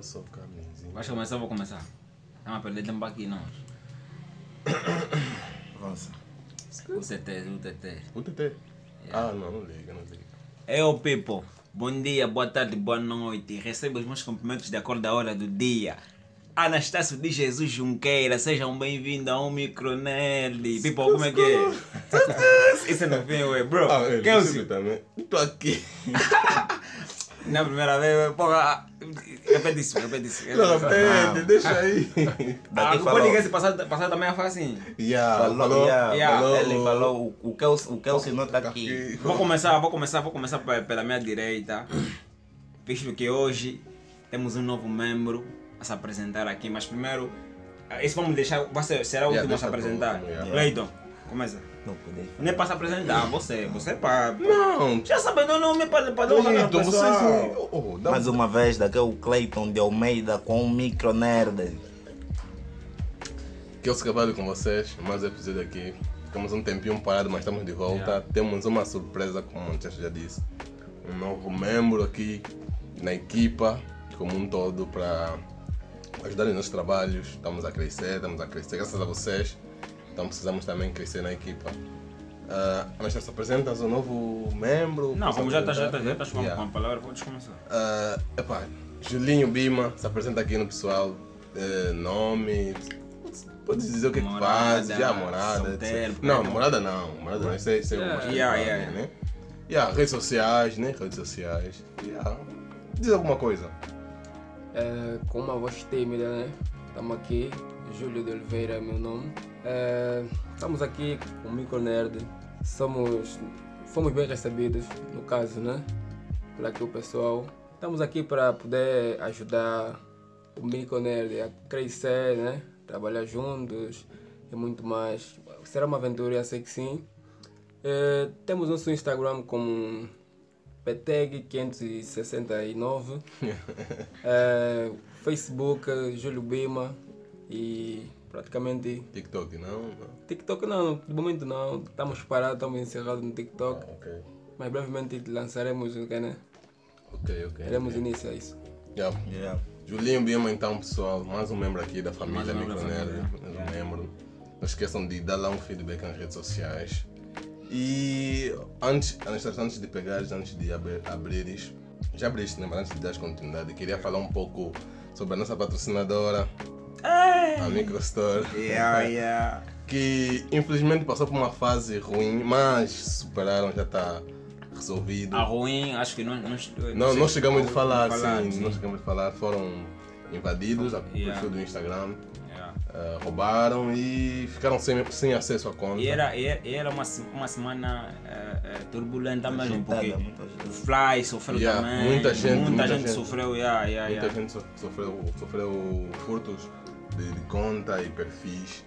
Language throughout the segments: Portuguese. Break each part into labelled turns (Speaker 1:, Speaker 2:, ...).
Speaker 1: só caminhozinho.
Speaker 2: Vais começar, vou começar. Estamos a perder tempo aqui nós.
Speaker 3: Avança.
Speaker 2: O TT, o TT.
Speaker 1: O TT. Ah, não, não liga, não liga.
Speaker 2: Eu, Pipo. Bom dia, boa tarde, boa noite. Receba os meus cumprimentos de acordo da hora do dia. Anastácio de Jesus Junqueira, sejam bem-vindos a um Micronelli. Pipo, como é que é? Isso é no fim, ué. Bro,
Speaker 1: Ah, ele
Speaker 2: Kelsey,
Speaker 1: Kelsey. também. Estou aqui.
Speaker 2: na primeira vez, ué, porra. Repete isso, repete isso. repete
Speaker 1: Não, é.
Speaker 2: isso.
Speaker 1: pede, deixa aí.
Speaker 2: Ah,
Speaker 3: Daqui
Speaker 2: o
Speaker 3: falou.
Speaker 2: podcast passado, passado também foi assim.
Speaker 1: Yeah,
Speaker 3: Falou, yeah,
Speaker 2: Yeah.
Speaker 1: falou.
Speaker 3: Ele falou, o, o Kelsey, o Kelsey não está aqui.
Speaker 1: Aqui.
Speaker 2: Vou começar, vou começar, vou começar pe- pela minha direita, visto que hoje temos um novo membro a se apresentar aqui, mas primeiro, eh, esse vamos deixar, vai ser- será o
Speaker 3: Yeah,
Speaker 2: último a se
Speaker 3: deixa pro-
Speaker 2: apresentar.
Speaker 1: yeah.
Speaker 2: Leiton, começa.
Speaker 3: Não podia.
Speaker 2: Não é para se apresentar, você, você é para...
Speaker 1: Não,
Speaker 2: Já sabendo o nome, é para para dar uma cara ao
Speaker 1: Cleiton, Então, vocês.
Speaker 2: pessoal.
Speaker 1: Oh, oh, dá
Speaker 3: Mais uma vez, daqui é o Clayton de Almeida com o Micro Nerd.
Speaker 1: Que eu se trabalho com vocês, mais um episódio aqui. Ficamos um tempinho parado, mas estamos de volta.
Speaker 2: Yeah.
Speaker 1: Temos uma surpresa, como o Manchester já disse. Um novo membro aqui na equipa, como um todo, para ajudar nos nossos trabalhos. Estamos a crescer, estamos a crescer, graças a vocês. Então precisamos também crescer na equipa. Ah, Anastácio, apresentas um novo membro?
Speaker 2: Não, como já estás já tá,
Speaker 1: apresentar?
Speaker 2: já tá com
Speaker 1: Yeah.
Speaker 2: a palavra, podes começar.
Speaker 1: Ah, epá, Julinho Bima se apresenta aqui no pessoal. eh, nome. Podes dizer o que é que
Speaker 2: Morada,
Speaker 1: faz, já morada.
Speaker 2: solteiro,
Speaker 1: etc. não,
Speaker 2: cara.
Speaker 1: morada não. Morada não, isso é, isso é
Speaker 2: Yeah.
Speaker 1: o mais
Speaker 2: Yeah,
Speaker 1: privado,
Speaker 2: yeah.
Speaker 1: né? Yeah, redes sociais, né? Redes sociais. Yeah. Diz alguma coisa.
Speaker 4: É, com uma voz tímida, né? Estamos aqui, Júlio de Oliveira é meu nome. É, estamos aqui com o Micro Nerd. Somos, fomos bem recebidos, no caso, né? Por aqui o pessoal. Estamos aqui para poder ajudar o Micro Nerd a crescer, né? Trabalhar juntos e muito mais. Será uma aventura, eu sei que sim. É, temos nosso Instagram como PTEG569. É, Facebook, Júlio Bima e praticamente
Speaker 1: TikTok, não? não.
Speaker 4: TikTok não, de momento não, estamos parados, estamos encerrados no TikTok,
Speaker 1: Ok.
Speaker 4: mas brevemente lançaremos, né?
Speaker 1: Ok, ok.
Speaker 4: Teremos início a isso.
Speaker 1: Yeah.
Speaker 3: Yeah.
Speaker 1: É. Julinho Bima, então, pessoal, mais um membro aqui da família
Speaker 2: Mais um membro da
Speaker 1: Micronerd.
Speaker 2: família. É.
Speaker 1: Mais um membro. Não esqueçam de dar lá um feedback nas redes sociais. E antes, antes, antes de pegares, antes de abrir, abrires, já abriste, né? Mas antes de dar continuidade, queria falar um pouco sobre a nossa patrocinadora, a Microstore.
Speaker 2: Yeah, yeah.
Speaker 1: Que infelizmente passou por uma fase ruim, mas superaram, já está resolvido.
Speaker 2: A ruim, acho que não... Não,
Speaker 1: Não, não chegamos de
Speaker 2: de
Speaker 1: falar, sim,
Speaker 2: assim,
Speaker 1: não chegamos de falar. Foram invadidos, a
Speaker 2: Yeah.
Speaker 1: perfil do Instagram,
Speaker 2: Yeah.
Speaker 1: eh, roubaram e ficaram sem, sem acesso à conta.
Speaker 2: E era, e era- e era uma, se- uma semana eh, eh, turbulenta mesmo,
Speaker 3: Agitada,
Speaker 2: porque
Speaker 3: muita gente.
Speaker 2: o Fly sofreu
Speaker 1: Yeah,
Speaker 2: também,
Speaker 1: muita gente, muita
Speaker 2: gente
Speaker 1: gente.
Speaker 2: sofreu, yeah, yeah,
Speaker 1: Muita
Speaker 2: yeah.
Speaker 1: gente so- sofreu, sofreu furtos de, de conta e perfis.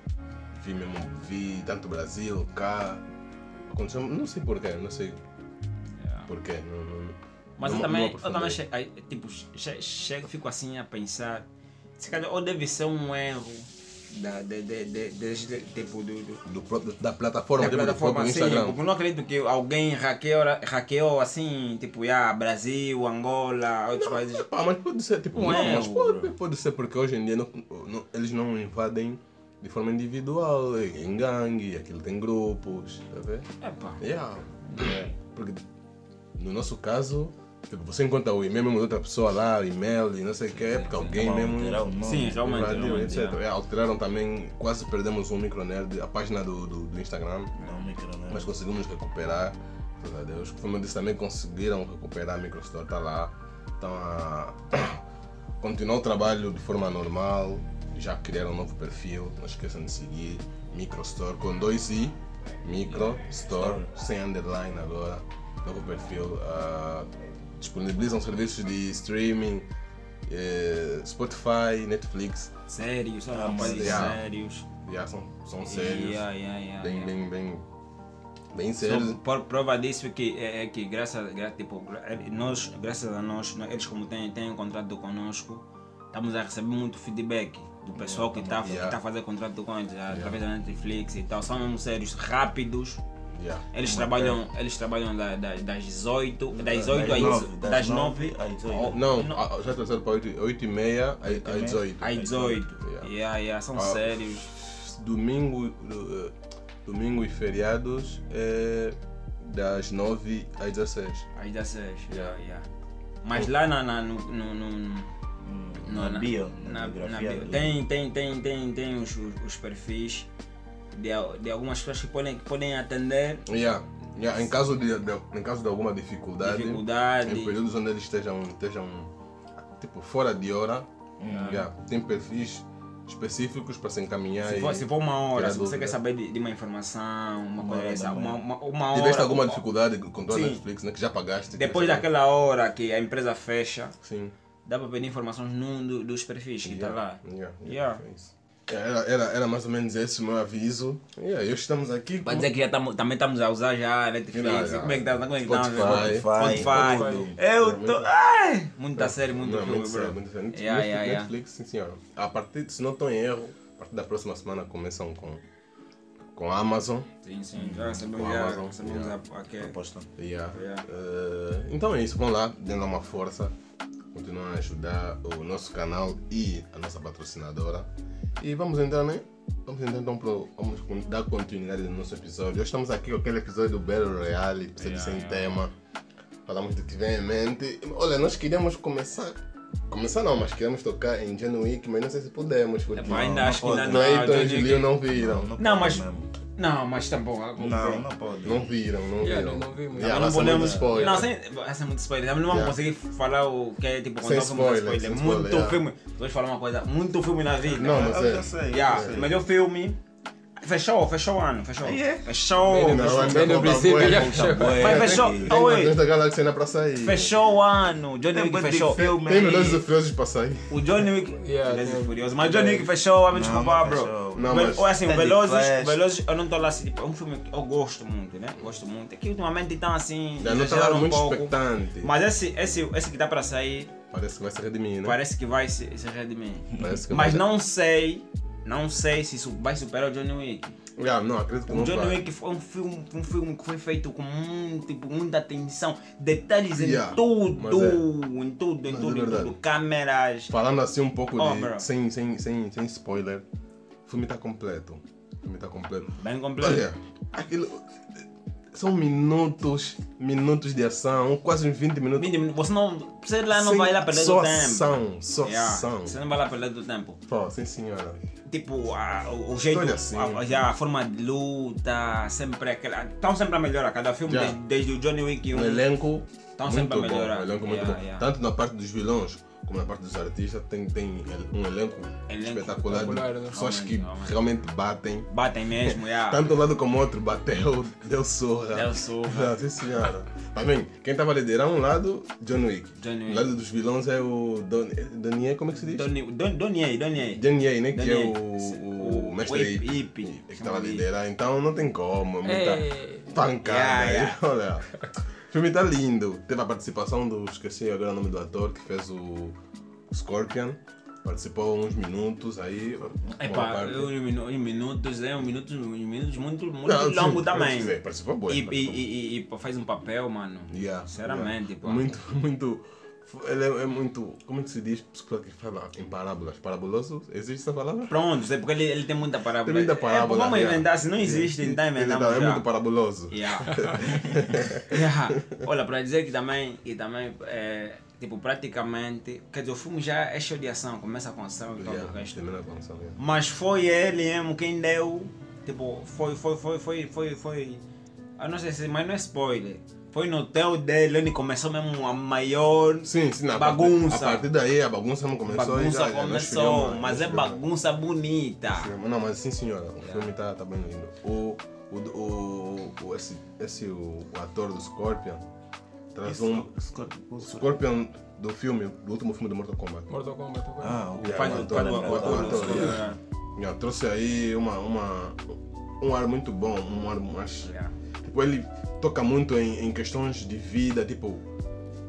Speaker 1: Vi mesmo, vi tanto Brasil, cá. Aconteceu, não sei porquê, não sei
Speaker 2: Yeah.
Speaker 1: porquê. Não, não,
Speaker 2: Mas
Speaker 1: não- não
Speaker 2: eu
Speaker 1: é
Speaker 2: também, eu
Speaker 1: aprofundei.
Speaker 2: também che- aí, tipo, che- chego, fico assim a pensar, se calhar ou deve ser um erro da, de, de, de, deste tipo do, do-
Speaker 1: Do próprio- da plataforma,
Speaker 2: da
Speaker 1: tipo, do
Speaker 2: plataforma,
Speaker 1: próprio
Speaker 2: assim,
Speaker 1: Instagram.
Speaker 2: porque eu não acredito que alguém hackeou, hackeou assim, tipo, yeah, Brasil, Angola, outros países.
Speaker 1: Pá, mas pode ser, tipo,
Speaker 2: Não
Speaker 1: não,
Speaker 2: é,
Speaker 1: mas
Speaker 2: bro.
Speaker 1: pode, pode ser porque hoje em dia não- não- eles não invadem de forma individual, é em gangue, aquilo tem grupos, tá a ver?
Speaker 2: Epa.
Speaker 1: Yeah. Porque no nosso caso, tipo, você encontra o e-mail mesmo de outra pessoa lá, o e-mail e não sei o que, é porque alguém
Speaker 3: Vamos
Speaker 1: mesmo
Speaker 3: alterar o um nome.
Speaker 2: Sim, realmente.
Speaker 1: invadiu,
Speaker 2: realmente,
Speaker 1: etc.
Speaker 2: yeah.
Speaker 1: É, alteraram também, quase perdemos um micronerd, a página do, do, do Instagram,
Speaker 3: Não, um Micro Nerd.
Speaker 1: mas conseguimos recuperar, graças a Deus. Como eu disse, também conseguiram recuperar a microstore, está lá. Então, a... continuar o trabalho de forma normal, já criaram um novo perfil, não esqueçam de seguir microstore com dois i, microstore, sem underline agora, novo perfil. ah, disponibilizam serviços de streaming, eh, Spotify, Netflix,
Speaker 2: Sérios, sabe,
Speaker 3: Ah, mas,
Speaker 2: rapazes
Speaker 1: yeah.
Speaker 2: sérios.
Speaker 1: já são, são é sérios,
Speaker 2: Yeah, yeah, yeah,
Speaker 1: bem,
Speaker 2: yeah.
Speaker 1: bem, bem, bem
Speaker 2: Só
Speaker 1: sérios.
Speaker 2: por prova disso é que, é, é que graças, gra, tipo, gra- eh, nós, graças a nós, né, eles como têm, têm um contrato conosco, estamos a receber muito feedback do pessoal que tá está
Speaker 1: tá, yeah.
Speaker 2: que tá a fazer contrato com eles, através da Netflix e tal. São mesmo sérios, rápidos,
Speaker 1: Yeah.
Speaker 2: Eles
Speaker 3: Muito
Speaker 2: trabalham, eles trabalham da- da- das 18, das
Speaker 3: Das
Speaker 2: 8 às
Speaker 3: é nove, das
Speaker 2: das
Speaker 3: nove
Speaker 2: 9
Speaker 3: às oito.
Speaker 1: Não,
Speaker 2: Não.
Speaker 1: a- já trouxeram para 8, 8 e meia a- às 18.
Speaker 2: às 18.
Speaker 1: Yeah.
Speaker 2: Yeah, yeah, são
Speaker 1: Ah,
Speaker 2: sérios.
Speaker 1: Domingo, eh, domingo e feriados é das 9 às 16.
Speaker 2: Às 16. Yeah, yeah. Mas lá na, na- no, no, no-
Speaker 3: Hum,
Speaker 2: no-
Speaker 3: Na bio,
Speaker 2: na-
Speaker 3: na
Speaker 2: na
Speaker 3: biografia.
Speaker 2: bio.
Speaker 3: do-
Speaker 2: Tem, tem, tem, tem, tem os, os perfis de, al- de algumas pessoas que podem, que podem atender
Speaker 1: Yeah. Yeah. Em, caso de, de- em caso de alguma dificuldade,
Speaker 2: dificuldade.
Speaker 1: em períodos onde eles estejam, estejam tipo, fora de hora, yeah, tem perfis específicos para se encaminhar.
Speaker 2: Se
Speaker 1: e-
Speaker 2: for, se for uma hora,
Speaker 1: tirar
Speaker 2: se você
Speaker 1: dúvida.
Speaker 2: quer saber de, de uma informação, uma
Speaker 3: Uma hora
Speaker 2: coisa,
Speaker 3: da
Speaker 2: dessa, uma,
Speaker 3: manhã.
Speaker 2: uma, uma hora.
Speaker 1: Tiveste alguma dificuldade com a
Speaker 2: Sim.
Speaker 1: Netflix, né? Que já pagaste. que
Speaker 2: Depois
Speaker 1: já-
Speaker 2: daquela hora que a empresa fecha,
Speaker 1: Sim.
Speaker 2: dá para pedir informações num do- dos perfis que está lá.
Speaker 1: Yeah,
Speaker 2: Yeah.
Speaker 1: foi isso. Era, era, era mais ou menos esse o meu aviso. E aí, hoje estamos aqui com
Speaker 2: Para dizer que já tamo- também estamos a usar já a Netflix,
Speaker 1: Não, não.
Speaker 2: é como é que tá, como é que tá,
Speaker 1: Spotify.
Speaker 2: meu?
Speaker 3: Spotify.
Speaker 2: Spotify.
Speaker 1: É
Speaker 2: Eu tô... Ai! Muita série, muito
Speaker 1: Não, é
Speaker 2: filme, É,
Speaker 1: muito sério,
Speaker 2: bro.
Speaker 1: muito sério. Netflix,
Speaker 2: Yeah, yeah, yeah.
Speaker 1: Netflix, sim senhora. A partir, se não estou em erro, a partir da próxima semana começam com, com a Amazon.
Speaker 2: Sim, sim, já
Speaker 1: Hum. Com
Speaker 2: recebemos,
Speaker 1: a
Speaker 2: já
Speaker 1: Amazon,
Speaker 2: recebemos
Speaker 1: yeah.
Speaker 2: a- aquele-
Speaker 3: Proposta.
Speaker 1: Yeah.
Speaker 2: Yeah.
Speaker 1: Eh, então é isso, vão lá, dêem lá uma força, continuem a ajudar o nosso canal e a nossa patrocinadora. E vamos entrar, né? Vamos entrar então pro. Vamos con- dar continuidade no nosso episódio. Hoje estamos aqui com aquele episódio do Battle Royale, episódio
Speaker 2: Yeah,
Speaker 1: sem
Speaker 2: yeah.
Speaker 1: tema. Falamos do que vem em mente. Olha, nós queríamos começar. Começar não, mas queríamos tocar em Gen Week, mas não sei se pudemos, porque.
Speaker 2: Mas ainda
Speaker 3: não
Speaker 2: acho que
Speaker 3: pode.
Speaker 2: ainda É não.
Speaker 1: Nathan e
Speaker 2: Johnny-
Speaker 1: Julio não viram.
Speaker 2: Não, mas-
Speaker 3: Não,
Speaker 2: Não, mas tampouco.
Speaker 3: não, pode.
Speaker 1: Não viram, não
Speaker 4: Yeah,
Speaker 1: viram.
Speaker 4: não- não vimos.
Speaker 1: Yeah, vai ser
Speaker 2: Mas não
Speaker 1: muito
Speaker 2: podemos.
Speaker 1: spoiler.
Speaker 2: Não, sem, vai ser muito spoiler. Também não vamos
Speaker 1: Yeah.
Speaker 2: conseguir falar o que é tipo
Speaker 1: Sem
Speaker 2: contar como
Speaker 1: spoiler, sem spoiler,
Speaker 2: Muito
Speaker 1: yeah.
Speaker 2: filme. Vou te falar uma coisa, muito filme na vida.
Speaker 1: Não, mas
Speaker 3: Eu
Speaker 1: é.
Speaker 3: já sei.
Speaker 2: Yeah,
Speaker 3: eu sei.
Speaker 2: Melhor filme. Fechou, fechou o ano, fechou.
Speaker 1: é.
Speaker 3: Yeah.
Speaker 2: Fechou.
Speaker 1: Não,
Speaker 2: fechou.
Speaker 1: ainda
Speaker 4: Bem no
Speaker 1: falta
Speaker 4: princípio
Speaker 1: bué,
Speaker 4: já
Speaker 1: falta
Speaker 4: fechou.
Speaker 3: bué.
Speaker 2: Mas
Speaker 3: Tem-
Speaker 2: fechou.
Speaker 3: tem
Speaker 1: Tem
Speaker 2: ah, ué,
Speaker 1: Guardiões da Galáxia ainda para sair.
Speaker 2: Fechou o ano. Johnny
Speaker 3: Tem
Speaker 2: Wick
Speaker 3: bando de
Speaker 2: fechou.
Speaker 3: filme
Speaker 1: Tem
Speaker 3: aí.
Speaker 1: Melhores e Furiosos para sair.
Speaker 2: O Johnny Wick.
Speaker 4: Yeah,
Speaker 2: Velozes
Speaker 4: tem-
Speaker 2: e Furiosos. Mas Johnny Wick fechou, vai me
Speaker 3: Não,
Speaker 2: desculpar,
Speaker 3: não
Speaker 2: bro.
Speaker 3: fechou.
Speaker 1: Não,
Speaker 2: Vel-
Speaker 1: mas-
Speaker 2: ou assim,
Speaker 3: Tá de
Speaker 2: Velozes,
Speaker 3: flash.
Speaker 2: Velozes, eu não estou lá assim, tipo, é um filme que eu gosto muito, né? Gosto muito. É que ultimamente estão assim,
Speaker 1: Já não
Speaker 2: exageraram
Speaker 1: estava muito
Speaker 2: pouco.
Speaker 1: expectante.
Speaker 2: Mas esse, esse, esse que dá para sair,
Speaker 1: Parece que vai se redimir, né?
Speaker 2: parece que vai se, se redimir.
Speaker 1: Parece que
Speaker 2: Mas
Speaker 1: vai-
Speaker 2: não sei, não sei se su- vai superar o Johnny Wick.
Speaker 1: Yeah, Ah, não, acredito que
Speaker 2: O
Speaker 1: não
Speaker 2: Johnny
Speaker 1: vai.
Speaker 2: Wick foi um filme, um filme que foi feito com muito, tipo, muita atenção, detalhes
Speaker 1: Yeah,
Speaker 2: em tudo,
Speaker 1: mas é.
Speaker 2: em tudo, em
Speaker 1: Mas é
Speaker 2: tudo, em
Speaker 1: verdade.
Speaker 2: tudo, câmeras.
Speaker 1: Falando assim um pouco
Speaker 2: Oh, bro.
Speaker 1: de... Sem, sem, sem, sem spoiler. O filme está completo. O filme está completo.
Speaker 2: Bem completo.
Speaker 1: Olha, aquilo... São minutos, minutos de ação, quase uns 20 minutos.
Speaker 2: Mínimo, Você não, você lá não
Speaker 1: sem-
Speaker 2: vai lá perder
Speaker 1: só
Speaker 2: do tempo.
Speaker 1: ação, só
Speaker 2: Yeah,
Speaker 1: ação.
Speaker 2: Você não vai lá perder do tempo.
Speaker 1: Pô, sim senhora.
Speaker 2: Tipo, a- o, o jeito,
Speaker 1: Olha assim.
Speaker 2: a, já a forma de luta, sempre aquela. Estão sempre a melhorar. Cada filme,
Speaker 1: Yeah.
Speaker 2: desde, desde o Johnny Wick 1.
Speaker 1: Um elenco
Speaker 2: Tão sempre
Speaker 1: muito
Speaker 2: a
Speaker 1: bom,
Speaker 2: melhorar.
Speaker 1: um elenco muito
Speaker 2: Yeah,
Speaker 1: bom.
Speaker 2: yeah.
Speaker 1: Tanto na parte dos vilões como na parte dos artistas, tem, tem um elenco,
Speaker 2: Elenco
Speaker 1: espetacular.
Speaker 4: espetacular,
Speaker 1: de
Speaker 4: né?
Speaker 1: pessoas
Speaker 2: Realmente,
Speaker 1: que
Speaker 2: realmente. Ah.
Speaker 1: realmente batem.
Speaker 2: Batem mesmo, yeah.
Speaker 1: Tanto um lado como o outro bateu, deu surra.
Speaker 2: Deu surra.
Speaker 1: Ah, sim, senhora. Tá bem, quem estava a liderar um lado, John Wick.
Speaker 2: John Wick.
Speaker 1: O lado dos vilões é o Don, Donier, como é que se diz?
Speaker 2: Doni- Don- Donier, Donier.
Speaker 1: Donier, né? Que é o,
Speaker 2: Donier.
Speaker 1: o,
Speaker 2: O-
Speaker 1: mestre
Speaker 2: o Ip-
Speaker 1: Ip,
Speaker 2: Ip.
Speaker 1: que
Speaker 2: Chama
Speaker 1: estava a
Speaker 2: de Ip.
Speaker 1: liderar. Então não tem como, é muita
Speaker 4: Ei.
Speaker 1: pancada.
Speaker 2: Yeah, yeah.
Speaker 1: Olha, o filme está lindo. Teve a participação do, esqueci agora o nome do ator que fez o Scorpion. Participou uns minutos aí. uma
Speaker 2: Epá,
Speaker 1: parte.
Speaker 2: eu, em minu- em minutos, é um minuto, em minutos muito, muito
Speaker 1: Não, sim,
Speaker 2: longo
Speaker 1: eu
Speaker 2: também.
Speaker 1: sei, é, Participou bem.
Speaker 2: E, e,
Speaker 1: participou bem.
Speaker 2: e- e- e faz um papel, mano.
Speaker 1: Yeah,
Speaker 2: Sinceramente,
Speaker 1: yeah.
Speaker 2: pô.
Speaker 1: Muito, muito. Ele é, é muito. Como se diz? Pessoa que fala em parábolas. Parabuloso? Existe essa palavra?
Speaker 2: Pronto, é porque ele, ele tem muita parábola.
Speaker 1: Tem muita
Speaker 2: É,
Speaker 1: parábola.
Speaker 2: vamos
Speaker 1: yeah.
Speaker 2: inventar, se não existe,
Speaker 1: Sim,
Speaker 2: então
Speaker 1: sim,
Speaker 2: inventamos
Speaker 1: É
Speaker 2: já.
Speaker 1: muito parabuloso.
Speaker 2: Yeah. Yeah. Olha, para dizer que também, que também é, tipo, praticamente, quer dizer, o filme já é cheio de ação, começa com ação e todo o
Speaker 1: Yeah,
Speaker 2: resto.
Speaker 1: termina com ação, yeah.
Speaker 2: Mas foi ele mesmo quem deu, tipo, foi, foi, foi, foi, foi, foi, eu não sei se, mas não é spoiler, foi no hotel dele onde começou mesmo a maior
Speaker 1: Sim, sim, na
Speaker 2: Bagunça.
Speaker 1: Parte, a partir daí a né, bagunça não começou.
Speaker 2: bagunça
Speaker 1: já, já nós
Speaker 2: começou,
Speaker 1: filmamos,
Speaker 2: mas
Speaker 1: nós
Speaker 2: é
Speaker 1: filmamos.
Speaker 2: bagunça É. bonita.
Speaker 1: Filme- Não, mas sim senhora, o filme tá, tá bem lindo. O, o, o, o- esse, esse o, o ator do Scorpion traz um. Scorpion do filme, do último filme do Mortal Kombat.
Speaker 4: Mortal Kombat tá agora.
Speaker 3: Ah, o
Speaker 1: Yeah,
Speaker 2: Faz
Speaker 1: o
Speaker 2: o-
Speaker 1: ator,
Speaker 2: faz o-
Speaker 1: o ator, o ator,
Speaker 2: o-
Speaker 1: yeah. Yeah, trouxe aí uma, uma, um ar muito bom, um ar mais.
Speaker 2: Yeah.
Speaker 1: Tipo, ele toca muito em, em questões de vida, tipo.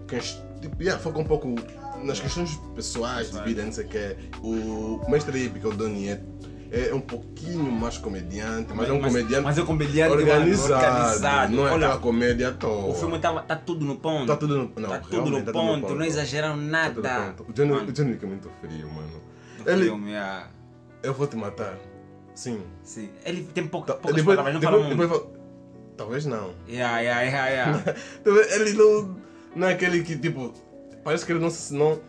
Speaker 1: quest- tipo yeah, foca um pouco nas questões pessoais, de vida, não sei o que. O mestre Ip, que é o Donnie, é um pouquinho mais comediante, mas é um
Speaker 2: Mas-
Speaker 1: comediante,
Speaker 2: mas é um comediante, mano,
Speaker 1: organizado,
Speaker 2: organizado.
Speaker 1: Não é
Speaker 2: Olha,
Speaker 1: aquela comédia à toa.
Speaker 2: O filme tá, tá tudo no ponto.
Speaker 1: Tá tudo no, não,
Speaker 2: Tá tudo
Speaker 1: realmente
Speaker 2: no
Speaker 1: tá
Speaker 2: ponto, não Ah. exageraram
Speaker 1: Tá tudo no
Speaker 2: nada.
Speaker 1: ponto. O Johnny,
Speaker 2: Mano.
Speaker 1: o Johnny Wick é muito frio, mano.
Speaker 2: No
Speaker 1: Ele,
Speaker 2: filme, ah,
Speaker 1: eu vou te matar. Sim.
Speaker 2: sim. Ele tem pouca,
Speaker 1: Ta-
Speaker 2: poucas
Speaker 1: Tá, depois-
Speaker 2: palavras, não
Speaker 1: depois-
Speaker 2: fala muito.
Speaker 1: depois fala- Talvez não.
Speaker 2: Yeah, yeah, yeah, yeah.
Speaker 1: Talvez- Ele não, não é aquele que, tipo, parece que ele não, se- não,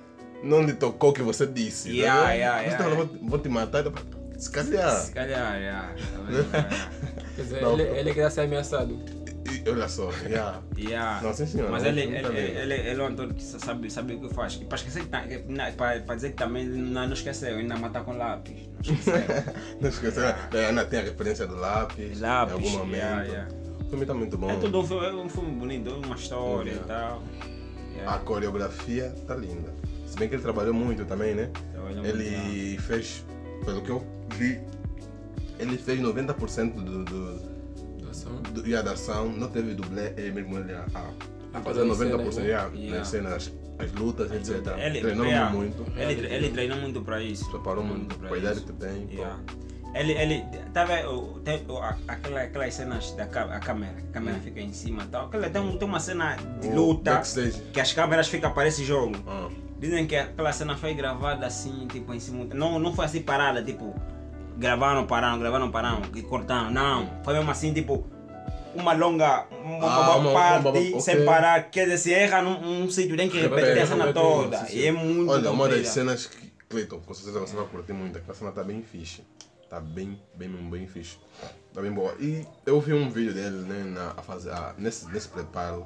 Speaker 1: não lhe tocou o que você disse. tá
Speaker 2: Yeah,
Speaker 1: vendo?
Speaker 2: yeah,
Speaker 1: Você
Speaker 2: yeah,
Speaker 1: tá falando,
Speaker 2: yeah.
Speaker 1: Vou, te- vou te matar, tá- se calhar.
Speaker 2: Se calhar, yeah. Tá vendo?
Speaker 4: Quer dizer,
Speaker 1: Não.
Speaker 4: ele, ele quer ser é ameaçado.
Speaker 1: E- olha só, yeah.
Speaker 2: Yeah.
Speaker 1: Não, sim, senhora,
Speaker 2: Mas
Speaker 1: não-
Speaker 2: ele,
Speaker 1: não
Speaker 2: ele,
Speaker 1: tá
Speaker 2: ele,
Speaker 1: vendo.
Speaker 2: ele, é um ator que sa- sabe, sabe o que faz. E para esquecer, que tá- que- na- pra- pra dizer que também ele não, não esqueceu, ainda matar com lápis. Não esqueceu.
Speaker 1: Não esquece, a Ana tem a referência do lápis,
Speaker 2: Lápis,
Speaker 1: em algum momento.
Speaker 2: yeah, yeah.
Speaker 1: O filme tá muito bom.
Speaker 2: é tudo um filme, é um filme bonito, é uma história e tal.
Speaker 1: A
Speaker 2: Yeah.
Speaker 1: coreografia tá linda. Se bem que ele trabalhou muito também, né?
Speaker 2: Trabalhou muito,
Speaker 1: Ele fez, pelo que eu vi, ele fez 90% do, do,
Speaker 4: Doação.
Speaker 1: do, e a da ação, não teve dublê, ele mesmo ele a, a,
Speaker 2: Ah,
Speaker 1: a ah, fazer
Speaker 4: Fazendo
Speaker 1: 90%
Speaker 4: cena,
Speaker 1: yeah,
Speaker 2: né? Yeah.
Speaker 1: nas cenas, as lutas, etc.
Speaker 2: Ele,
Speaker 1: É Treinou
Speaker 2: yeah.
Speaker 1: muito, né?
Speaker 2: Ele, ele treinou muito para isso.
Speaker 1: preparou
Speaker 2: Treinou
Speaker 1: muito,
Speaker 2: pra
Speaker 1: com a idade
Speaker 2: isso.
Speaker 1: que tem. então, pô.
Speaker 2: Yeah. Ele, ele, tá vendo, tem, o- a- aquela, aquelas cenas da ca- a câmera, a câmera fica em cima e tal. Aquela, tem, um- tem uma cena de
Speaker 1: Hum. O
Speaker 2: luta
Speaker 1: Backstage.
Speaker 2: que as câmeras ficam para esse jogo.
Speaker 1: Ah,
Speaker 2: Dizem que aquela cena foi gravada assim, tipo, em cima. Não, não foi assim parada, tipo, gravaram, pararam, gravaram, pararam e cortaram. Não, foi mesmo assim, tipo, uma longa uma,
Speaker 1: Ah,
Speaker 2: uma
Speaker 1: uma-
Speaker 2: parte
Speaker 1: uma- ok.
Speaker 2: sem parar. Quer dizer, se erra num, num sítio, tem que repetir
Speaker 1: Repete,
Speaker 2: a cena
Speaker 4: repete,
Speaker 2: toda.
Speaker 4: sim, sim.
Speaker 2: E é muito.
Speaker 1: Olha, uma das
Speaker 2: comprida.
Speaker 1: cenas que, Cleiton, com certeza você vai curtir muito, aquela cena tá bem fixe. Tá bem, bem, bem, bem fixe. Tá bem boa. E eu vi um vídeo dele, né, na, a fazer, a- nesse, nesse preparo.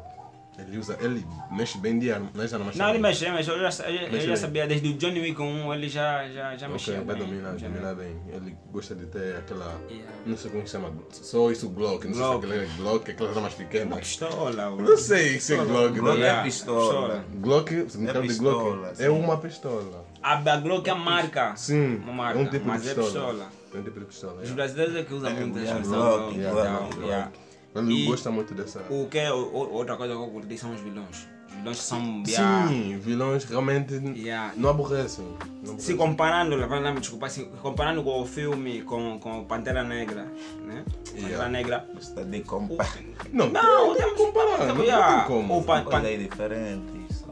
Speaker 1: Ele usa, ele mexe bem de arma, nas armas.
Speaker 2: Não, ele
Speaker 1: também.
Speaker 2: mexeu, mas eu já, eu já- eu
Speaker 1: Mexe
Speaker 2: já
Speaker 1: bem.
Speaker 2: sabia, desde o Johnny Wick 1 ele já, já, já
Speaker 1: Ok,
Speaker 2: mexeu.
Speaker 1: vai
Speaker 2: bem,
Speaker 1: dominar,
Speaker 2: já
Speaker 1: dominar bem. Ele gosta de ter aquela.
Speaker 2: Yeah.
Speaker 1: Não sei como é que chama. Só isso Glock. Não
Speaker 2: Glock.
Speaker 1: sei se aquele é Glock, aquelas armas
Speaker 2: Uma
Speaker 1: pequenas.
Speaker 2: pistola, bro.
Speaker 1: Não sei se é Glock,
Speaker 3: Glock
Speaker 1: né?
Speaker 2: Yeah,
Speaker 3: é pistola.
Speaker 1: Glock, o significado de
Speaker 3: É pistola,
Speaker 1: Glock
Speaker 3: sim.
Speaker 1: é uma pistola.
Speaker 2: A, a Glock é a marca.
Speaker 1: Sim,
Speaker 2: Uma marca,
Speaker 1: é um tipo
Speaker 2: mas
Speaker 1: de
Speaker 2: é
Speaker 1: pistola.
Speaker 2: pistola.
Speaker 1: É um tipo de pistola.
Speaker 2: Os
Speaker 1: yeah.
Speaker 2: brasileiros é que usam muito essa
Speaker 3: yeah,
Speaker 2: expressão.
Speaker 3: Glock,
Speaker 1: é
Speaker 2: então,
Speaker 3: Glock,
Speaker 2: yeah.
Speaker 3: Glock.
Speaker 1: Ele
Speaker 2: E-
Speaker 1: gosta muito dessa.
Speaker 2: O que é o- o- outra coisa que eu curti são os vilões. Os vilões são. yeah,
Speaker 1: Sim, vilões realmente
Speaker 2: Yeah.
Speaker 1: não aborrecem. Não
Speaker 2: Se
Speaker 1: aborrecem.
Speaker 2: comparando, lá vai lá me desculpar, se comparando com o filme com, com Pantera Negra, né? Pantera
Speaker 1: Yeah.
Speaker 2: Negra.
Speaker 3: Está de comprar.
Speaker 1: Não,
Speaker 2: Não,
Speaker 1: tem
Speaker 2: temos
Speaker 1: como comparar. Não,
Speaker 2: yeah,
Speaker 1: tem como.
Speaker 2: O pan, pan,
Speaker 3: Olha aí, diferente. isso.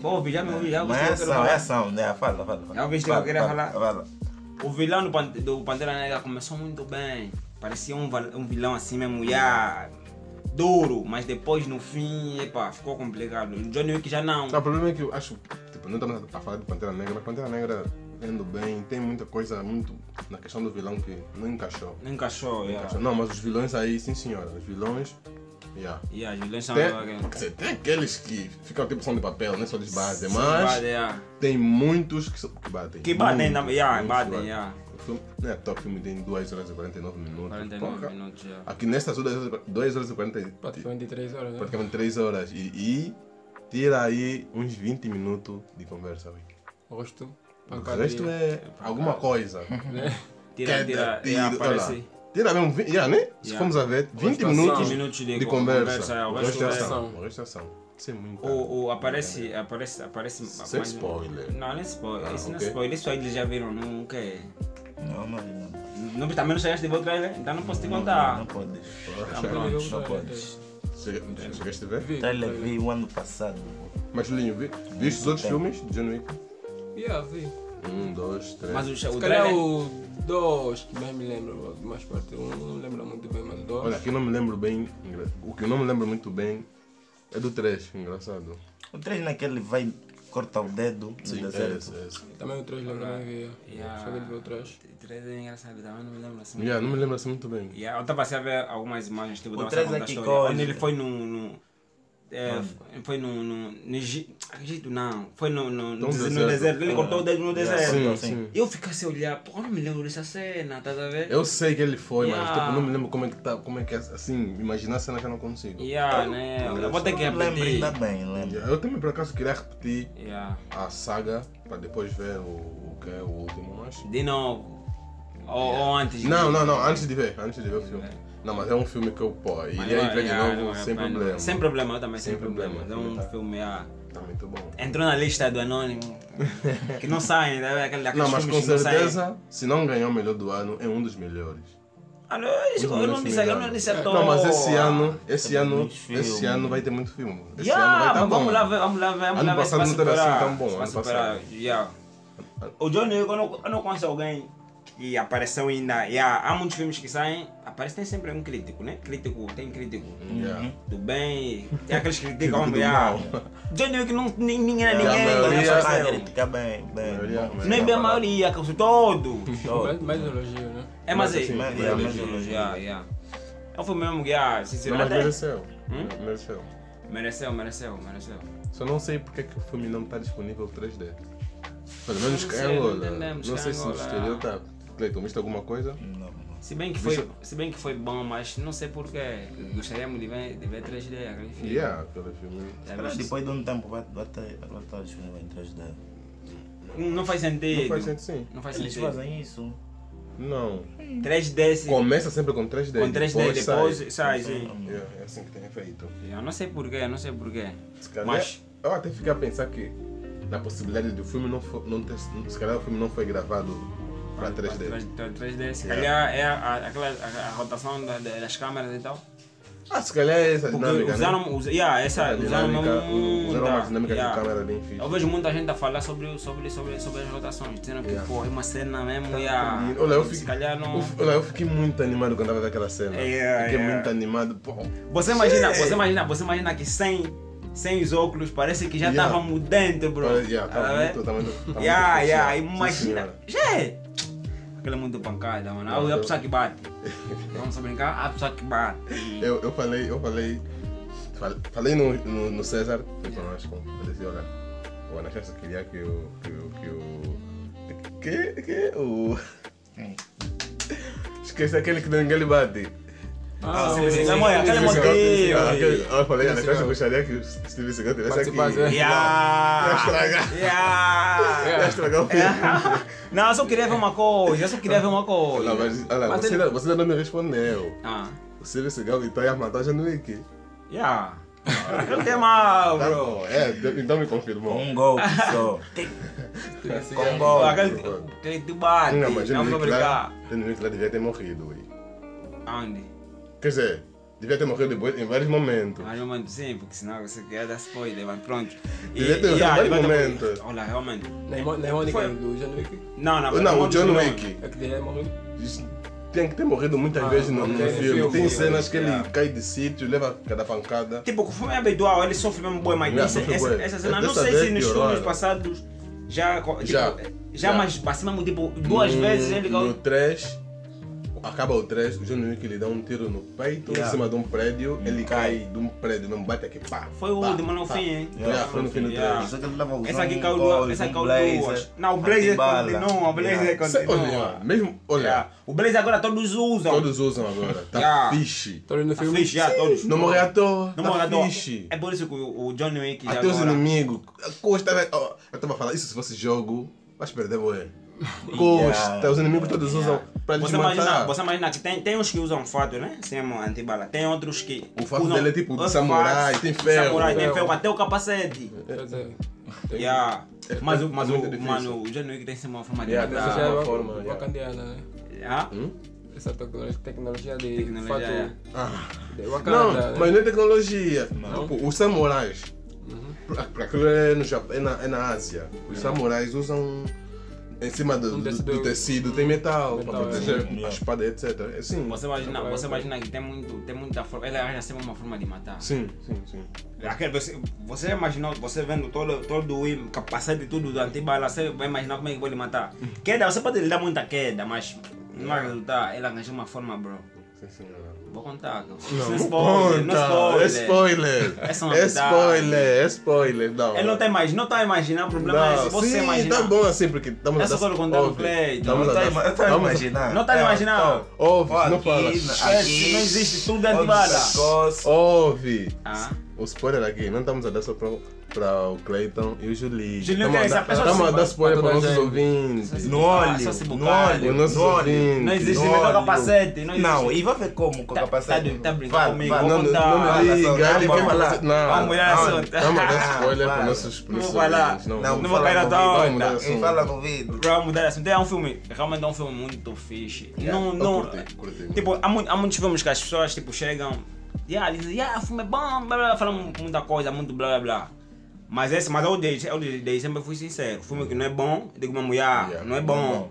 Speaker 2: Bom, já me ouvi, já
Speaker 3: Mas
Speaker 2: gostei
Speaker 3: é
Speaker 2: do que eu
Speaker 3: ação,
Speaker 2: falei.
Speaker 3: é ação, né? Fala, fala. fala.
Speaker 2: Já ouviste o que eu queria
Speaker 3: Fala,
Speaker 2: falar?
Speaker 3: Fala.
Speaker 2: O vilão do, Pan- do Pantera Negra começou muito bem. Parecia um, val- um vilão assim mesmo, yeah, duro, mas depois no fim, epa, ficou complicado. O Johnny Wick já não.
Speaker 1: Não, o problema é que eu acho, tipo, não estamos a falar de Pantera Negra, mas Pantera Negra tá indo bem, tem muita coisa muito na questão do vilão que não encaixou.
Speaker 2: Não
Speaker 1: Não, encaixou.
Speaker 2: encaixou, yeah.
Speaker 1: não mas os vilões aí, sim senhora, os vilões, yeah.
Speaker 2: Yeah, os vilões são.
Speaker 1: Tem, quer dizer, tem aqueles que ficam tipo são de papel, né? Só de base, mas
Speaker 2: Bad, yeah.
Speaker 1: tem muitos que, são- que batem.
Speaker 2: Que batem,
Speaker 1: Muitos,
Speaker 2: na- yeah,
Speaker 1: muitos
Speaker 2: batem, yeah.
Speaker 1: O filme, não é top, o filme tem 2 horas e 49 minutos.
Speaker 2: 49
Speaker 1: Porra.
Speaker 2: minutos, yeah.
Speaker 1: Aqui nestas 2 horas e 40,
Speaker 4: Praticamente 3 horas, né?
Speaker 1: praticamente 3 horas. E, e tira aí uns 20 minutos de conversa. ui.
Speaker 4: Rosto.
Speaker 1: O resto é alguma coisa.
Speaker 2: Tira, tira,
Speaker 1: Queda,
Speaker 2: yeah,
Speaker 1: tiro,
Speaker 2: aparece.
Speaker 1: olha lá. Tira mesmo, vi- yeah, né? Se
Speaker 2: Yeah.
Speaker 1: formos a ver, 20
Speaker 4: resto é
Speaker 1: minutos
Speaker 4: ação.
Speaker 2: minutos de
Speaker 1: um de
Speaker 2: conversa,
Speaker 1: conversa.
Speaker 2: o
Speaker 1: O
Speaker 2: resto
Speaker 1: resto é
Speaker 4: é
Speaker 1: ação.
Speaker 4: ação.
Speaker 1: O resto é ação. Isso é muito.
Speaker 2: Ou, ou aparece, aparece, aparece.
Speaker 1: Sem
Speaker 2: mais-
Speaker 1: spoiler.
Speaker 2: Não, não é spoiler.
Speaker 1: Ah,
Speaker 2: isso não é
Speaker 1: ok.
Speaker 2: spoiler, isso aí eles já viram, não quer.
Speaker 3: Não, não, não.
Speaker 2: Não, também não chegaste de ver o trailer, então não posso te
Speaker 3: Não,
Speaker 2: contar.
Speaker 3: não
Speaker 2: Tá
Speaker 3: podes.
Speaker 4: é Ah,
Speaker 3: Não,
Speaker 2: pronto.
Speaker 3: Não podes.
Speaker 1: Chega- Chegaste a ver?
Speaker 4: Vi,
Speaker 3: Trailer
Speaker 4: trailer.
Speaker 3: vi o ano passado.
Speaker 1: Mas Linho, vi, viste os outros filmes de John Wick?
Speaker 4: Yeah, vi.
Speaker 1: Um, dois, três.
Speaker 2: Mas o, o
Speaker 4: Se calhar
Speaker 2: trailer.
Speaker 4: o 2, que mais me lembro, mais parte 1, não lembro muito bem, mas o 2.
Speaker 1: Olha, aqui eu não me lembro bem. engra- O que eu não me lembro muito bem é do 3, engraçado.
Speaker 3: O três naquele vai corta o dedo no
Speaker 1: Sim, é
Speaker 3: deserto.
Speaker 1: esse, é esse.
Speaker 4: Também o 3 lembro, não vi. Só que ele viu o 3.
Speaker 2: O trailer é engraçado, também não me lembro assim.
Speaker 1: Yeah, não me lembro assim muito bem.
Speaker 2: Yeah, eu estava a ver algumas imagens, tipo,
Speaker 3: O
Speaker 2: da
Speaker 3: trailer
Speaker 2: segunda
Speaker 3: que
Speaker 2: história.
Speaker 3: corre.
Speaker 2: Quando ele foi no. no é, foi no. no, no Egi- Egito, não. Foi no, no, no,
Speaker 1: Num
Speaker 2: deserto.
Speaker 1: deserto. é.
Speaker 2: Ele cortou o dedo no deserto.
Speaker 1: Sim,
Speaker 3: sim.
Speaker 1: sim.
Speaker 2: Eu fiquei assim a olhar, pô, eu não me lembro dessa cena, estás a ver?
Speaker 1: Eu sei que ele foi, mas
Speaker 2: Yeah.
Speaker 1: tipo, não me lembro como é que tá, como é que é, assim, imaginar a cena que eu não consigo.
Speaker 2: Yeah, né? Eu vou ter que
Speaker 3: Não lembro
Speaker 2: repetir. ah,
Speaker 3: ainda bem, lembro.
Speaker 1: Yeah, Eu também por acaso queria repetir
Speaker 2: Yeah.
Speaker 1: a saga para depois ver o, o que é o último, mas.
Speaker 2: De novo. Ou, ou antes.
Speaker 1: Não, não, não, antes de ver, antes de ver o filme. Não, mas é um filme que eu pô, iria
Speaker 2: Mas,
Speaker 1: ver de
Speaker 2: yeah,
Speaker 1: novo
Speaker 2: não,
Speaker 1: sem
Speaker 2: pá, é, não.
Speaker 1: problema.
Speaker 2: Sem problema, eu também sem,
Speaker 1: Sem
Speaker 2: problema.
Speaker 1: problema,
Speaker 2: É um
Speaker 1: tá.
Speaker 2: filme, ah,
Speaker 1: Tá muito bom.
Speaker 2: Entrou na lista do anônimo. Que não saem, né? Aquele, aqueles
Speaker 1: Não, mas com
Speaker 2: filmes que Não saem.
Speaker 1: certeza, se não ganhar o melhor do ano, é um dos melhores.
Speaker 2: Alô,
Speaker 1: Os melhores
Speaker 2: eu Ah, não disse, eu
Speaker 1: filmes
Speaker 2: não
Speaker 1: do
Speaker 2: disse é
Speaker 1: ano.
Speaker 2: à toa.
Speaker 1: É, Não, mas esse ano, esse
Speaker 2: Tá
Speaker 3: Tem
Speaker 1: ano,
Speaker 3: muitos
Speaker 1: esse
Speaker 3: filmes.
Speaker 1: ano vai ter muito filme. Esse
Speaker 2: Yeah,
Speaker 1: ano vai estar
Speaker 2: mas
Speaker 1: bom.
Speaker 2: vamos lá ver, vamos lá ver, vamos
Speaker 1: Ano
Speaker 2: lá ver se
Speaker 1: passado
Speaker 2: vai
Speaker 1: não teve assim
Speaker 2: superar,
Speaker 1: tão bom,
Speaker 2: se vai
Speaker 1: ano passado.
Speaker 2: superar, yeah. O Johnny, eu não, eu não conheço alguém que apareceu ainda. Yeah, há muitos filmes que saem, aparece tem sempre um crítico, né? Crítico, tem crítico.
Speaker 1: Yeah.
Speaker 2: Do bem, tem aqueles que criticam
Speaker 1: Crítico do
Speaker 2: yeah.
Speaker 1: mal.
Speaker 2: Johnny Wick não nem- ninguém é
Speaker 1: Yeah,
Speaker 2: ninguém.
Speaker 1: a
Speaker 2: né?
Speaker 1: maioria- é
Speaker 2: Só
Speaker 3: Vai
Speaker 2: saiu.
Speaker 3: criticar bem, bem.
Speaker 1: Maioria-
Speaker 3: bom.
Speaker 2: Nem bem a maioria, que eu sou todo.
Speaker 3: Show.
Speaker 4: Mais, mais elogio, né?
Speaker 2: É, mas é.
Speaker 1: assim,
Speaker 2: mas
Speaker 1: é,
Speaker 2: é,
Speaker 1: mas
Speaker 3: é.
Speaker 2: yeah, yeah. Eu fui mesmo, yeah,
Speaker 1: Não, mas
Speaker 2: sinceramente. é
Speaker 1: mereceu.
Speaker 2: Hum?
Speaker 1: Mereceu.
Speaker 2: Mereceu, mereceu, mereceu.
Speaker 1: Só não sei porque é que o filme não está disponível 3D. Pelo menos
Speaker 2: Não
Speaker 1: cá
Speaker 2: sei,
Speaker 1: em
Speaker 2: não
Speaker 1: Angola.
Speaker 2: entendemos,
Speaker 1: Não
Speaker 2: cá
Speaker 1: sei
Speaker 2: em
Speaker 1: se no
Speaker 2: Angola.
Speaker 1: exterior está. Cleiton, viste alguma coisa?
Speaker 3: Não, não.
Speaker 2: Se bem que foi,
Speaker 1: Deixa-
Speaker 2: se bem que foi bom, mas não sei porquê. Gostaríamos de ver, de ver 3D aquele filme.
Speaker 1: Yeah, é, aquele filme.
Speaker 2: Já
Speaker 3: Mas
Speaker 2: viste?
Speaker 3: depois de um tempo vai vai estar vai estar disponível em 3D.
Speaker 2: Hum, Não faz sentido.
Speaker 1: Não faz sentido sim.
Speaker 2: Não faz
Speaker 3: Eles
Speaker 2: sentido.
Speaker 3: fazem isso.
Speaker 1: Não.
Speaker 2: 3D se-
Speaker 1: Começa sempre com 3D.
Speaker 2: com 3D
Speaker 1: sai.
Speaker 2: depois, sai, sim.
Speaker 1: Yeah, é assim que tem efeito.
Speaker 2: Eu não sei porquê, não sei porquê.
Speaker 1: Se calhar,
Speaker 2: Mas-
Speaker 1: eu até fiquei a pensar que na possibilidade do filme não, fo- não ter, se calhar o filme não foi gravado para 3D.
Speaker 2: 3D, se
Speaker 1: Yeah.
Speaker 2: calhar é a, a- aquela a, a rotação da- da- das câmeras e tal.
Speaker 1: Ah, se calhar é essa
Speaker 2: Porque
Speaker 1: dinâmica, né?
Speaker 2: usaram, usa- yeah, essa,
Speaker 1: A
Speaker 2: usaram,
Speaker 1: dinâmica,
Speaker 2: mesmo-
Speaker 1: usaram uma dinâmica
Speaker 2: yeah.
Speaker 1: de câmera bem fixa.
Speaker 2: Eu vejo muita gente a falar sobre, sobre, sobre, sobre as rotações, dizendo que
Speaker 1: Yeah. Tá
Speaker 2: pô, é uma cena mesmo. Yeah.
Speaker 1: Olha, eu
Speaker 2: Se
Speaker 1: fiquei,
Speaker 2: calhar não.
Speaker 1: eu fi- olha, eu fiquei muito animado quando estava daquela cena.
Speaker 2: Yeah,
Speaker 1: fiquei
Speaker 2: yeah.
Speaker 1: muito animado. Pô,
Speaker 2: Você imagina, você imagina, você imagina que sem, sem os óculos parece que já
Speaker 1: Yeah.
Speaker 2: estávamos dentro, bro.
Speaker 1: olha, yeah,
Speaker 2: Tá
Speaker 1: tava
Speaker 2: vendo?
Speaker 1: muito, tava muito, tava
Speaker 2: yeah,
Speaker 1: muito
Speaker 2: yeah,
Speaker 1: fixe, sim,
Speaker 2: imagina.
Speaker 1: senhora. Tá
Speaker 2: Jé! Aquilo é muito pancada, mano. Ah, é a pessoa que bate. Vamos só brincar? A pessoa que bate.
Speaker 1: Eu, eu falei, eu falei, fal- falei no, no, no César, foi conosco, falei assim, olha, o Anastácio queria que o, que o, que o, que, que o, esqueci aquele que ninguém lhe bate.
Speaker 2: Ah, sim,
Speaker 4: sim, sim,
Speaker 2: sim.
Speaker 4: sim.
Speaker 2: Não, é aquele
Speaker 1: Steve Seagal-
Speaker 2: motivo.
Speaker 1: Ah, aquele- Eu falei,
Speaker 4: Steve
Speaker 1: Anastácio
Speaker 4: Seagal.
Speaker 1: gostaria que o Steve Seagal tivesse aqui.
Speaker 4: Participasse,
Speaker 1: Ia
Speaker 4: né?
Speaker 2: Yeah!
Speaker 1: estragar. Ia
Speaker 2: Yeah!
Speaker 1: estragar o filme.
Speaker 2: Não, eu só queria ver uma coisa, eu só queria ver uma
Speaker 1: Não,
Speaker 2: coisa.
Speaker 1: mas, olha,
Speaker 4: Mas
Speaker 1: você,
Speaker 4: ele-
Speaker 1: ainda- você ainda não me respondeu.
Speaker 2: Ah,
Speaker 1: O Steve Seagal então ia matar a Januíque.
Speaker 2: yeah. Aquele tema,
Speaker 1: Tá
Speaker 2: bro.
Speaker 1: bom, é, então me confirmou.
Speaker 3: Com um gol só.
Speaker 4: é.
Speaker 3: Com um gol.
Speaker 2: Pô, aquele, aquele debate.
Speaker 1: Não, mas
Speaker 2: Vamos
Speaker 1: Jimmy
Speaker 2: brincar.
Speaker 1: Clark, Jimmy Clark devia ter morrido, ui.
Speaker 2: Aonde?
Speaker 1: Quer dizer, devia ter morrido depois, em vários momentos.
Speaker 2: Mas eu mando sim, porque senão você quer dar spoiler, mas pronto.
Speaker 1: Devia ter
Speaker 2: ah,
Speaker 1: vários
Speaker 2: levanta-
Speaker 1: momentos.
Speaker 2: Olha, realmente.
Speaker 4: Na irmã- na irmônica
Speaker 2: Foi.
Speaker 4: do John Wick,
Speaker 2: Não, não,
Speaker 1: não, o
Speaker 2: vamos
Speaker 1: John
Speaker 2: no
Speaker 1: Wick
Speaker 4: é que dele é morrer.
Speaker 1: isso tem que ter morrido muitas
Speaker 4: Ah,
Speaker 1: vezes no, no
Speaker 4: ok, no
Speaker 1: filme.
Speaker 4: filme,
Speaker 1: Tem
Speaker 4: sim,
Speaker 1: cenas que ele
Speaker 2: yeah.
Speaker 1: cai de sítio, leva cada pancada.
Speaker 2: Tipo, conforme é habitual, ele sofre mesmo boi, mas
Speaker 1: Yeah,
Speaker 2: isso-
Speaker 1: sofre
Speaker 2: essa,
Speaker 1: bué.
Speaker 2: essa cena,
Speaker 1: É
Speaker 2: não
Speaker 1: dessa
Speaker 2: sei
Speaker 1: vez
Speaker 2: se nos
Speaker 1: piorou,
Speaker 2: filmes
Speaker 1: né?
Speaker 2: passados já. co- Tipo,
Speaker 1: Já. Já.
Speaker 2: Já, mas assim mesmo, tipo, duas
Speaker 1: No-
Speaker 2: vezes ele.
Speaker 1: No 3, acaba o 3, o John Wick lhe dá um tiro no peito
Speaker 2: Yeah.
Speaker 1: em cima de um prédio, ele cai de um prédio, não bate aqui, pá.
Speaker 2: Foi o
Speaker 1: pá,
Speaker 2: último, no
Speaker 1: pá.
Speaker 2: fim, hein?
Speaker 1: Yeah,
Speaker 3: Yeah,
Speaker 1: foi no fim do 3.
Speaker 2: yeah.
Speaker 3: Só que ele leva os
Speaker 2: Essa aqui
Speaker 3: um
Speaker 2: caiu
Speaker 3: gol,
Speaker 2: duas, essa
Speaker 3: um
Speaker 2: caiu
Speaker 3: blazer,
Speaker 2: duas. Não, o Blazer
Speaker 3: antibala.
Speaker 2: continua, o Blazer continua.
Speaker 1: Olha, mesmo, olha,
Speaker 2: Yeah. O Blazer agora todos usam.
Speaker 1: todos usam agora. Tá
Speaker 2: Yeah.
Speaker 1: fixe.
Speaker 4: Tô ali no
Speaker 2: Tá
Speaker 4: filme.
Speaker 2: fixe, já, todos.
Speaker 1: Não morre à toa, tá
Speaker 2: Não morre à toa.
Speaker 1: fixe.
Speaker 2: É por isso que o o Johnny Wick já
Speaker 1: Até os
Speaker 2: agora.
Speaker 1: inimigos. Costa, ó, eu estava a falar, isso se fosse jogo, vais perder, boé. Costa,
Speaker 3: Yeah.
Speaker 1: os inimigos todos usam para lhes
Speaker 2: Você
Speaker 1: matar.
Speaker 2: imagina, você é imagina que tem, tem uns que usam fato, né? Sem a mão antibala. Tem outros que.
Speaker 1: O fato
Speaker 2: usam
Speaker 1: dele é tipo de
Speaker 2: o
Speaker 1: samurai,
Speaker 2: fato,
Speaker 1: tem ferro.
Speaker 2: Samurai, tem
Speaker 4: Ferro.
Speaker 2: ferro, até o capacete.
Speaker 4: Quer dizer,
Speaker 2: Yeah.
Speaker 1: É-
Speaker 2: Mas, o-
Speaker 1: é
Speaker 2: mas
Speaker 1: muito
Speaker 2: o
Speaker 1: difícil.
Speaker 2: mano, o John Wick tem sempre uma forma de
Speaker 1: Yeah,
Speaker 4: essa
Speaker 1: Ah,
Speaker 4: já é
Speaker 2: matar.
Speaker 1: uma
Speaker 4: wa-
Speaker 1: forma, yeah.
Speaker 4: wacandiana, né?
Speaker 2: Yeah.
Speaker 1: Hum?
Speaker 4: Essa tecno- tecnologia de
Speaker 2: Tecnologia,
Speaker 4: fato
Speaker 2: yeah.
Speaker 1: Ah.
Speaker 4: de Wakanda,
Speaker 1: Não,
Speaker 4: né?
Speaker 1: mas não é tecnologia. Tipo, os samurais.
Speaker 4: Uhum.
Speaker 1: pra- pra Aquilo é, no Japão, é, na, é na Ásia. Os samurais usam em cima do,
Speaker 4: Um
Speaker 1: do-
Speaker 4: tecido-
Speaker 1: do tecido, tem metal,
Speaker 4: Metal,
Speaker 1: para
Speaker 4: é.
Speaker 1: proteger
Speaker 3: Sim,
Speaker 1: a
Speaker 3: yeah.
Speaker 1: espada, etc. É sim.
Speaker 2: Você imagina,
Speaker 4: Samurai,
Speaker 2: você
Speaker 4: samurai.
Speaker 2: imagina que tem, muito, tem muita forma. Ele arranja sempre uma forma de matar.
Speaker 1: Sim, sim, sim.
Speaker 2: Aquele, você, você imaginou, você vendo todo, todo o im- capacete e tudo do antibala, você vai imaginar como é que pode matar. Queda, você pode lhe dar muita queda, mas não vai resultar. Ele arranjou uma forma, bro.
Speaker 1: Sim, senhora.
Speaker 2: Vou contar. Não,
Speaker 1: Não,
Speaker 2: spoiler, não
Speaker 1: conta.
Speaker 2: spoiler.
Speaker 1: É spoiler.
Speaker 2: Essa é uma
Speaker 1: É
Speaker 2: verdade.
Speaker 1: spoiler, é spoiler.
Speaker 2: Ele não tá imaginando, não tá imaginando, o problema é esse. Você
Speaker 1: sim,
Speaker 2: imaginar.
Speaker 1: tá bom assim, porque estamos
Speaker 2: É só quando contamos play,
Speaker 1: Estamos
Speaker 3: Eu
Speaker 1: a
Speaker 3: tô
Speaker 1: dar-
Speaker 3: ima- eu tô
Speaker 1: estamos a-
Speaker 3: imaginando.
Speaker 2: Não tá
Speaker 3: É,
Speaker 2: imaginando?
Speaker 1: Ó, Ouve,
Speaker 3: Ó,
Speaker 1: não
Speaker 3: aqui,
Speaker 1: fala.
Speaker 2: Esquece, não existe, tudo é
Speaker 3: Ó,
Speaker 2: antibala.
Speaker 3: pescoço.
Speaker 1: Ouve.
Speaker 2: Ah.
Speaker 1: O spoiler aqui, não estamos a dar só para para o Clayton e o Julinho. Tamo
Speaker 2: Julinho,
Speaker 1: a
Speaker 2: quem é essa
Speaker 1: dar-
Speaker 2: pessoa?
Speaker 1: tamo a dar spoiler
Speaker 4: Pra
Speaker 1: para
Speaker 4: toda
Speaker 1: nossos
Speaker 4: gente.
Speaker 1: ouvintes.
Speaker 3: No
Speaker 2: Ah,
Speaker 3: óleo,
Speaker 2: só se
Speaker 3: no
Speaker 2: bucar.
Speaker 1: Os
Speaker 3: óleo,
Speaker 1: nossos
Speaker 3: no óleo.
Speaker 1: ouvintes.
Speaker 2: Não existe
Speaker 3: No
Speaker 2: melhor
Speaker 3: óleo.
Speaker 2: capacete. Não,
Speaker 3: Não,
Speaker 2: existe.
Speaker 3: e vai ver como com
Speaker 2: Tá-
Speaker 3: a capacidade.
Speaker 2: tá- tá brincando
Speaker 3: Vá,
Speaker 2: comigo,
Speaker 3: vá.
Speaker 2: vou
Speaker 1: Ah, Não, não,
Speaker 2: contar.
Speaker 1: não me liga,
Speaker 3: Vamos
Speaker 1: ele quer
Speaker 3: falar.
Speaker 1: falar. Não,
Speaker 2: Vamos mudar de
Speaker 1: não,
Speaker 2: assunto.
Speaker 1: Vamos dar spoiler
Speaker 3: Vai.
Speaker 1: para nossos
Speaker 2: Não
Speaker 1: nossos
Speaker 2: vou falar.
Speaker 1: ouvintes.
Speaker 3: Não,
Speaker 2: Não
Speaker 1: Não,
Speaker 2: vou
Speaker 3: fala
Speaker 2: cair na
Speaker 3: comigo.
Speaker 2: tua
Speaker 1: Vamos mudar de
Speaker 2: onda.
Speaker 1: assunto.
Speaker 3: Quem fala com o vídeo?
Speaker 2: Pra mudar de assunto. É um filme, realmente é um filme muito fixe.
Speaker 1: Yeah,
Speaker 2: não,
Speaker 1: eu
Speaker 2: não.
Speaker 1: curti, curti muito.
Speaker 2: Tipo, há, mu- há muitos filmes que as pessoas tipo, chegam. Yeah, dizem, yeah, o filme é bom, blá blá, blá, falam mu- muita coisa, muito blá blá blá. Mas esse, mas é eu desde, eu desde sempre fui sincero. Filme que não é bom, eu digo mesmo, yeah,
Speaker 1: Yeah,
Speaker 2: não é
Speaker 1: não é
Speaker 2: bom.
Speaker 1: bom.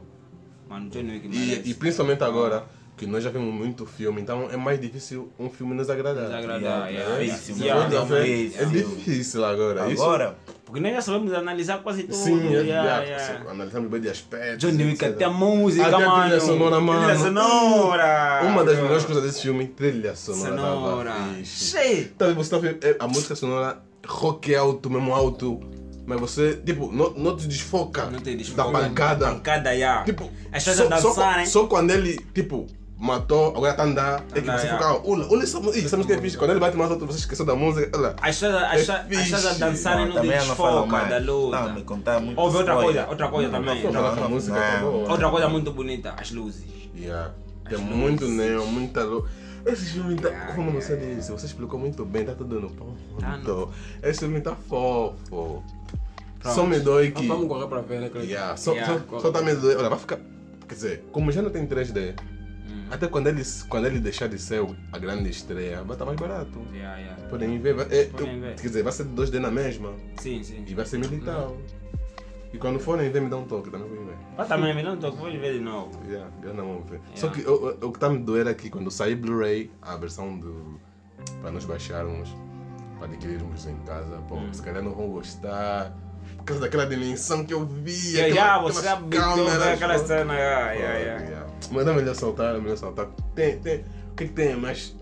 Speaker 2: Mano, John Wick merece.
Speaker 1: E, e principalmente agora, que nós já vimos muito filme, então é mais difícil um filme nos agradar.
Speaker 2: Nos agradar, yeah,
Speaker 3: é
Speaker 2: yeah.
Speaker 3: difícil,
Speaker 2: Yeah.
Speaker 3: mano.
Speaker 1: Outra vez,
Speaker 3: difícil. é
Speaker 1: É difícil agora. Isso-
Speaker 3: Agora,
Speaker 2: Porque nós já sabemos analisar quase tudo.
Speaker 1: Sim, é,
Speaker 2: yeah,
Speaker 1: yeah,
Speaker 2: yeah.
Speaker 1: analisamos bem de aspectos.
Speaker 2: Johnny Wick,
Speaker 1: etc.
Speaker 2: até a música,
Speaker 1: Até a
Speaker 2: mano.
Speaker 1: trilha sonora, mano.
Speaker 2: Trilha sonora.
Speaker 1: Uma das melhores coisas desse filme, trilha sonora.
Speaker 2: Sonora.
Speaker 1: tava fixe.
Speaker 2: Cheio.
Speaker 1: Tá, você tá vendo, é, a música sonora, rock é alto, mesmo alto, mas você, tipo, não, não te desfoca,
Speaker 2: Não tem
Speaker 1: da pancada.
Speaker 2: Pancada, yeah.
Speaker 1: Tipo,
Speaker 2: As pessoas a
Speaker 1: só,
Speaker 2: dançar,
Speaker 1: só,
Speaker 2: né?
Speaker 1: só quando ele, tipo, matou, agora tá andando, é que
Speaker 2: Andar,
Speaker 1: você
Speaker 2: yeah.
Speaker 1: fica, olha, olha essa música, Ih, essa música é fixe. Quando ele bate mais alto, você esqueceu da música, olha.
Speaker 2: As pessoas- as pessoas- as pessoas a
Speaker 1: fixe.
Speaker 2: dançarem no
Speaker 3: também não fala
Speaker 2: desfoca da
Speaker 3: mais.
Speaker 2: luta.
Speaker 3: Não, me contar muito
Speaker 2: Houve outra
Speaker 3: spoiler.
Speaker 2: coisa, outra coisa também.
Speaker 1: Vamos falar
Speaker 3: não,
Speaker 1: com a música,
Speaker 3: não.
Speaker 1: tá boa.
Speaker 2: Outra coisa muito bonita, as luzes.
Speaker 1: Yeah. Tem muito neon, muita luz. Esse filme tá. Como você disse, você explicou muito bem, tá tudo no ponto.
Speaker 2: Tá no-
Speaker 1: Esse filme tá fofo. Só me dói que.
Speaker 4: Vamos correr para ver, né, Cleiton?
Speaker 1: é Yeah, Só,
Speaker 2: Yeah.
Speaker 1: só- só tá me doendo. Olha, vai ficar. Quer dizer, como já não tem 3D,
Speaker 2: Hum.
Speaker 1: até quando ele, quando ele deixar de ser a grande estreia, vai estar mais barato.
Speaker 2: Yeah, yeah.
Speaker 1: Podem ver, vai- é,
Speaker 2: Podem
Speaker 1: eu-
Speaker 2: ver.
Speaker 1: quer dizer, vai ser 2D na mesma
Speaker 2: Sim, sim.
Speaker 3: Tipo.
Speaker 1: e vai ser militar.
Speaker 2: Uhum.
Speaker 1: E quando forem ver, me dá um toque, também vou ver.
Speaker 2: Mas também, me dá um toque, vou ver de novo.
Speaker 1: Yeah, eu não vou ver.
Speaker 2: Yeah.
Speaker 1: Só que o, o- o que está me doer aqui, quando sair Blu-ray, a versão do. para nós baixarmos, para adquirirmos em casa, pô,
Speaker 2: Hum.
Speaker 1: se calhar não vão gostar. Por causa daquela dimensão que eu vi,
Speaker 2: Yeah, yeah,
Speaker 1: aquela-
Speaker 2: você
Speaker 1: aquelas
Speaker 2: habitou
Speaker 1: câmeras,
Speaker 2: aquela
Speaker 1: pô.
Speaker 2: cena. yeah,
Speaker 1: Pô,
Speaker 2: yeah, yeah.
Speaker 1: yeah. Mas é melhor soltar, é melhor soltar. Tem, tem. O que, que tem mais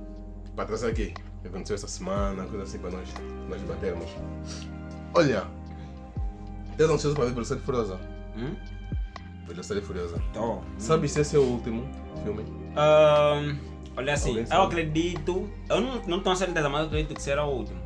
Speaker 1: para trazer aqui? O que aconteceu essa semana, coisa assim para nós, nós batermos. Olha, estás ansioso para ver Velocidade Furiosa?
Speaker 2: Hum?
Speaker 1: Velocidade Furiosa.
Speaker 2: Tô.
Speaker 1: Sabe se esse é o último filme?
Speaker 2: Ahn, olha assim,
Speaker 1: Alguém
Speaker 2: eu
Speaker 1: sabe?
Speaker 2: acredito. Eu não, não tenho certeza, mas eu acredito que será o último.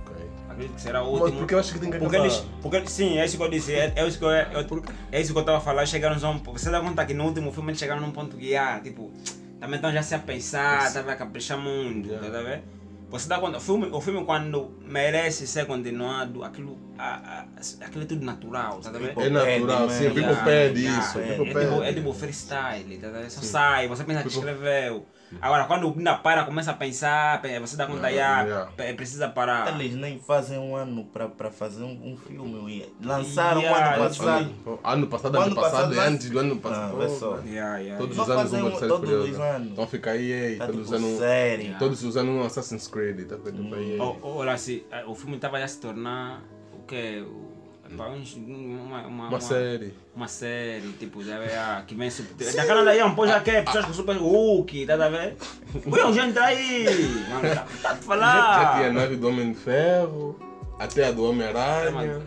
Speaker 1: Ok.
Speaker 2: Acredito que será o
Speaker 1: Mas
Speaker 2: último.
Speaker 1: porque eu acho que tem que
Speaker 2: Porque
Speaker 1: acabar.
Speaker 2: eles, porque, sim, é isso que eu disse, é, é isso que eu, eu- é isso que eu estava a falar, chegaram só um pouco, você dá conta que no último filme eles chegaram num ponto que, ah, tipo, também estão já se a pensar, estava a caprichar muito,
Speaker 1: Yeah.
Speaker 2: tá a ver? Você dá conta, o filme, o filme quando merece ser continuado, aquilo, a, a, aquilo é tudo natural, tá a ver?
Speaker 1: É
Speaker 3: Pede,
Speaker 1: natural,
Speaker 3: né?
Speaker 1: sim, o people
Speaker 2: Yeah,
Speaker 1: pede
Speaker 2: yeah.
Speaker 1: isso, o
Speaker 2: É,
Speaker 1: people
Speaker 2: é tipo,
Speaker 1: pede.
Speaker 2: é tipo freestyle, tá, tá, só sai, você pensa que escreveu. Agora, quando ainda para, começa a pensar, pe- você dá conta,
Speaker 1: Yeah,
Speaker 2: yeah,
Speaker 1: yeah.
Speaker 2: pe- precisa parar.
Speaker 3: Eles nem fazem um ano para fazer um, um filme. e Lançaram
Speaker 2: Yeah,
Speaker 3: um ano
Speaker 2: eles
Speaker 3: passado.
Speaker 1: Pô, ano passado,
Speaker 3: O
Speaker 1: ano
Speaker 3: ano
Speaker 1: passado,
Speaker 3: passado,
Speaker 1: e
Speaker 3: nós-
Speaker 1: antes do ano
Speaker 3: Ah,
Speaker 1: passado.
Speaker 3: vê só.
Speaker 2: Yeah, yeah,
Speaker 1: Todos os
Speaker 2: yeah.
Speaker 3: Só
Speaker 1: anos
Speaker 3: fazem
Speaker 1: uma
Speaker 3: um-
Speaker 1: versão
Speaker 3: todos os
Speaker 1: curiosa.
Speaker 3: anos.
Speaker 1: Então fica aí, aí,
Speaker 3: Tá
Speaker 1: todos
Speaker 3: tipo
Speaker 1: os
Speaker 2: um-
Speaker 1: anos.
Speaker 3: série.
Speaker 1: Todos os anos um Assassin's Creed, tá feito pra aí.
Speaker 2: O- o- Olha, se, eh, o filme estava a se tornar o quê? O- pá, uns- Uma, uma,
Speaker 1: Uma série.
Speaker 2: uma série, tipo, já vê, ah, que vem super. Daquela daí, um pô, já quer, pessoas com super Hulk, tá a ver? Ui, já entra aí! Mano, tá, tá a
Speaker 1: Já, já
Speaker 2: falar!
Speaker 1: tinha a nave do Homem de Ferro, até a do Homem-Aranha.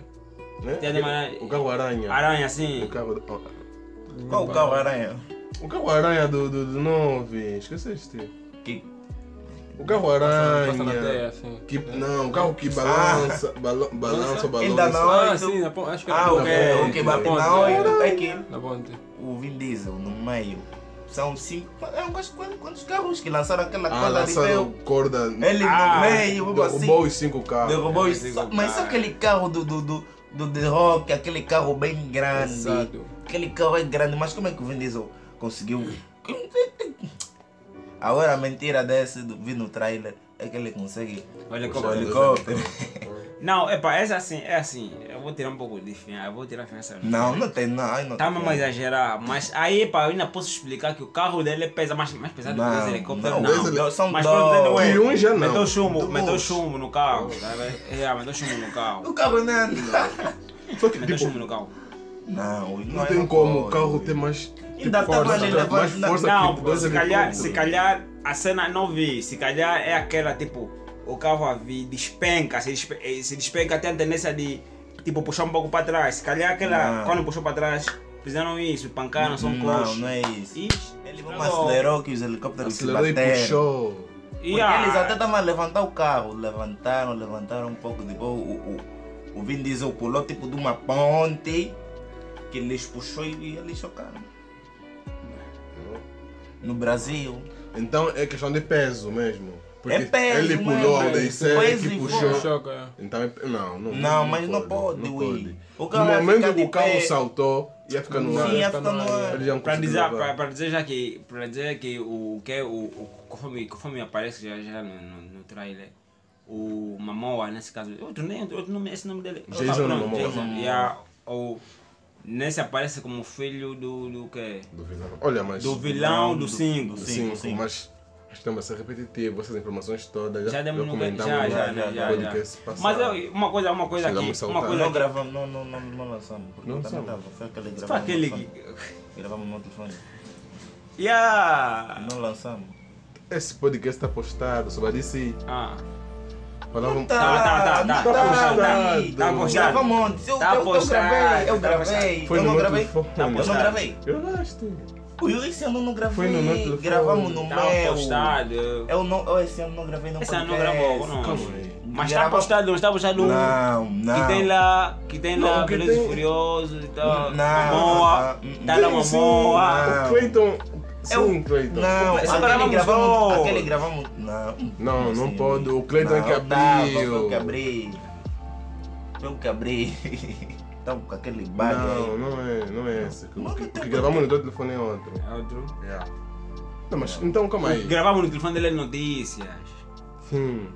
Speaker 1: Né?
Speaker 2: Tem a do Homem-Aranha.
Speaker 1: O carro-aranha.
Speaker 2: Aranha, assim.
Speaker 1: O carro. ó,
Speaker 3: Qual o carro aranha?
Speaker 1: O carro-aranha do, do, do 9, esqueceste.
Speaker 3: Que
Speaker 1: O
Speaker 4: Passa na terra,
Speaker 1: carro-aranha.
Speaker 4: assim.
Speaker 1: Que, não, o carro que balança, balo- balança, balança.
Speaker 3: Ainda não.
Speaker 4: Ah,
Speaker 3: Oito.
Speaker 4: sim, na ponte. Acho que
Speaker 3: Ah,
Speaker 4: era
Speaker 3: o
Speaker 4: na
Speaker 3: que
Speaker 4: ponte.
Speaker 3: o que
Speaker 4: Na
Speaker 3: bate
Speaker 4: ponte,
Speaker 3: na hora
Speaker 4: é.
Speaker 3: é que
Speaker 4: Na ponte.
Speaker 3: o Vin Diesel no meio são cinco. Eu gosto quando, quando os carros que lançaram aquela
Speaker 1: Ah,
Speaker 3: coisa ali
Speaker 1: lançaram
Speaker 3: veio.
Speaker 1: corda.
Speaker 3: Ele
Speaker 2: Ah,
Speaker 3: no meio,
Speaker 1: derrubou
Speaker 3: assim.
Speaker 1: os cinco carros.
Speaker 3: Derrubou os
Speaker 2: Derrubou,
Speaker 3: só- "Ah." Mas só
Speaker 2: cara.
Speaker 3: aquele carro do, do, do, do The Rock, aquele carro bem grande.
Speaker 4: Exato.
Speaker 3: Aquele carro é grande, mas como é que o Vin Diesel conseguiu? Agora a mentira dessa do vi no trailer é que ele consegue
Speaker 2: O
Speaker 3: o
Speaker 2: helicóptero.
Speaker 3: helicóptero.
Speaker 2: Não, é pá, essa assim, é assim. Eu vou tirar um pouco de fiança, eu vou tirar fiança.
Speaker 3: Não, não tem, não. Ai, não
Speaker 2: Tá
Speaker 3: tem.
Speaker 2: mesmo a exagerar, mas aí pá, eu ainda posso explicar que o carro dele pesa mais, mais pesado que
Speaker 3: Não,
Speaker 2: esse helicóptero.
Speaker 3: não,
Speaker 2: Não,
Speaker 1: dois-
Speaker 3: são
Speaker 2: mas
Speaker 3: dois.
Speaker 2: pronto, anyway,
Speaker 1: E um já não.
Speaker 2: Meteu chumbo,
Speaker 3: Dois.
Speaker 2: meteu chumbo no carro, tá vendo? É, meteu chumbo no carro.
Speaker 3: um, O carro não é anda.
Speaker 1: Só que,
Speaker 2: Meteu
Speaker 1: tipo,
Speaker 2: chumbo no carro.
Speaker 3: Não, é
Speaker 1: não tem como o carro ter mais.
Speaker 3: Ainda
Speaker 1: tipo,
Speaker 3: tá
Speaker 1: força,
Speaker 3: valendo,
Speaker 1: mais,
Speaker 3: mas não-
Speaker 1: força
Speaker 2: Não,
Speaker 1: que
Speaker 2: pô,
Speaker 1: dois
Speaker 2: se calhar,
Speaker 1: helicópteros.
Speaker 2: se calhar a cena não vi, se calhar é aquela tipo, o carro a vi despenca, se despe- eh, se despenca, tem a tendência de tipo puxar um pouco para trás. Se calhar é aquela,
Speaker 3: Não.
Speaker 2: quando puxou para trás, fizeram isso, pancaram,
Speaker 1: um
Speaker 2: são
Speaker 3: Não,
Speaker 2: close.
Speaker 3: não é isso.
Speaker 2: E
Speaker 3: Ele mesmo acelerou que os helicópteros se
Speaker 1: Acelerou e
Speaker 3: bateram.
Speaker 1: puxou.
Speaker 2: E,
Speaker 3: Porque
Speaker 2: ah,
Speaker 3: eles até estavam a levantar o carro. Levantaram, levantaram um pouco. Depois o, o, O Vin Diesel pulou tipo de uma ponte que lhes puxou e eles chocaram. No Brasil.
Speaker 1: Então é questão de peso mesmo. Porque
Speaker 3: É peso,
Speaker 1: ele
Speaker 3: mano.
Speaker 1: pulou a
Speaker 3: Peso,
Speaker 1: Odisseia
Speaker 3: peso
Speaker 1: que
Speaker 3: e
Speaker 1: puxou.
Speaker 3: força.
Speaker 4: Choca.
Speaker 1: Então é pe- não, não.
Speaker 3: Não, mas não pode,
Speaker 1: Não
Speaker 3: ui.
Speaker 1: pode.
Speaker 3: O
Speaker 1: no
Speaker 3: cara vai
Speaker 1: momento
Speaker 3: ficar
Speaker 1: que o
Speaker 3: de
Speaker 1: carro
Speaker 3: pé.
Speaker 1: saltou, ia ficar no ar.
Speaker 3: Sim, ia
Speaker 4: fica
Speaker 3: ficar
Speaker 4: no
Speaker 3: no
Speaker 4: ar.
Speaker 3: ar.
Speaker 1: Ele já não
Speaker 2: Para
Speaker 1: conseguiu
Speaker 2: dizer,
Speaker 1: levar.
Speaker 2: para, para dizer já que, para dizer que o que é o, o conforme, conforme aparece já, já no, no, no trailer, o Mamoa nesse caso, outro, nem, outro nome, esse nome dele.
Speaker 1: Jason
Speaker 2: Pronto,
Speaker 1: Momoa.
Speaker 2: Jason, yeah, ou, nesse aparece como filho do, do que?
Speaker 1: Do vilão. Olha, mas.
Speaker 2: Do vilão do
Speaker 3: do-
Speaker 2: 5.
Speaker 3: do
Speaker 1: Sim,
Speaker 3: Sim, sim.
Speaker 1: mas acho que não vai ser repetitivo, essas informações todas.
Speaker 2: Já demos no
Speaker 1: comentamos
Speaker 2: já,
Speaker 1: no
Speaker 2: já, né, já, já.
Speaker 1: podcast passado.
Speaker 2: Mas eu- uma coisa, uma coisa
Speaker 1: Chegamos
Speaker 2: aqui, uma
Speaker 1: saudável.
Speaker 2: coisa
Speaker 3: Não
Speaker 2: aqui.
Speaker 3: gravamos, não, não, não, não lançamos. Porque
Speaker 1: é Não
Speaker 3: não também
Speaker 1: lançamos.
Speaker 3: tava. Foi aquele que
Speaker 2: Foi
Speaker 3: gravamos.
Speaker 2: aquele
Speaker 3: no
Speaker 2: que...
Speaker 3: telefone. Gravamos no telefone.
Speaker 2: Yeah!
Speaker 3: Não lançamos.
Speaker 1: Esse podcast está postado sobre a DC.
Speaker 2: Ah.
Speaker 1: Falamos.
Speaker 2: tá, tá, tá,
Speaker 1: tá postado. Tá
Speaker 3: Tá
Speaker 2: postado.
Speaker 3: postado. Gravamos ontem. Eu,
Speaker 2: Tá
Speaker 3: eu, eu
Speaker 2: postado,
Speaker 3: gravei, eu
Speaker 2: tá
Speaker 3: gravei.
Speaker 1: Foi
Speaker 3: eu
Speaker 1: no
Speaker 3: não
Speaker 1: meu
Speaker 3: gravei.
Speaker 1: telefone.
Speaker 2: Tá
Speaker 3: Eu não
Speaker 2: postado.
Speaker 3: gravei.
Speaker 1: Eu gosto.
Speaker 3: O Yuri esse ano eu não gravei.
Speaker 1: Foi no meu telefone.
Speaker 3: Gravamos no
Speaker 2: Tá
Speaker 3: meu.
Speaker 2: postado.
Speaker 3: Eu, não, eu esse ano não gravei no
Speaker 2: Esse ano não
Speaker 3: podcast.
Speaker 2: gravou, não.
Speaker 1: Calma aí.
Speaker 2: Mas tá está
Speaker 3: Grava-
Speaker 2: postado, está postado um
Speaker 3: Não, não.
Speaker 2: que tem lá, que tem
Speaker 1: Não,
Speaker 2: lá
Speaker 1: que
Speaker 2: Velozes
Speaker 1: tem-
Speaker 2: e Furiosos e tal.
Speaker 3: Não,
Speaker 2: Mamoa,
Speaker 3: não, não.
Speaker 2: tá lá
Speaker 1: Tem, sim.
Speaker 2: Mamoa.
Speaker 3: Ah.
Speaker 1: um O Clayton. Sim,
Speaker 3: Eu-
Speaker 1: Clayton.
Speaker 3: Não,
Speaker 2: Mas
Speaker 3: aquele
Speaker 2: gravamos
Speaker 3: gravamos.
Speaker 2: dois.
Speaker 3: Aquele gravamos. Não.
Speaker 1: Não, não
Speaker 3: sei.
Speaker 1: pode. O Cleiton é que
Speaker 3: Não, tava,
Speaker 1: abriu.
Speaker 3: Foi o que abri. Foi o que abri. Tava com aquele bug
Speaker 1: Não,
Speaker 3: aí.
Speaker 1: não é, não é esse. O
Speaker 3: Mas
Speaker 1: que,
Speaker 3: que
Speaker 1: o que
Speaker 3: tem-
Speaker 1: gravamos no teu telefone é outro.
Speaker 2: É outro.
Speaker 1: Yeah. Não, mas então calma aí.
Speaker 2: Gravamos no telefone dele é notícias.
Speaker 1: Sim.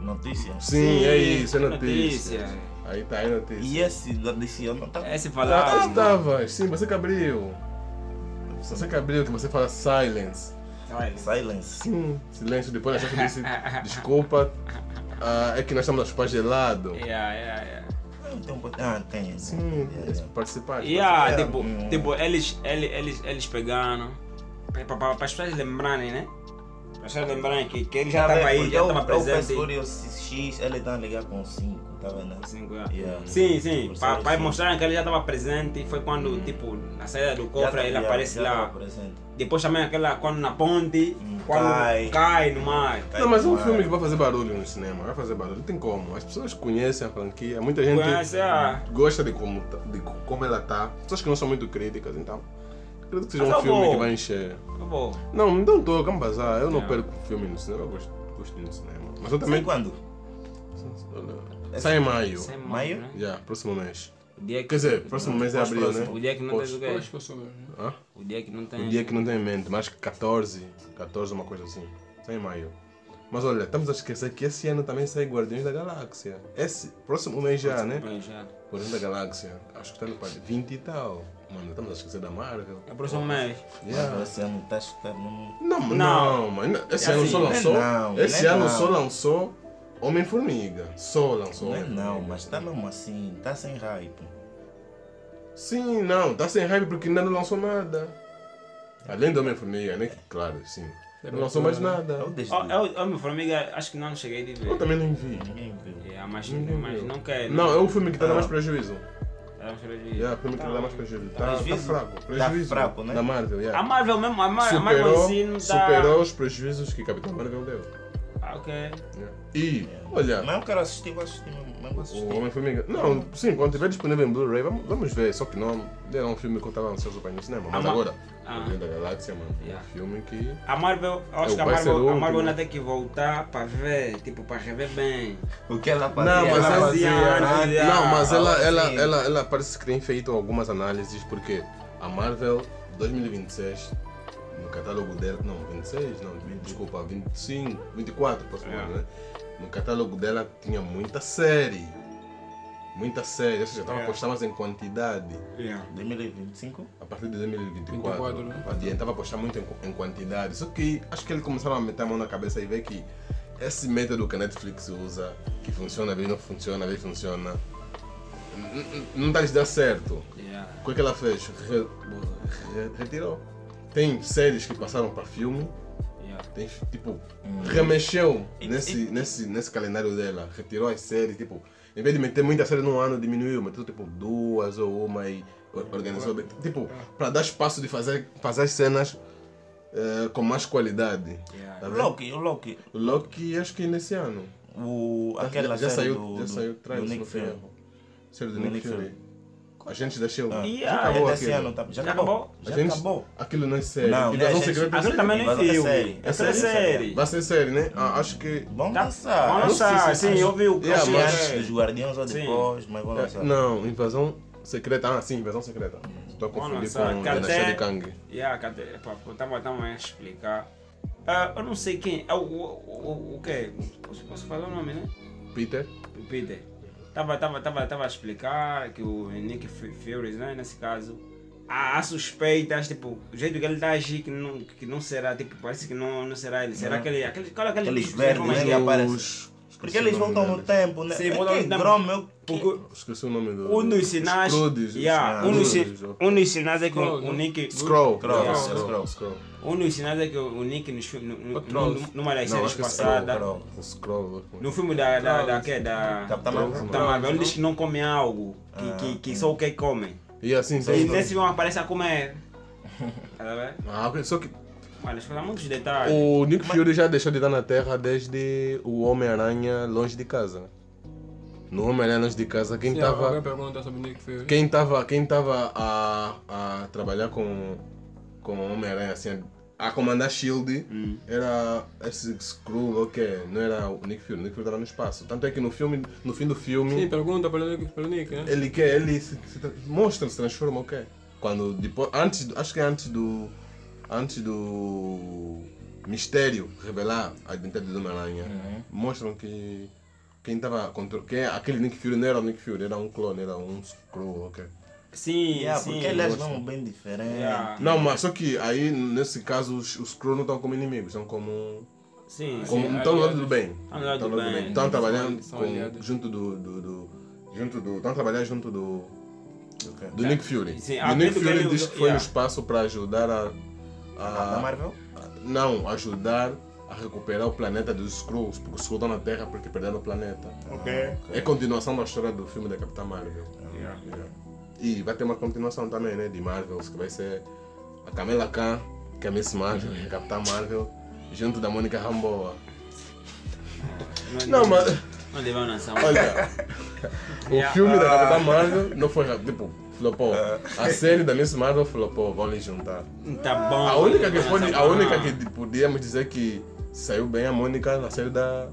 Speaker 3: Notícias.
Speaker 1: Sim, é isso, é
Speaker 2: notícia.
Speaker 1: notícia. Aí tá, é notícia.
Speaker 3: E esse da desse ano tá.
Speaker 2: Esse
Speaker 1: Ah,
Speaker 2: falava.
Speaker 1: estavas. Sim, você que abriu. Você que abriu, que você fala silence.
Speaker 2: Vai.
Speaker 3: Silence.
Speaker 1: Sim, silêncio. Depois né? a gente disse, desculpa, ah, é que nós estamos a chupar gelado.
Speaker 2: Yeah, yeah, yeah.
Speaker 3: Não tem um botão- Ah, tem.
Speaker 1: Sim,
Speaker 3: É.
Speaker 1: participar.
Speaker 2: Yeah,
Speaker 3: É,
Speaker 2: tipo,
Speaker 3: hum.
Speaker 2: tipo eles, eles, eles, eles pegaram. Para as pessoas lembrarem, né? Para as pessoas lembrarem que, que ele
Speaker 3: Tá
Speaker 2: já estava aí, já
Speaker 3: Eu-
Speaker 2: estava
Speaker 3: Eu fiz
Speaker 2: presente.
Speaker 3: Furious X, ele tá ligado com 5, tá vendo?
Speaker 2: Cinco, é. yeah.
Speaker 3: Yeah.
Speaker 2: Sim, sim,
Speaker 3: Por ser
Speaker 2: para
Speaker 3: assim.
Speaker 2: mostrar que ele já estava presente, foi quando, tipo, na saída do
Speaker 3: Já
Speaker 2: cofre
Speaker 3: tá-
Speaker 2: ele
Speaker 3: já-
Speaker 2: aparece
Speaker 3: já
Speaker 2: lá.
Speaker 3: tá presente.
Speaker 2: Depois também aquela quando na ponte,
Speaker 3: Hum,
Speaker 2: quando cai,
Speaker 3: cai.
Speaker 2: no mar.
Speaker 1: Não, mas é um filme que vai fazer barulho no cinema, vai fazer barulho, não tem como. As pessoas conhecem a franquia, muita gente
Speaker 2: Conhece a...
Speaker 1: gosta de como, tá- de co- como ela tá. Pessoas que não são muito críticas, então. Acredito que seja
Speaker 2: Mas é
Speaker 1: um
Speaker 2: eu
Speaker 1: filme
Speaker 2: vou.
Speaker 1: que vai encher.
Speaker 2: Acabou.
Speaker 1: Não, me dá um toque, vamos bazar. Eu não
Speaker 2: É.
Speaker 1: perco filme no cinema, eu gosto, gosto de ir no cinema. Mas eu
Speaker 3: Sei
Speaker 1: também.
Speaker 3: quando?
Speaker 1: Olha, Sai em maio.
Speaker 2: Sem mais,
Speaker 3: Maio?
Speaker 2: né?
Speaker 1: Já, próximo mês.
Speaker 2: O dia que,
Speaker 1: Quer dizer, próximo mês é
Speaker 3: Pós-
Speaker 1: abril, né?
Speaker 3: próximo.
Speaker 2: o dia que não
Speaker 1: Pós-
Speaker 2: tem o
Speaker 4: Eu acho
Speaker 2: quê?
Speaker 4: que né? eu sou mesmo.
Speaker 1: Hã?
Speaker 2: O dia que não tem...
Speaker 1: O Um dia que não tem em mente, mas 14, 14, uma coisa assim. Sai em maio. Mas olha, estamos a esquecer que esse ano também sai Guardiões da Galáxia. Esse próximo mês já, né?
Speaker 2: Bem, já.
Speaker 1: Guardiões da Galáxia. Acho que está no par de 20 e tal. Mano, estamos a esquecer da Marvel.
Speaker 2: É o próximo mês.
Speaker 1: Yeah.
Speaker 3: Mas Esse ano tá chutando.
Speaker 1: Não, não,
Speaker 2: Não.
Speaker 1: mano. Esse
Speaker 2: É
Speaker 1: ano
Speaker 2: assim,
Speaker 1: só
Speaker 2: não é
Speaker 1: lançou.
Speaker 3: não,
Speaker 1: esse
Speaker 3: não é
Speaker 1: ano
Speaker 3: não.
Speaker 1: só lançou Homem-Formiga. Só lançou
Speaker 3: Não é
Speaker 1: Homem-Formiga.
Speaker 3: não, mas tá mesmo assim, tá sem hype.
Speaker 1: Sim, não, tá sem hype porque ainda não lançou nada. Além do Homem-Formiga, né? Claro, sim.
Speaker 3: É
Speaker 1: Não lançou mais nada.
Speaker 3: Eu desde.
Speaker 1: Ah, é
Speaker 2: Ó, Eu, eu, minha formiga, acho que não cheguei de
Speaker 1: Eu
Speaker 2: ver. É,
Speaker 1: também não vi.
Speaker 3: Ninguém viu.
Speaker 2: Yeah, mas,
Speaker 1: Ninguém
Speaker 3: Uhum.
Speaker 2: mas
Speaker 1: viu.
Speaker 2: não quer.
Speaker 1: Não, é o filme que tá dando
Speaker 3: Ah.
Speaker 1: mais prejuízo.
Speaker 2: É um cheiro de-
Speaker 1: É, o filme que
Speaker 2: Tá
Speaker 1: tá dando mais
Speaker 2: bom.
Speaker 1: prejuízo. Tá,
Speaker 2: Tá
Speaker 1: tá
Speaker 3: prejuízo.
Speaker 1: fraco.
Speaker 3: Tá
Speaker 1: Prejuízo.
Speaker 3: fraco, né?
Speaker 1: Da Marvel,
Speaker 2: A
Speaker 1: yeah.
Speaker 2: Marvel mesmo, a Mar- a Marvel
Speaker 1: Superou,
Speaker 2: em si não tá...
Speaker 1: superou os prejuízos que Capitão Marvel deu.
Speaker 2: Ah, ok.
Speaker 1: Yeah. E, olha,
Speaker 3: É. Mas eu quero assistir, vou assistir mesmo. Mas vou
Speaker 1: O
Speaker 3: assistir.
Speaker 1: Homem-Formiga. Não, sim, quando tiver disponível em Blu-ray, vamos, vamos ver. Só que não. Era um filme que eu tava ansioso pra ir no cinema. Mas
Speaker 2: Ah,
Speaker 1: agora,
Speaker 2: ah.
Speaker 1: Guardiões da Galáxia, mano. É
Speaker 2: Yeah.
Speaker 1: um filme que.
Speaker 2: A Marvel, eu
Speaker 1: É,
Speaker 2: acho que a
Speaker 1: vai ser
Speaker 2: Marvel, a
Speaker 1: outro,
Speaker 2: Marvel
Speaker 1: né?
Speaker 2: ainda tem que voltar para ver, tipo, para rever bem.
Speaker 3: O que ela fazia?
Speaker 1: Não, mas
Speaker 3: ela
Speaker 1: ela- né?
Speaker 2: fazia antes,
Speaker 1: Não, mas ela,
Speaker 3: fazia.
Speaker 1: ela, ela, ela parece que tem feito algumas análises, porque a Marvel 2026, no catálogo dela. Não, 26, não, 20, desculpa, 25, 24, posso falar,
Speaker 2: Yeah.
Speaker 1: né? No catálogo dela tinha muita série. Muita série. Ou seja, tava
Speaker 2: Yeah.
Speaker 1: apostando mais em quantidade.
Speaker 2: Yeah.
Speaker 3: 2025?
Speaker 1: a partir de 2024.
Speaker 4: 24, né?
Speaker 1: Adiantava apostar muito em, em quantidade. Só que acho que eles começaram a meter a mão na cabeça e ver que esse método que a Netflix usa, que funciona, bem não funciona, bem funciona, n- n- não está lhes dar certo.
Speaker 2: Yeah.
Speaker 1: O que, é que ela fez? Re- re- retirou. Tem séries que passaram para filme,
Speaker 2: Yeah.
Speaker 1: tem tipo, remexeu
Speaker 3: Hum. E-
Speaker 1: nesse, nesse, nesse calendário dela, retirou as séries, tipo, em vez de meter muita série num ano, diminuiu, meteu tipo duas ou uma e or- organizou, bem. tipo,
Speaker 3: Ah.
Speaker 1: para dar espaço de fazer, fazer as cenas eh, com mais qualidade.
Speaker 2: Yeah.
Speaker 1: Tá vendo?
Speaker 3: Loki, o Loki.
Speaker 1: Loki acho que nesse ano.
Speaker 3: O,
Speaker 1: Já-
Speaker 3: aquela
Speaker 1: já
Speaker 3: série
Speaker 1: saiu,
Speaker 3: do,
Speaker 1: já
Speaker 3: do,
Speaker 1: saiu o
Speaker 3: do
Speaker 1: trailer, se
Speaker 3: Nick
Speaker 1: não foi
Speaker 3: Fury.
Speaker 1: erro. Ser do Nick Fury. Agentes da Shield.
Speaker 3: Ah.
Speaker 1: Já
Speaker 2: Yeah,
Speaker 1: acabou
Speaker 3: é desse
Speaker 1: aquilo.
Speaker 3: ano, tá? Já
Speaker 2: Já
Speaker 3: acabou.
Speaker 2: acabou?
Speaker 3: Já
Speaker 1: Agentes-
Speaker 3: acabou.
Speaker 1: Aquilo não é série.
Speaker 3: Não,
Speaker 1: Invasão
Speaker 3: né, gente?
Speaker 1: Secreta
Speaker 2: Aquilo
Speaker 1: é
Speaker 2: também
Speaker 1: série.
Speaker 2: não é
Speaker 3: Mas é
Speaker 2: filme.
Speaker 3: série.
Speaker 2: É série.
Speaker 1: É
Speaker 2: série.
Speaker 1: Vai ser série, né? Ah, acho que.
Speaker 3: Vão
Speaker 2: Tá-
Speaker 3: lançar.
Speaker 2: vão
Speaker 3: Eu não sei se-
Speaker 2: lançar, sim,
Speaker 3: acho-
Speaker 2: eu vi o
Speaker 1: Yeah,
Speaker 3: acho que
Speaker 2: cartaz.
Speaker 1: mas-
Speaker 3: antes dos Guardiões ou
Speaker 2: Sim.
Speaker 3: depois, mas vão lançar.
Speaker 1: É, Não, Invasão Secreta. Ah, sim, Invasão Secreta.
Speaker 2: Hum.
Speaker 1: Estou a confundir com
Speaker 2: lançar
Speaker 1: a
Speaker 2: cartel.
Speaker 1: Dinastia de Kang.
Speaker 2: Yeah, cadê? Epá, pô, tá tava, tava a explicar. Ah, eu não sei quem. É o, o, o, o quê? Posso, posso falar o nome, né?
Speaker 1: Peter.
Speaker 2: O Peter. Tava, tava, tava, tava a explicar que o Nick Fu- Fury, né, nesse caso, há, há suspeitas, tipo, o jeito que ele está a agir, que não, que não será, tipo, parece que não, não será ele. Será aquele, aquele, qual é aquele
Speaker 3: Aqueles
Speaker 2: que
Speaker 3: verdes,
Speaker 2: forma
Speaker 3: né,
Speaker 2: de-
Speaker 3: que aparecem.
Speaker 1: Os-
Speaker 3: Porque eles voltam no tempo, né?
Speaker 2: Sim,
Speaker 3: É
Speaker 2: voltam
Speaker 3: que
Speaker 2: no tempo.
Speaker 3: Grom, eu-
Speaker 2: Porque
Speaker 1: Esqueci o nome do.
Speaker 2: um dos
Speaker 1: os
Speaker 2: sinais.
Speaker 1: Crudes, os
Speaker 2: Yeah, um,
Speaker 1: Crudes,
Speaker 2: dos, si-
Speaker 1: ó.
Speaker 2: um dos sinais é que o,
Speaker 4: Scroll,
Speaker 2: o
Speaker 4: né?
Speaker 2: Nick.
Speaker 1: Scroll.
Speaker 3: Scroll,
Speaker 1: Yeah,
Speaker 2: Scroll.
Speaker 1: Scroll. Scroll.
Speaker 2: Um dos sinais é que o Nick nos fi- no- no-
Speaker 4: O Oh, Trolls.
Speaker 2: num- numa das
Speaker 1: Não,
Speaker 2: séries
Speaker 1: acho que é Scroll.
Speaker 2: passadas.
Speaker 1: Scroll. O Scroll.
Speaker 2: No filme da. da, da,
Speaker 4: Trolls.
Speaker 2: que é da
Speaker 3: Capitão Marvel.
Speaker 2: Capitão Marvel, ele diz que não come algo, que, que,
Speaker 1: Ah,
Speaker 2: que só o que come.
Speaker 1: E assim, sim.
Speaker 2: E
Speaker 1: sim.
Speaker 2: nesse filme aparece a comer. Tá vendo?
Speaker 1: Ah, ok, só que
Speaker 2: Olha, falta muitos detalhes.
Speaker 1: o Nick Fury já deixou de estar na Terra desde o Homem-Aranha Longe de Casa. né? No Homem-Aranha Longe de Casa, quem
Speaker 4: Sim,
Speaker 1: estava.
Speaker 4: Alguém pergunta sobre Nick Fury.
Speaker 1: Quem estava quem tava a, a trabalhar com, com o Homem-Aranha, assim, a comandar Shield,
Speaker 4: Hum.
Speaker 1: era esse Skrull, ou que é, não era o Nick Fury, o Nick Fury estava no espaço. Tanto é que no filme, no fim do filme,
Speaker 4: Sim, pergunta pelo Nick, pelo Nick né?
Speaker 1: ele quer, ele se, se tra- mostra, se transforma, ok? Quando depois, antes, do- acho que é antes do, antes do mistério revelar a identidade do Homem-Aranha,
Speaker 4: Uhum.
Speaker 1: mostram que quem estava contra, que aquele Nick Fury não era o Nick Fury, era um clone, era um Skrull, ok?
Speaker 2: Sim,
Speaker 1: É,
Speaker 3: Yeah,
Speaker 2: sim.
Speaker 3: porque eles
Speaker 1: gosto.
Speaker 3: vão bem diferente.
Speaker 2: Yeah.
Speaker 1: Não, mas só que aí nesse caso os, os Kree não estão como inimigos, estão como. um,
Speaker 2: Sim,
Speaker 1: como
Speaker 2: sim.
Speaker 1: estão do lado do bem.
Speaker 2: Estão do lado do bem.
Speaker 1: Estão trabalhando
Speaker 4: São
Speaker 1: com-
Speaker 4: aliados.
Speaker 1: junto do. do, do- junto do. Estão trabalhando junto do.
Speaker 3: Ok.
Speaker 1: do Nick Fury.
Speaker 2: Sim,
Speaker 1: E
Speaker 2: ah,
Speaker 1: o Nick
Speaker 2: tanto que
Speaker 1: Fury
Speaker 2: ele
Speaker 1: diz
Speaker 2: usou-
Speaker 1: que foi no
Speaker 2: yeah.
Speaker 1: espaço para ajudar a.
Speaker 3: Da
Speaker 1: a
Speaker 3: Marvel?
Speaker 1: não, ajudar a recuperar o planeta dos Skrulls, porque os Skrulls estão na Terra porque perderam o planeta.
Speaker 2: Ok.
Speaker 1: É continuação da história do filme da Capitã Marvel.
Speaker 2: Yeah.
Speaker 1: E vai ter uma continuação também, né? De Marvels, que vai ser a Camila Khan, que é Miss Marvel, a Capitã Marvel, junto da Mônica Ramboa. Não, mas.
Speaker 2: Não devemos lançar um.
Speaker 1: Olha, o
Speaker 2: Yeah. Ah.
Speaker 1: filme da Capitã Marvel não foi rápido. Tipo, flopou. A série da Miss Marvel flopou, vão lhe juntar.
Speaker 2: Tá bom.
Speaker 1: A única que foi.
Speaker 2: vamos lançar
Speaker 1: A
Speaker 2: um.
Speaker 1: única que podíamos dizer que saiu bem é a Mônica na série da.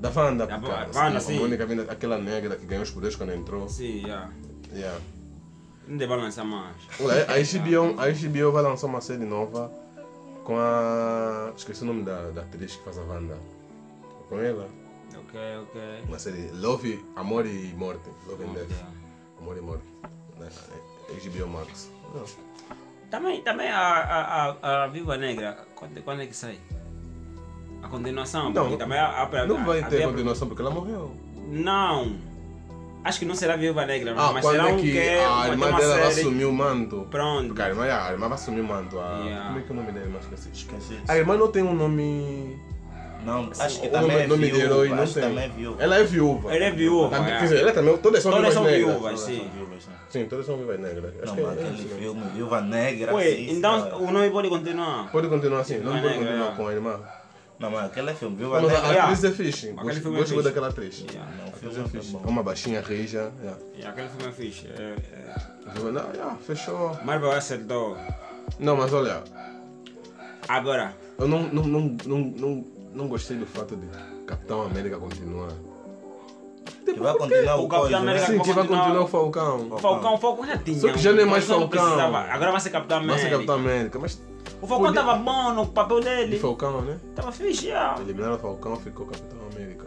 Speaker 1: Da Wanda.
Speaker 2: Da
Speaker 1: porque
Speaker 2: Wa- Wanda, sim.
Speaker 1: A Mônica vindo aquela negra que ganhou os poderes quando entrou.
Speaker 2: Sim, yeah.
Speaker 1: Yeah.
Speaker 2: Não devemos lançar mais.
Speaker 1: Olha, a HBO, a HBO vai lançar uma série nova com a. Esqueci o nome da, da atriz que faz a Wanda. Com ela.
Speaker 2: Ok, ok.
Speaker 1: Uma série Love, Amor e Morte. Love and Death.
Speaker 2: Yeah.
Speaker 1: Amor e Morte. Né? Na- na- HBO Max. Não.
Speaker 2: Também, também a, a, a, a Viva Negra, quando, quando é que sai? A continuação?
Speaker 1: Não,
Speaker 2: porque também a, a,
Speaker 1: Não vai
Speaker 2: a-
Speaker 1: ter
Speaker 2: a-
Speaker 1: continuação porque ela morreu.
Speaker 2: Não. Acho que não será Viva Negra,
Speaker 1: Ah,
Speaker 2: mas
Speaker 1: quando
Speaker 2: será
Speaker 1: é
Speaker 2: um que,
Speaker 1: que
Speaker 2: é
Speaker 1: a
Speaker 2: uma,
Speaker 1: irmã
Speaker 2: uma
Speaker 1: dela vai
Speaker 2: série.
Speaker 1: assumir o manto?
Speaker 2: Pronto.
Speaker 1: Porque a irmã, é a irmã vai assumir o manto. A...
Speaker 2: Yeah.
Speaker 1: Como é que é o nome da irmã? Esqueci.
Speaker 3: Esqueci.
Speaker 1: A irmã não tem um nome.
Speaker 3: Não, acho que
Speaker 1: o
Speaker 3: também
Speaker 1: nome,
Speaker 3: é
Speaker 1: nome de herói,
Speaker 3: viúva.
Speaker 1: não
Speaker 3: Acho que
Speaker 1: tem.
Speaker 3: também é viúva.
Speaker 1: Ela é viúva.
Speaker 2: Ela é viúva,
Speaker 1: Ah,
Speaker 2: é.
Speaker 1: Quer dizer, ela também. Todas são viúvas
Speaker 2: Todas são
Speaker 1: negras.
Speaker 2: viúvas,
Speaker 3: São
Speaker 2: sim.
Speaker 3: viúvas, né?
Speaker 1: Sim, todas são viúvas negras. Acho que é-
Speaker 3: Não,
Speaker 1: é
Speaker 3: aquele
Speaker 1: isso mesmo.
Speaker 3: filme, Viúva Negra,
Speaker 2: Ué,
Speaker 3: assim, cara.
Speaker 2: então o nome pode continuar.
Speaker 1: Pode continuar assim, não
Speaker 2: Irmã
Speaker 1: pode
Speaker 2: negra,
Speaker 1: continuar
Speaker 2: é.
Speaker 1: com a irmã.
Speaker 3: Não, mas aquele é filme, Viúva
Speaker 1: Mas
Speaker 3: Negra.
Speaker 1: a
Speaker 2: Yeah.
Speaker 1: atriz é fixe.
Speaker 2: Aquele
Speaker 1: Gosto
Speaker 2: filme é
Speaker 1: gosto muito
Speaker 2: fixe.
Speaker 1: daquela atriz.
Speaker 2: Yeah.
Speaker 3: Não, o
Speaker 1: Atriz
Speaker 3: filme
Speaker 1: é
Speaker 3: é
Speaker 1: fixe.
Speaker 3: bom.
Speaker 1: É uma baixinha, rija. yeah.
Speaker 2: E aquele filme é fixe. É, é.
Speaker 1: Viúva- não, yeah, Fechou.
Speaker 2: Marvel acertou.
Speaker 1: Não, mas olha,
Speaker 2: Agora,
Speaker 1: eu não, não, não, não, não, não gostei do fato de Capitão América continuar.
Speaker 3: Que vai continuar
Speaker 2: O
Speaker 3: o
Speaker 2: Capitão
Speaker 3: coisa,
Speaker 2: América-
Speaker 3: né?
Speaker 1: Sim, que vai
Speaker 2: continuar-
Speaker 1: continuar o Falcão.
Speaker 2: Falcão, Falcão já tinha. um-
Speaker 1: Só que já não é mais
Speaker 2: Falcão
Speaker 1: Falcão.
Speaker 2: precisava. Agora vai ser Capitão
Speaker 1: Vai
Speaker 2: América.
Speaker 1: ser Capitão América, mas
Speaker 2: O Falcão
Speaker 1: Podia-
Speaker 2: tava bom no papel
Speaker 1: de
Speaker 2: dele.
Speaker 1: Falcão, né?
Speaker 2: Tava fixe, ah, já.
Speaker 1: Eliminaram o Falcão, ficou Capitão América.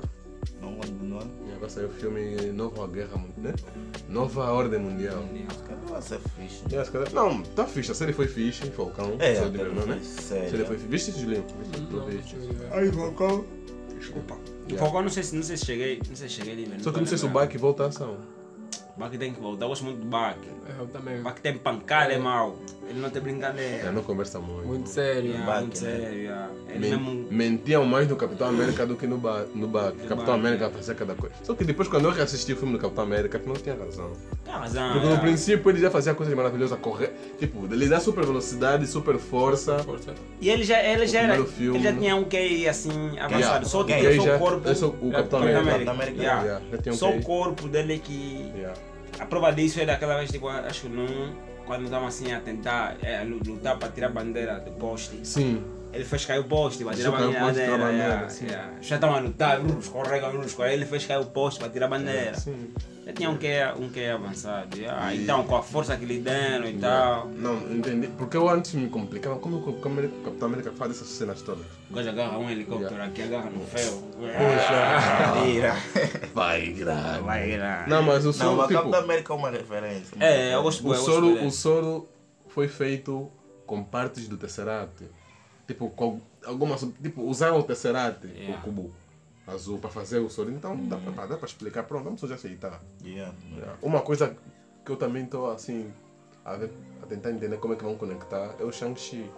Speaker 3: Não continua.
Speaker 1: E agora saiu o filme Nova Guerra, Mun- né? Nova Ordem Mundial.
Speaker 3: Cadê vai ser fixe?
Speaker 1: E as coisas- Não, tá fixe, a série foi fixe, Falcão.
Speaker 3: É,
Speaker 1: saiu
Speaker 3: a
Speaker 1: de
Speaker 3: série
Speaker 1: Berlim, né?
Speaker 3: foi séria.
Speaker 1: A série foi fixe. Viste, Julinho? Viste?
Speaker 4: Não, deixa eu ver.
Speaker 1: Aí, Falcão. Desculpa.
Speaker 2: O Falcão, não sei se, não sei se cheguei, não sei se cheguei ali,
Speaker 1: Só que não sei se o Baki volta à ação.
Speaker 2: Baque tem que voltar, eu gosto muito do Baque.
Speaker 4: É, eu também.
Speaker 2: Baque tem pancada, é mau. Ele não tem brincadeira.
Speaker 1: É, não conversa muito.
Speaker 4: Muito sério.
Speaker 2: Yeah,
Speaker 3: Baque,
Speaker 2: muito
Speaker 3: né?
Speaker 2: sério, né, yeah. Ele
Speaker 1: Men-
Speaker 2: mesmo...
Speaker 1: Mentiam mais no Capitão América do que no Baki. No Baki. Capitão
Speaker 2: Baki.
Speaker 1: América fazia cada coisa. Só que depois, quando eu reassisti o filme do Capitão América, que não tinha razão.
Speaker 2: Tem razão,
Speaker 1: Porque no
Speaker 2: yeah.
Speaker 1: princípio ele já fazia coisas maravilhosas, correr. Tipo, ele dá super velocidade, super força.
Speaker 4: Força.
Speaker 2: E ele já, ele já era...
Speaker 1: primeiro filme,
Speaker 2: ele já
Speaker 1: né?
Speaker 2: tinha um QI, assim, avançado.
Speaker 1: Yeah.
Speaker 2: Só,
Speaker 3: Gay.
Speaker 2: só
Speaker 1: Ele já-
Speaker 2: o corpo...
Speaker 1: eu sou o
Speaker 2: é,
Speaker 1: Capitão
Speaker 2: Capitão
Speaker 1: América.
Speaker 2: América.
Speaker 3: Capitão América.
Speaker 2: Yeah.
Speaker 1: Yeah, já tinha um
Speaker 2: Só
Speaker 1: QI.
Speaker 2: o corpo dele que...
Speaker 1: Yeah.
Speaker 2: A prova disso é daquela vez, tipo, acho que não, quando estavam assim a tentar é, a lu- lutar para tirar a bandeira do poste.
Speaker 1: Sim.
Speaker 2: Ele fez cair o poste para tirar a
Speaker 1: Deixou cair o poste,
Speaker 2: bandeira.
Speaker 1: tirar a bandeira,
Speaker 2: yeah,
Speaker 1: sim.
Speaker 2: yeah. Já estavam a lutar, brrr, escorrega, brrr, escorrega. Ele fez cair o poste para tirar a bandeira.
Speaker 1: Sim.
Speaker 2: Já tinha um que, um que avançado. yeah. Então, com a força que lhe deram e tal.
Speaker 1: Não, entendi. Porque eu antes me complicava. Como o Capitão América- Capitão América faz essas cenas todas?
Speaker 2: O gajo agarra um helicóptero aqui, agarra no ferro.
Speaker 3: Ira.
Speaker 1: Vai, grave.
Speaker 2: Vai lá.
Speaker 1: Não, mas o
Speaker 3: Não,
Speaker 1: soro,
Speaker 3: mas
Speaker 1: tipo,
Speaker 3: Capitão da América é uma referência.
Speaker 2: É, eu gosto
Speaker 1: o
Speaker 2: bué, eu gosto bué
Speaker 1: soro,
Speaker 2: dele.
Speaker 1: o soro foi feito com partes do Tesseract. Tipo, com algumas, tipo usaram o Tesseract,
Speaker 2: Yeah.
Speaker 1: o cubo azul, para fazer o soro. Então, dá para dá pra explicar. Pronto, vamos já aceitar.
Speaker 3: Yeah.
Speaker 1: Yeah. É. Uma coisa que eu também estou assim a, ver- a tentar entender como é que vão conectar é o Shang-Chi.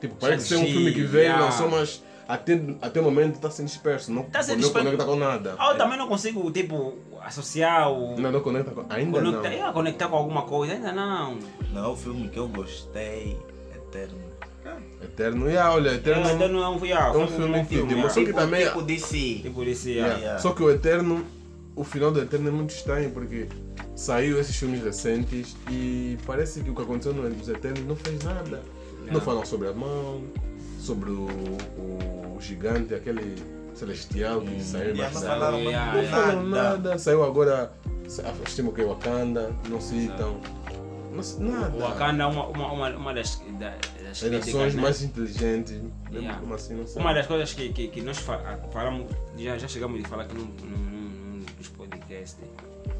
Speaker 1: Tipo, parece ser um
Speaker 2: Shang-Chi,
Speaker 1: filme que veio,
Speaker 2: yeah.
Speaker 1: lançou, mas até, até o momento está sendo disperso. Não,
Speaker 2: Tá sendo
Speaker 1: não
Speaker 2: disperso.
Speaker 1: conecta com nada.
Speaker 2: Ah, eu também não consigo, tipo, associar o.
Speaker 1: Não, não conecta com. Ainda não.
Speaker 2: Conectar, é, conectar com alguma coisa, ainda não.
Speaker 3: Não, o filme que eu gostei, Eterno.
Speaker 1: Eterno. Yeah, olha, Eterno.
Speaker 2: Ainda não é um viado.
Speaker 1: é um filme que demonstra que É. também. é-
Speaker 3: Tipo DC.
Speaker 2: Tipo desse.
Speaker 1: yeah.
Speaker 2: Yeah.
Speaker 3: yeah.
Speaker 1: Só que o Eterno, o final do Eterno é muito estranho porque saiu esses filmes recentes e parece que o que aconteceu no- nos Eternos não fez nada. Não falam sobre a mão, sobre o, o gigante, aquele celestial
Speaker 2: Hum.
Speaker 1: que saiu
Speaker 3: Yeah, não
Speaker 1: mas saiu.
Speaker 3: falaram
Speaker 2: Yeah,
Speaker 1: Não
Speaker 2: yeah.
Speaker 1: falam
Speaker 3: nada.
Speaker 1: nada. Saiu agora, estima que é Wakanda, não citam. Não, se- nada.
Speaker 2: O Wakanda é uma, uma, uma, uma das, da- das
Speaker 1: Gerações
Speaker 2: críticas, né?
Speaker 1: mais inteligentes, mesmo
Speaker 2: Yeah.
Speaker 1: como assim, não sei.
Speaker 2: Uma das coisas que, que, que nós fa- a- falamos, já, já chegamos de falar aqui num, num, num- num é dos podcasts,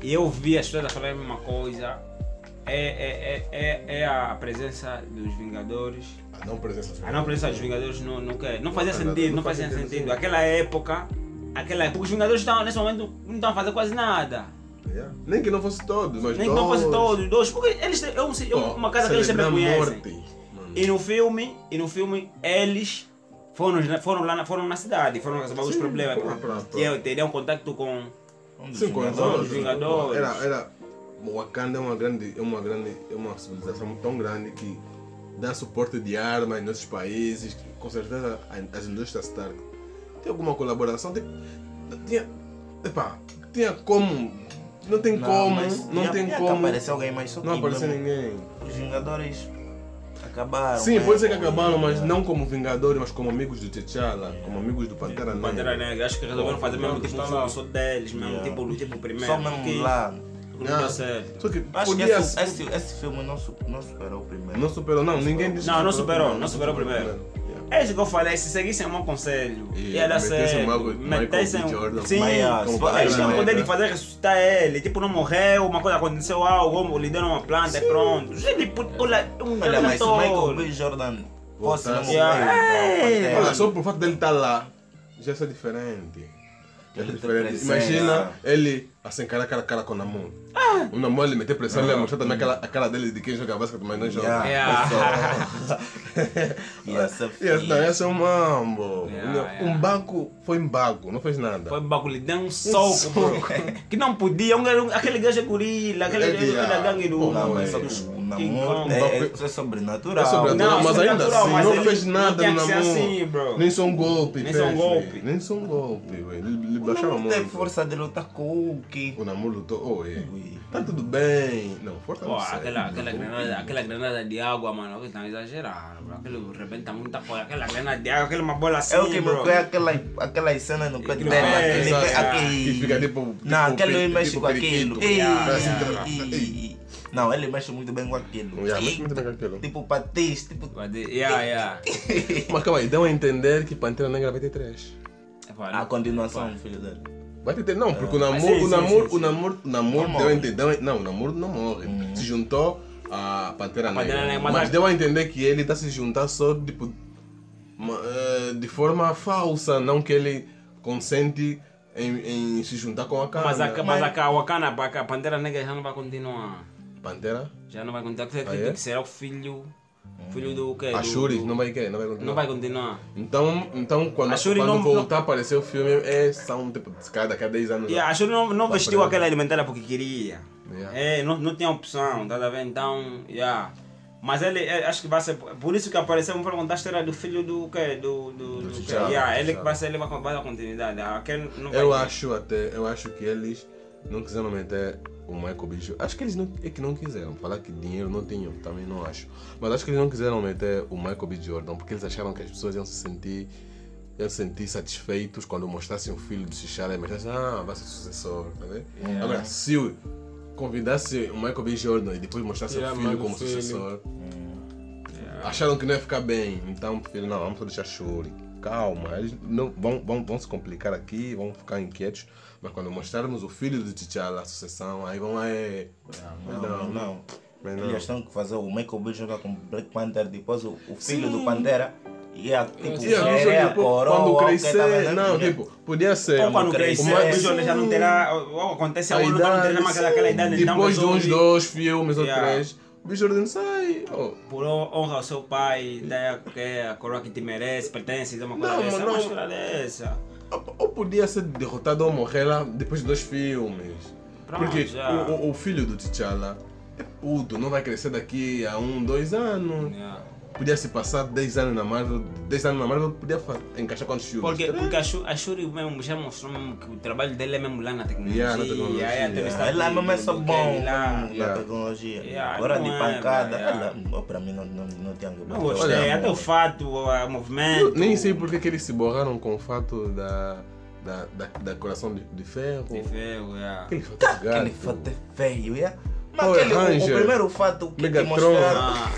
Speaker 2: e eu vi as pessoas a falar a mesma coisa, é, é, é, é, é a presença dos Vingadores
Speaker 1: A não presença.
Speaker 2: A não presença dos Vingadores não, não, quer- não fazia
Speaker 1: Não, não,
Speaker 2: sentido,
Speaker 1: não
Speaker 2: não fazia
Speaker 1: fazia
Speaker 2: sentido.
Speaker 1: sentido.
Speaker 2: Aquela época, aquela época, os Vingadores estão, nesse momento não estão a fazer quase nada.
Speaker 1: Yeah. Nem que não fosse todos, mas
Speaker 2: Nem que
Speaker 1: todos.
Speaker 2: não fossem todos, dois, porque eles têm é um- é
Speaker 1: Pô,
Speaker 2: uma casa que eles sempre
Speaker 1: celebrar a
Speaker 2: conhecem.
Speaker 1: Mano.
Speaker 2: E no filme, e no filme, eles foram, foram lá na, foram na cidade, foram resolver os
Speaker 1: Sim,
Speaker 2: problemas.
Speaker 1: foram pra- pra-
Speaker 2: E eu teria um contato com.
Speaker 3: Um dos
Speaker 1: Sim, com
Speaker 3: Vingadores.
Speaker 1: os
Speaker 2: Vingadores. Vingadores.
Speaker 1: Era, era, Wakanda é uma grande, é uma grande, é uma civilização tão grande que dá suporte de armas em nossos países. que, Com certeza a- as indústrias Stark tem alguma colaboração. Tem, tinha, epá, tinha como, não tem como,
Speaker 3: mas
Speaker 1: não
Speaker 3: ia-
Speaker 1: tem
Speaker 3: ia que um
Speaker 1: como,
Speaker 3: apareceu alguém, mas só
Speaker 1: não
Speaker 3: que
Speaker 1: apareceu
Speaker 3: mesmo
Speaker 1: ninguém.
Speaker 3: Os Vingadores acabaram.
Speaker 1: Sim,
Speaker 3: né?
Speaker 1: pode ser que acabaram, mas não como Vingadores, mas como amigos do T'Challa, como amigos do Pantera Negra.
Speaker 2: É, Pantera Negra, acho que resolveram fazer mesmo
Speaker 1: Não,
Speaker 2: tipo um
Speaker 1: tá
Speaker 2: filme
Speaker 1: lá.
Speaker 2: só deles, mesmo
Speaker 3: Yeah.
Speaker 2: tipo o tipo primeiro.
Speaker 3: Só mesmo
Speaker 2: porque
Speaker 3: lá.
Speaker 2: Não deu certo.
Speaker 1: Ah, Só que
Speaker 3: Acho que
Speaker 1: podia
Speaker 3: esse, esse, esse filme não, su- não superou o primeiro.
Speaker 1: Não superou, não, ninguém disse
Speaker 2: Não,
Speaker 1: que
Speaker 2: não superou, não superou
Speaker 1: Yeah.
Speaker 2: É isso que eu falei, se seguissem o meu conselho,
Speaker 1: E
Speaker 2: ia dar
Speaker 1: metessem
Speaker 2: certo.
Speaker 1: Michael- Michael
Speaker 2: Metessem
Speaker 1: B.
Speaker 2: um.
Speaker 1: Jordan.
Speaker 2: Sim,
Speaker 3: Mas, ah,
Speaker 1: Como
Speaker 3: se-
Speaker 1: Pantera
Speaker 2: eles têm o
Speaker 1: Negra.
Speaker 2: poder de fazer ressuscitar ele. Tipo, não morreu, uma coisa aconteceu, ah, algo, lhe deram uma planta e pronto. Ele put- olha, um
Speaker 3: Olha, mas se o Michael
Speaker 2: elemento.
Speaker 3: B. Jordan fosse
Speaker 1: Voltasse.
Speaker 3: mesmo
Speaker 2: Yeah.
Speaker 3: bem,
Speaker 2: É.
Speaker 3: não,
Speaker 1: Olha,
Speaker 3: Pantera,
Speaker 1: só por fato dele estar lá, já isso é diferente. Já é
Speaker 3: Muita
Speaker 1: diferente.
Speaker 3: presença.
Speaker 1: Imagina ele assim, cara a cara, a cara com o Namor.
Speaker 2: Ah.
Speaker 1: O Namor ele meter pressão, ele ia mostrar também aquela, a cara dele de quem joga basquete, mas não joga.
Speaker 3: Ah.
Speaker 2: É.
Speaker 3: Yeah.
Speaker 1: É
Speaker 3: É.
Speaker 2: Yeah.
Speaker 3: ia ser
Speaker 1: Ia- não, ia
Speaker 3: fixe.
Speaker 1: ser um mambo.
Speaker 2: Yeah,
Speaker 1: Não,
Speaker 2: yeah.
Speaker 1: Um banco foi um banco, não fez nada.
Speaker 2: Foi bagulho, lhe deram um soco, bro. Que não podia, um gajo- aquele gajo é gorila, aquele
Speaker 1: É,
Speaker 2: gajo é
Speaker 1: yeah.
Speaker 2: da gangue do.
Speaker 1: Pô,
Speaker 3: Não, mas
Speaker 1: é.
Speaker 3: só
Speaker 2: do-
Speaker 3: que
Speaker 2: dos-
Speaker 3: o
Speaker 2: King
Speaker 3: namoro
Speaker 2: Kong.
Speaker 3: é,
Speaker 1: Não,
Speaker 3: é- é sobrenatural.
Speaker 1: É sobrenatural,
Speaker 2: Não,
Speaker 1: mas ainda
Speaker 2: sobrenatural,
Speaker 1: assim,
Speaker 2: mas ele-
Speaker 1: não fez
Speaker 2: não
Speaker 1: nada
Speaker 2: tinha
Speaker 1: no
Speaker 2: que ser
Speaker 1: namoro.
Speaker 2: assim, bro.
Speaker 1: Nem só um golpe,
Speaker 2: Nem só um
Speaker 1: fez,
Speaker 2: golpe.
Speaker 1: velho. Nem só um golpe, velho. Ele, ele
Speaker 3: O
Speaker 1: baixava
Speaker 3: namoro tem
Speaker 1: muito.
Speaker 3: força de lutar com o Hulk.
Speaker 1: O namoro lutou, oh, é.
Speaker 3: Ui.
Speaker 1: Tá tudo bem. Não, força
Speaker 2: Pô,
Speaker 1: não serve.
Speaker 2: aquela, aquela, granada, aquela granada de água, mano, aquilo tá exagerado, bro. Aquilo rebenta muita coisa, aquela granada de água, aquela uma bola assim,
Speaker 3: É o que
Speaker 2: bro.
Speaker 3: bloqueia aquelas, aquelas cenas no pé
Speaker 2: que
Speaker 3: dela.
Speaker 2: não é,
Speaker 3: Aquele,
Speaker 2: exato.
Speaker 3: aquele...
Speaker 1: Que fica tipo- tipo
Speaker 3: Não, aquele
Speaker 1: periquito,
Speaker 3: mexe
Speaker 1: tipo
Speaker 3: com aquilo.
Speaker 1: periquito. um
Speaker 3: Ei,
Speaker 2: Yeah,
Speaker 3: ei,
Speaker 1: yeah.
Speaker 3: ei. Não, ele mexe muito bem com aquilo.
Speaker 1: Yeah,
Speaker 3: Ei,
Speaker 1: mexe muito bem com aquilo.
Speaker 3: Tipo patês, tipo...
Speaker 2: Vai dizer, Yeah, yeah.
Speaker 1: Mas calma aí, dão a entender que Pantera Negra vai ter três.
Speaker 2: Epá,
Speaker 3: A
Speaker 2: não-
Speaker 3: continuação, filho dele.
Speaker 1: Vai ter três? Não, porque o
Speaker 2: Ah, sim,
Speaker 1: namoro, o
Speaker 2: sim,
Speaker 1: namoro,
Speaker 2: sim,
Speaker 1: o namoro, o namoro
Speaker 3: Não
Speaker 1: deu a
Speaker 3: morre.
Speaker 1: entender. deu a- Não, o namoro não morre. Se juntou a Pantera
Speaker 2: Pantera
Speaker 1: Negra.
Speaker 2: Negra, mas
Speaker 1: Mas
Speaker 2: a-
Speaker 1: deu a entender que ele tá se juntar só tipo. ma- eh, De forma falsa, não que ele consente em, em se juntar com a cara.
Speaker 2: Mas a, mas a Kawakana, a Pantera Negra já não vai continuar.
Speaker 1: Pantera?
Speaker 2: Já não vai continuar. Acredito
Speaker 1: Ah, é?
Speaker 2: que será o filho. Filho do quê?
Speaker 1: A
Speaker 2: Do-
Speaker 1: Shuri
Speaker 2: do-
Speaker 1: não vai querer, não vai continuar.
Speaker 2: não vai continuar.
Speaker 1: Então, então quando,
Speaker 2: A Shuri
Speaker 1: quando
Speaker 2: não-
Speaker 1: voltar a aparecer o filme, é são tipo, cada, cada 10 anos.
Speaker 2: Yeah, a Shuri não, não
Speaker 1: Vai
Speaker 2: vestiu
Speaker 1: pra-
Speaker 2: aquela alimentária porque queria.
Speaker 1: Yeah.
Speaker 2: É, não, não tinha opção, tá a ver? Então, yeah. Mas ele, é, acho que vai ser. Por isso que apareceu, me perguntar se era do filho do quê? Do. Do. do, quê?
Speaker 1: T'Challa,
Speaker 2: Yeah, ele que
Speaker 1: T'Challa.
Speaker 2: Ah, vai ser, ele vai, vai dar continuidade. Aquele não vai
Speaker 1: Eu acho até, eu acho que eles Não quiseram meter o Michael Bicho. Acho que eles não, é que não quiseram. Falar que dinheiro não tinham, também não acho. Mas acho que eles não quiseram meter o Michael B. Jordan porque eles acharam que as pessoas iam se sentir iam se sentir satisfeitos quando mostrassem o filho do Xixara e mostrassem, ah, vai ser sucessor, tá vendo?
Speaker 3: Yeah.
Speaker 1: Agora, se o- convidasse o Michael B. Jordan e depois mostrasse
Speaker 4: Yeah,
Speaker 1: o filho
Speaker 4: mas o
Speaker 1: como
Speaker 4: filho.
Speaker 1: sucessor, acharam que não ia ficar bem, então preferiram, não, vamos só deixar chore. Calma, eles não, vão, vão, vão se complicar aqui, vão ficar inquietos, mas quando mostrarmos o filho do T'Challa, a sucessão, aí vão lá, é.
Speaker 3: Não, não, não.
Speaker 1: Mas não.
Speaker 3: Eles têm que fazer o Michael B. jogar com Black Panther, depois o, o filho do Pantera. E a,
Speaker 2: É,
Speaker 3: tipo,
Speaker 1: E aí,
Speaker 3: querer a
Speaker 1: tipo,
Speaker 3: coroa,
Speaker 1: quando
Speaker 3: o que
Speaker 2: tá
Speaker 3: tá
Speaker 1: crescer,
Speaker 3: tava
Speaker 1: não,
Speaker 3: dando
Speaker 2: né?
Speaker 3: dinheiro.
Speaker 1: tipo, podia ser.
Speaker 2: Ou quando
Speaker 3: Quando crescer,
Speaker 2: crescer, o
Speaker 1: mas-
Speaker 2: Jordan já não terá. ou- ou Acontece
Speaker 1: A
Speaker 2: algo, não terá mais
Speaker 1: sim.
Speaker 2: tá aquela idade. então
Speaker 1: Depois de uns
Speaker 2: resolve,
Speaker 1: dois filmes
Speaker 2: Yeah.
Speaker 1: ou três, o bicho Jordan sai. Oh,
Speaker 2: Por honra ao seu pai, dá a- que é a coroa que te merece, pertence, dá uma coisa
Speaker 1: Não,
Speaker 2: dessa.
Speaker 1: não.
Speaker 2: Uma história dessa.
Speaker 1: ou- ou podia ser derrotado ou morrer lá depois de dois filmes.
Speaker 2: Pronto,
Speaker 1: Porque
Speaker 2: já.
Speaker 1: o, o- o filho do T'Challa é puto, não vai crescer daqui a um, dois anos.
Speaker 2: Yeah.
Speaker 1: Podia se passar 10 anos na Marvel, 10 anos na Marvel podia fa- encaixar quantos filmes?
Speaker 2: Porque,
Speaker 1: Três?
Speaker 2: porque a, Shuri, a Shuri mesmo já mostrou mesmo que o trabalho dele é mesmo lá na tecnologia.
Speaker 1: Yeah, na tecnologia.
Speaker 2: aí a entrevista
Speaker 3: Ela
Speaker 2: do-
Speaker 3: mesmo é só
Speaker 2: do
Speaker 3: bom
Speaker 2: Kenny lá.
Speaker 3: na
Speaker 1: Yeah.
Speaker 3: tecnologia.
Speaker 2: Yeah,
Speaker 3: Agora
Speaker 2: não
Speaker 3: de
Speaker 2: é,
Speaker 3: pancada.
Speaker 2: mas, yeah.
Speaker 3: ela- oh, pra mim não, não, não tem algo
Speaker 2: Não
Speaker 3: bom.
Speaker 2: gostei,
Speaker 1: Olha,
Speaker 2: até o fato, o o
Speaker 1: Eu
Speaker 2: movimento.
Speaker 1: nem sei porque que eles se borraram com o fato da, da, da, da coração de, de ferro.
Speaker 2: De ferro, yeah.
Speaker 1: Aquele fato gato.
Speaker 3: Aquele fato é feio, yeah? Mas
Speaker 1: Power
Speaker 3: aquele, o- o,
Speaker 1: Ranger.
Speaker 3: primeiro fato que te
Speaker 1: Megatron.
Speaker 3: mostraram.
Speaker 2: Ah,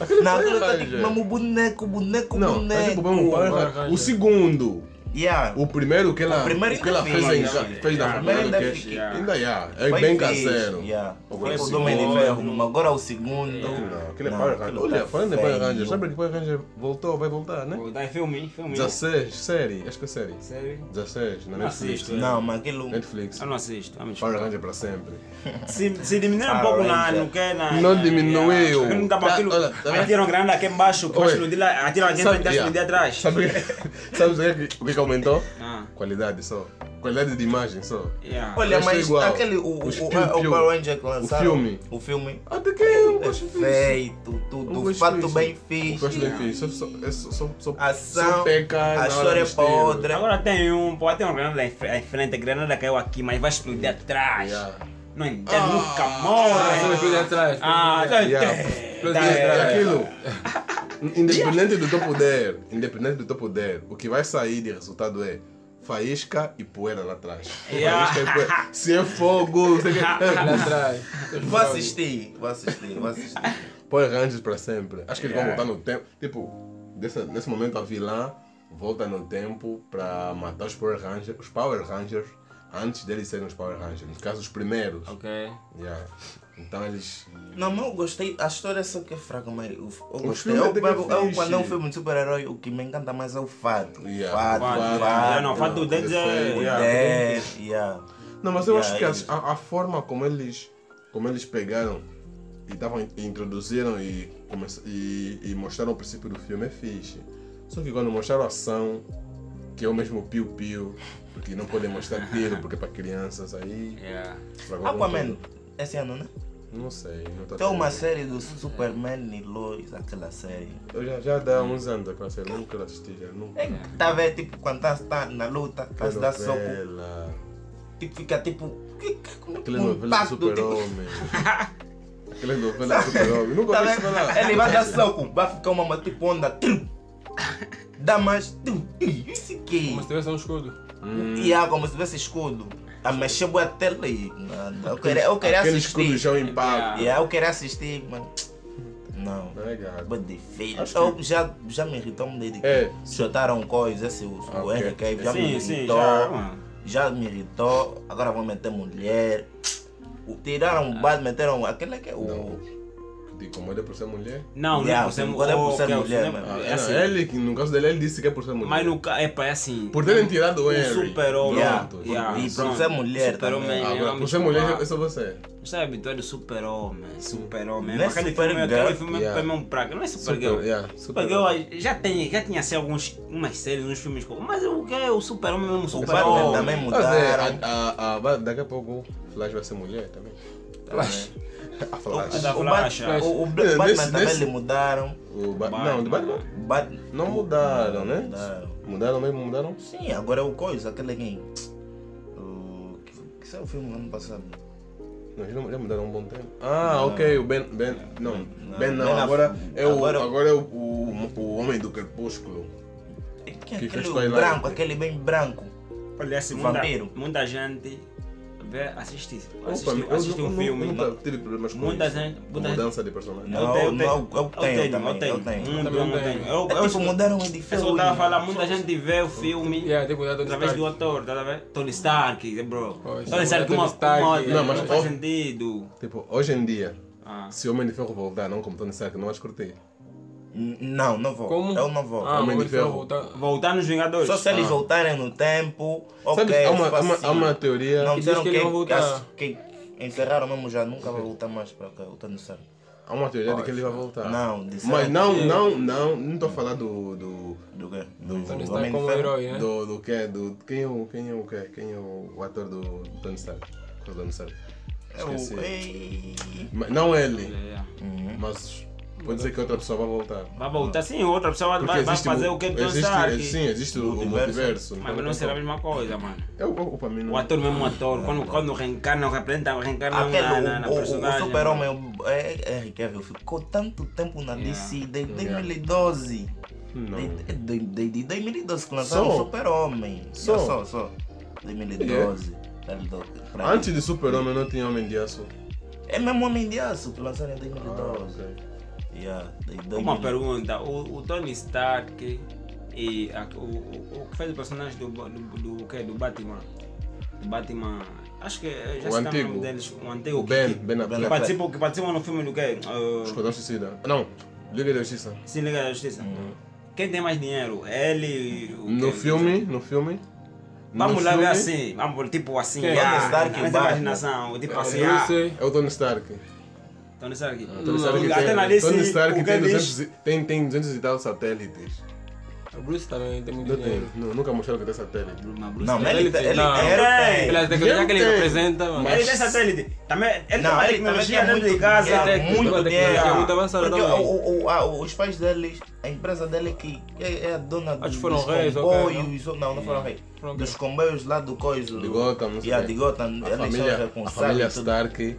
Speaker 1: Aquele
Speaker 3: Na
Speaker 1: Power
Speaker 3: altura tá tipo
Speaker 1: Ranger.
Speaker 3: mesmo boneco, boneco,
Speaker 1: Não, tá
Speaker 3: boneco.
Speaker 1: tipo mesmo Power
Speaker 4: Power
Speaker 1: Ranger. O
Speaker 4: Ranger.
Speaker 1: segundo.
Speaker 3: Yeah.
Speaker 1: O primeiro que ela,
Speaker 3: O primeiro
Speaker 1: o que ela
Speaker 3: ainda
Speaker 1: fez,
Speaker 3: fica,
Speaker 1: em,
Speaker 2: ainda
Speaker 1: ca-
Speaker 2: fica.
Speaker 1: fez na
Speaker 2: Ah,
Speaker 1: faculdade
Speaker 3: ainda
Speaker 1: do Cash,
Speaker 2: fica.
Speaker 1: ainda já, é bem
Speaker 3: Foi feio,
Speaker 1: caseiro.
Speaker 3: yeah.
Speaker 2: Foi
Speaker 3: O primeiro
Speaker 2: o
Speaker 3: do Homem de
Speaker 2: segundo.
Speaker 3: Ferro, mas agora é o segundo.
Speaker 1: Não, aquele é
Speaker 3: Não,
Speaker 1: Power Ranger.
Speaker 3: aquilo
Speaker 1: Olha,
Speaker 3: tá
Speaker 1: falando em Power Ranger,
Speaker 3: feio.
Speaker 1: sabe que Power Ranger voltou, vai voltar, né?
Speaker 2: pô, daí filme, filme.
Speaker 1: 16, série, acho que é série.
Speaker 2: Sério?
Speaker 1: 16, na
Speaker 2: Não
Speaker 1: Netflix.
Speaker 2: assisto. é.
Speaker 3: Não, mas aquilo.
Speaker 1: Netflix.
Speaker 2: Eu não assisto. ah, me
Speaker 1: Power
Speaker 2: desculpa.
Speaker 1: Ranger para sempre.
Speaker 2: Se, se diminuir um
Speaker 3: Ah,
Speaker 2: pouco na,
Speaker 3: Ranger.
Speaker 2: no que na.
Speaker 1: Não
Speaker 2: na-
Speaker 1: diminuiu.
Speaker 2: Porque Não dá pra
Speaker 1: Tá,
Speaker 2: aquilo.
Speaker 1: olha, tá vendo?
Speaker 2: Atiram granada aqui embaixo, que vai
Speaker 1: Oi.
Speaker 2: explodir lá. Atiram aqui embaixo,
Speaker 1: yeah.
Speaker 2: vai explodir atrás.
Speaker 1: Sabe, sabe o que- o que que aumentou?
Speaker 2: Ah,
Speaker 1: Qualidade só. Qualidade de imagem só.
Speaker 2: yeah.
Speaker 3: Olha,
Speaker 1: Vai ser
Speaker 3: mas
Speaker 1: igual.
Speaker 3: aquele. O, o,
Speaker 1: Os
Speaker 3: o,
Speaker 1: piu-piu.
Speaker 3: o Power Ranger que lançaram.
Speaker 1: filme.
Speaker 3: O filme.
Speaker 1: Até que eu
Speaker 3: É
Speaker 1: gosto disso.
Speaker 3: feito,
Speaker 1: Não
Speaker 3: tudo. O
Speaker 1: gostei
Speaker 3: fato
Speaker 1: disso.
Speaker 3: bem
Speaker 1: O
Speaker 3: feito.
Speaker 1: Flash Um bem fez. Só, só, é só, só, só,
Speaker 3: Ação,
Speaker 1: só peca na
Speaker 3: a
Speaker 1: hora
Speaker 3: história é
Speaker 1: dos
Speaker 3: pra
Speaker 1: tiros.
Speaker 3: outra.
Speaker 2: Agora tem um, pô, tem uma granada lá em fre- em frente, a granada caiu aqui, mas vai explodir atrás.
Speaker 1: Mm. Yeah.
Speaker 2: Não entendo, nunca
Speaker 4: Ah, você vai
Speaker 2: morre.
Speaker 4: explodir atrás.
Speaker 2: Ah, tá.
Speaker 1: Yeah.
Speaker 2: tá, é,
Speaker 1: É aquilo. Independente do teu poder, independente do teu poder, o que vai sair de resultado é faísca e poeira lá atrás.
Speaker 2: Yeah.
Speaker 1: Faísca e poeira. Se é fogo, sei que...
Speaker 4: Lá atrás.
Speaker 3: Vou assistir, vou assistir, vou assistir.
Speaker 1: Power Rangers para sempre. Acho que eles
Speaker 2: Yeah.
Speaker 1: vão voltar no tempo. Tipo, desse, nesse momento a vilã volta no tempo para matar os Power Rangers, os Power Rangers, antes deles serem os Power Rangers. No caso, os primeiros.
Speaker 2: Ok.
Speaker 1: Yeah. Então eles.
Speaker 3: Não, mas eu gostei, a história só que é fraca, mas eu, eu gostei.
Speaker 1: filme
Speaker 3: Eu,
Speaker 1: até que é
Speaker 3: eu- eu- quando é um
Speaker 1: fixe.
Speaker 3: filme de super-herói, o que me encanta mais é o fato.
Speaker 1: Yeah.
Speaker 3: Fato,
Speaker 2: Fato,
Speaker 3: fato,
Speaker 2: yeah, não, fato
Speaker 1: o
Speaker 2: do Dead é-
Speaker 1: defeito,
Speaker 2: yeah.
Speaker 3: É, yeah.
Speaker 1: Não, mas eu
Speaker 3: Yeah,
Speaker 1: acho que
Speaker 3: eles-
Speaker 1: as- a, a forma como eles, como eles pegaram e, tavam, e introduziram e, comece- e, e mostraram o princípio do filme é fixe. Só que quando mostraram a ação, que é o mesmo piu-piu, porque não podem mostrar tiro, porque é para crianças, aí
Speaker 2: Yeah.
Speaker 1: estragou com
Speaker 3: Aquaman,
Speaker 1: tudo.
Speaker 3: esse ano, né?
Speaker 1: Não sei, não tá tô
Speaker 3: Tem uma
Speaker 1: sabendo.
Speaker 3: série do Superman e Lois, aquela série.
Speaker 1: Eu já, já dá uns anos aquela série, nunca assisti, já nunca.
Speaker 3: É que tá vendo, tipo, quando tá, tá na luta, tá se dá
Speaker 1: é.
Speaker 3: soco,
Speaker 1: Telenovela,
Speaker 3: tipo, fica tipo, que, que, como um
Speaker 1: telenovela do
Speaker 3: impacto, tipo,
Speaker 1: é super-homem. Telenovela do super-homem, nunca
Speaker 3: tá
Speaker 1: ouvi
Speaker 3: vendo?
Speaker 1: falar.
Speaker 3: Ele vai dar soco, vai ficar uma, uma tipo onda, trum, dá mais, trum, ih, isso que
Speaker 4: Como se tivesse um escudo.
Speaker 1: Hum.
Speaker 3: E há como se tivesse escudo. Ah, A mexer boa tela aí. mano. Eu queria, eu queria
Speaker 1: Aquele escudo
Speaker 3: assistir.
Speaker 1: já é o impacto.
Speaker 3: Yeah, eu queria assistir, mano. Não.
Speaker 1: Não é gato.
Speaker 3: Boa de feio.
Speaker 1: Acho
Speaker 3: Eu já, já me irritou me dediquei.
Speaker 1: É. Ah,
Speaker 3: Jotaram um coisa, esse o o
Speaker 1: Ok.
Speaker 3: RK já
Speaker 2: Sim,
Speaker 3: me
Speaker 2: sim,
Speaker 3: irritou.
Speaker 2: já,
Speaker 3: Já,
Speaker 2: mano.
Speaker 3: me irritou. Agora vão meter mulher. O- Tiraram
Speaker 2: Ah.
Speaker 3: o base, meteram aquele que é o.
Speaker 1: Tipo, De incomoda por ser mulher?
Speaker 2: Não,
Speaker 3: Yeah,
Speaker 2: não, você
Speaker 3: agora é por ser mulher, mano.
Speaker 1: Ah,
Speaker 2: é
Speaker 1: não,
Speaker 2: assim,
Speaker 1: ele, que no caso dele, ele disse que é por ser mulher.
Speaker 2: Mas no ca- é pá, é assim.
Speaker 1: Por terem tirado o
Speaker 2: um
Speaker 1: Henry.
Speaker 2: super-homem.
Speaker 3: Yeah.
Speaker 1: Pronto.
Speaker 2: Yeah,
Speaker 3: E por
Speaker 2: pronto.
Speaker 3: ser mulher
Speaker 2: Super-homem é
Speaker 3: também.
Speaker 1: Ah, Agora,
Speaker 2: homem,
Speaker 1: por ser
Speaker 2: desculpa.
Speaker 1: mulher, eu sou você.
Speaker 2: Você é habituado ao super-homem, super-homem.
Speaker 3: Não é
Speaker 2: Mas aquele
Speaker 3: super
Speaker 2: filme,
Speaker 3: girl.
Speaker 2: aquele filme
Speaker 1: Yeah.
Speaker 2: é mesmo praga, não é super-girl.
Speaker 1: Super- yeah,
Speaker 2: Supergirl
Speaker 1: super-homem.
Speaker 2: já, tem, já tinha assim alguns, umas séries, uns filmes, mas o que é o super-homem mesmo,
Speaker 3: O
Speaker 2: super-homem.
Speaker 3: Batman também
Speaker 1: Mas é, a-
Speaker 3: mudaram.
Speaker 1: a- a- vai- daqui a pouco o Flash vai ser mulher também.
Speaker 4: Flash.
Speaker 1: A
Speaker 3: O, o,
Speaker 1: Flash.
Speaker 2: da
Speaker 3: Tá o
Speaker 2: Flash,
Speaker 3: Bat- o- o
Speaker 1: É, Nesse-
Speaker 3: Batman também
Speaker 1: nesse-
Speaker 3: lhe mudaram.
Speaker 1: O Ba- Não, o
Speaker 2: Batman.
Speaker 1: Batman.
Speaker 3: Bat-
Speaker 1: Não mudaram, né?
Speaker 3: Mudaram.
Speaker 1: Mudaram mesmo, mudaram?
Speaker 3: Sim, agora é o coisa, aquele quem. O. que- que Esse é o filme do ano passado.
Speaker 1: Não, já, já mudaram há um bom tempo. Ah, ok, o Ben. Ben não,
Speaker 3: Não,
Speaker 1: Ben não.
Speaker 3: Ben
Speaker 1: agora
Speaker 3: Affleck.
Speaker 1: é, o,
Speaker 3: Agora-
Speaker 1: agora é o, o, o Homem do Crepúsculo.
Speaker 3: E quem é
Speaker 1: Que fez
Speaker 3: aquele
Speaker 1: Twilight?
Speaker 3: branco, aquele bem branco.
Speaker 2: Olha, assim, muita,
Speaker 3: Vampiro.
Speaker 2: muita gente vê, assiste, assiste,
Speaker 1: Opa, eu
Speaker 2: assiste
Speaker 1: nu-
Speaker 2: um
Speaker 1: nu-
Speaker 2: filme.
Speaker 1: nunca tive problemas com
Speaker 2: Muita
Speaker 1: isso.
Speaker 2: gente-
Speaker 1: Com
Speaker 2: muita
Speaker 1: mudança de personagem.
Speaker 3: Não.
Speaker 2: tenho,
Speaker 3: não, eu tenho também, eu
Speaker 2: eu
Speaker 3: tenho.
Speaker 2: tenho. Muito
Speaker 4: Também
Speaker 2: bom, eu
Speaker 4: tenho.
Speaker 2: tenho. Eu,
Speaker 3: É
Speaker 2: eu,
Speaker 3: tipo, mudaram o edifício.
Speaker 2: eu só tava a falar, muita gente vê o filme
Speaker 4: Yeah, tem cuidado
Speaker 2: através do ator, tá a ver? Tony Stark, bro.
Speaker 4: Pois,
Speaker 2: Tony Stark,
Speaker 4: Tony
Speaker 2: uma,
Speaker 4: Stark,
Speaker 2: uma,
Speaker 4: yeah.
Speaker 1: Não, mas
Speaker 2: não faz
Speaker 1: ó-
Speaker 2: sentido.
Speaker 1: Tipo, hoje em dia,
Speaker 2: Ah.
Speaker 1: se o Homem de Ferro voltar, não como Tony Stark, não as curti.
Speaker 3: N- Não, não vou.
Speaker 4: Como?
Speaker 3: Eu não vou.
Speaker 1: É
Speaker 4: Ah,
Speaker 1: Homem
Speaker 4: Homem
Speaker 1: de
Speaker 4: de Ferro.
Speaker 1: Ferro.
Speaker 4: voltar.
Speaker 2: Voltar nos Vingadores.
Speaker 3: Só se eles voltarem no tempo.
Speaker 1: Ah. Sabe,
Speaker 3: Ok,
Speaker 1: há uma,
Speaker 3: tipo
Speaker 1: há uma,
Speaker 3: assim.
Speaker 1: há uma teoria.
Speaker 3: Não
Speaker 4: E diz
Speaker 3: disseram
Speaker 4: que
Speaker 3: que,
Speaker 4: eles vão voltar.
Speaker 3: que encerraram mesmo já, nunca vai voltar mais para cá, o Tony Stark.
Speaker 1: Há uma teoria de que ele vai voltar.
Speaker 3: Não, disseram
Speaker 1: Mas Ah. não,
Speaker 3: que-
Speaker 1: não, não, não estou a falar do. do.
Speaker 3: Do quê? Do,
Speaker 1: Então
Speaker 3: do
Speaker 4: Tony Stark
Speaker 3: Homem de
Speaker 4: como
Speaker 3: Ferro?
Speaker 4: herói, né?
Speaker 1: do, do que é, do. Quem é o. Quem é o que? Quem é o, o ator do do Tony Stark? Do Tony Stark.
Speaker 3: É o...
Speaker 1: Esqueci.
Speaker 3: Ei.
Speaker 1: Mas Não ele,
Speaker 2: Yeah, yeah.
Speaker 1: mas pode ser que outra pessoa vai voltar.
Speaker 2: É. Uhum. Vai voltar sim, outra pessoa vai, vai
Speaker 1: existe
Speaker 2: fazer
Speaker 1: mu-
Speaker 2: o que é Tony
Speaker 1: existe- é,
Speaker 2: Stark.
Speaker 1: Sim, existe o, o
Speaker 3: Multiverso.
Speaker 1: multiverso. Então, é
Speaker 2: Mas não será a mesma coisa, mano.
Speaker 1: Eu, eu, para mim, não.
Speaker 2: O ator mesmo o ator, quando, quando reencarna, reencarna, reencarna
Speaker 3: Aquele,
Speaker 2: na, na, na
Speaker 3: o, o-
Speaker 2: personagem.
Speaker 3: o super-homem é, é Henry eu ficou tanto tempo na
Speaker 2: Yeah.
Speaker 3: DC, desde 2012.
Speaker 1: Não.
Speaker 3: Desde de, de, de 2012 que lançaram
Speaker 1: Só.
Speaker 3: o super-homem.
Speaker 1: Só.
Speaker 3: Só, só, só. 2012. Pra- do- pra-
Speaker 1: Antes de Super-Homem, não tinha Homem de Aço.
Speaker 3: É mesmo Homem de Aço que lançaram em
Speaker 1: Ah,
Speaker 3: 2012.
Speaker 1: ok.
Speaker 3: Yeah, desde
Speaker 2: Uma
Speaker 3: 2000.
Speaker 2: pergunta, o, o Tony Stark e a- o, o, o que fez o personagem do, do, do, do, que, do Batman? Do Batman. Acho que eh, já
Speaker 1: O
Speaker 2: se o
Speaker 1: antigo.
Speaker 2: nome deles. O
Speaker 1: O
Speaker 2: antigo. que-
Speaker 1: Ben,
Speaker 2: que,
Speaker 1: Ben
Speaker 2: que,
Speaker 1: Affleck.
Speaker 3: Ben
Speaker 2: participou, que participou no filme do quê? Uh,
Speaker 1: Esquadrão Suicida. Não, Liga da Justiça.
Speaker 2: Sim, Liga da Justiça. Quem tem mais dinheiro? Ele. o
Speaker 1: Uhum. No
Speaker 2: quê?
Speaker 1: filme, no filme.
Speaker 2: Vamos
Speaker 1: no
Speaker 2: lá ver
Speaker 1: filme,
Speaker 2: assim, vamos tipo assim,
Speaker 4: Quem?
Speaker 2: ah,
Speaker 3: Tony Stark e
Speaker 2: nessa
Speaker 3: Batman.
Speaker 2: imaginação, tipo assim, ah,
Speaker 4: Eu não sei.
Speaker 1: É o Tony Stark.
Speaker 2: Tony Stark.
Speaker 1: Ah, Tony Stark,
Speaker 2: Não,
Speaker 1: tem,
Speaker 2: até na lista,
Speaker 1: Tony Stark
Speaker 2: o que
Speaker 1: tem,
Speaker 2: diz?
Speaker 1: 200, e- tem, tem 200 e tal satélites.
Speaker 4: O Bruce também tem muito
Speaker 1: Não tem,
Speaker 4: dinheiro.
Speaker 1: nu- nunca mostraram que tem satélite.
Speaker 2: Uma bruxa.
Speaker 3: Não, mas ele, ele, é
Speaker 4: Ele-
Speaker 3: ele,
Speaker 4: não.
Speaker 3: ele tem.
Speaker 4: Pelas tecnologias que ele
Speaker 1: Ele tem.
Speaker 4: representa, mano.
Speaker 2: Ele é tem satélite. Também, ele
Speaker 3: Não,
Speaker 2: tem
Speaker 3: ele tá também
Speaker 2: tecnologia
Speaker 3: tinha
Speaker 2: dentro de
Speaker 3: é muito
Speaker 2: casa.
Speaker 3: dinheiro,
Speaker 4: Ele tem
Speaker 3: muito
Speaker 4: tecnologia
Speaker 3: dinheiro.
Speaker 4: muito avançada
Speaker 3: Porque
Speaker 4: também.
Speaker 3: o- o- a- os pais dele, a empresa dele que é, é a dona
Speaker 4: Acho que
Speaker 3: dos
Speaker 4: foram reis, ok, Hum,
Speaker 3: comboios, ou- não, não foram reis,
Speaker 4: Foram
Speaker 3: dos
Speaker 4: quê?
Speaker 3: comboios lá do coiso.
Speaker 1: De Gotham, não sei
Speaker 3: Yeah,
Speaker 1: quê.
Speaker 3: de Gotham,
Speaker 1: A
Speaker 3: eles são
Speaker 2: é
Speaker 1: família, a família
Speaker 3: responsáveis. e é tudo.
Speaker 1: Stark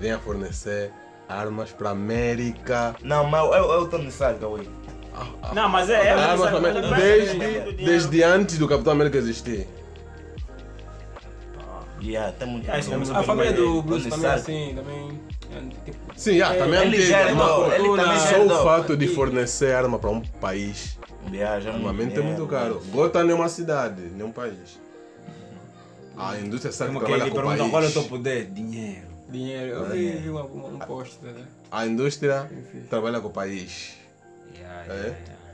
Speaker 1: vem a fornecer armas para América.
Speaker 3: Não, mas é eu, eu tô nessa área, ué.
Speaker 2: Não, mas é, é
Speaker 1: Armas pra
Speaker 2: sabe,
Speaker 1: América.
Speaker 2: mas ele tem muito
Speaker 1: Desde,
Speaker 2: dinheiro.
Speaker 1: desde antes do Capitão América existir.
Speaker 3: Yeah, tem muito
Speaker 2: Ah, isso
Speaker 3: dinheiro.
Speaker 2: é
Speaker 4: A família do
Speaker 3: Tony
Speaker 4: Bruce também,
Speaker 3: Stark.
Speaker 4: assim, também. é, tipo,
Speaker 1: Sim, ah, também é
Speaker 3: ele
Speaker 1: antigo,
Speaker 3: já
Speaker 1: mas
Speaker 3: herdou,
Speaker 1: pô,
Speaker 3: ele também já é
Speaker 1: Só o
Speaker 3: herdou.
Speaker 1: fato de
Speaker 4: Aqui.
Speaker 1: fornecer arma para um país,
Speaker 3: Yeah, já muito
Speaker 1: armamento é muito
Speaker 3: dinheiro.
Speaker 1: caro. Gotham não é uma cidade, nem um país. A indústria Stark
Speaker 2: Como que ele
Speaker 1: trabalha com o
Speaker 2: pergunta qual é o teu
Speaker 1: país.
Speaker 2: poder? Dinheiro.
Speaker 4: dinheiro.
Speaker 1: É.
Speaker 4: Eu vi vi uma- uma- um post, né?
Speaker 1: A indústria trabalha com o país,
Speaker 2: Yeah,
Speaker 1: é?
Speaker 2: yeah,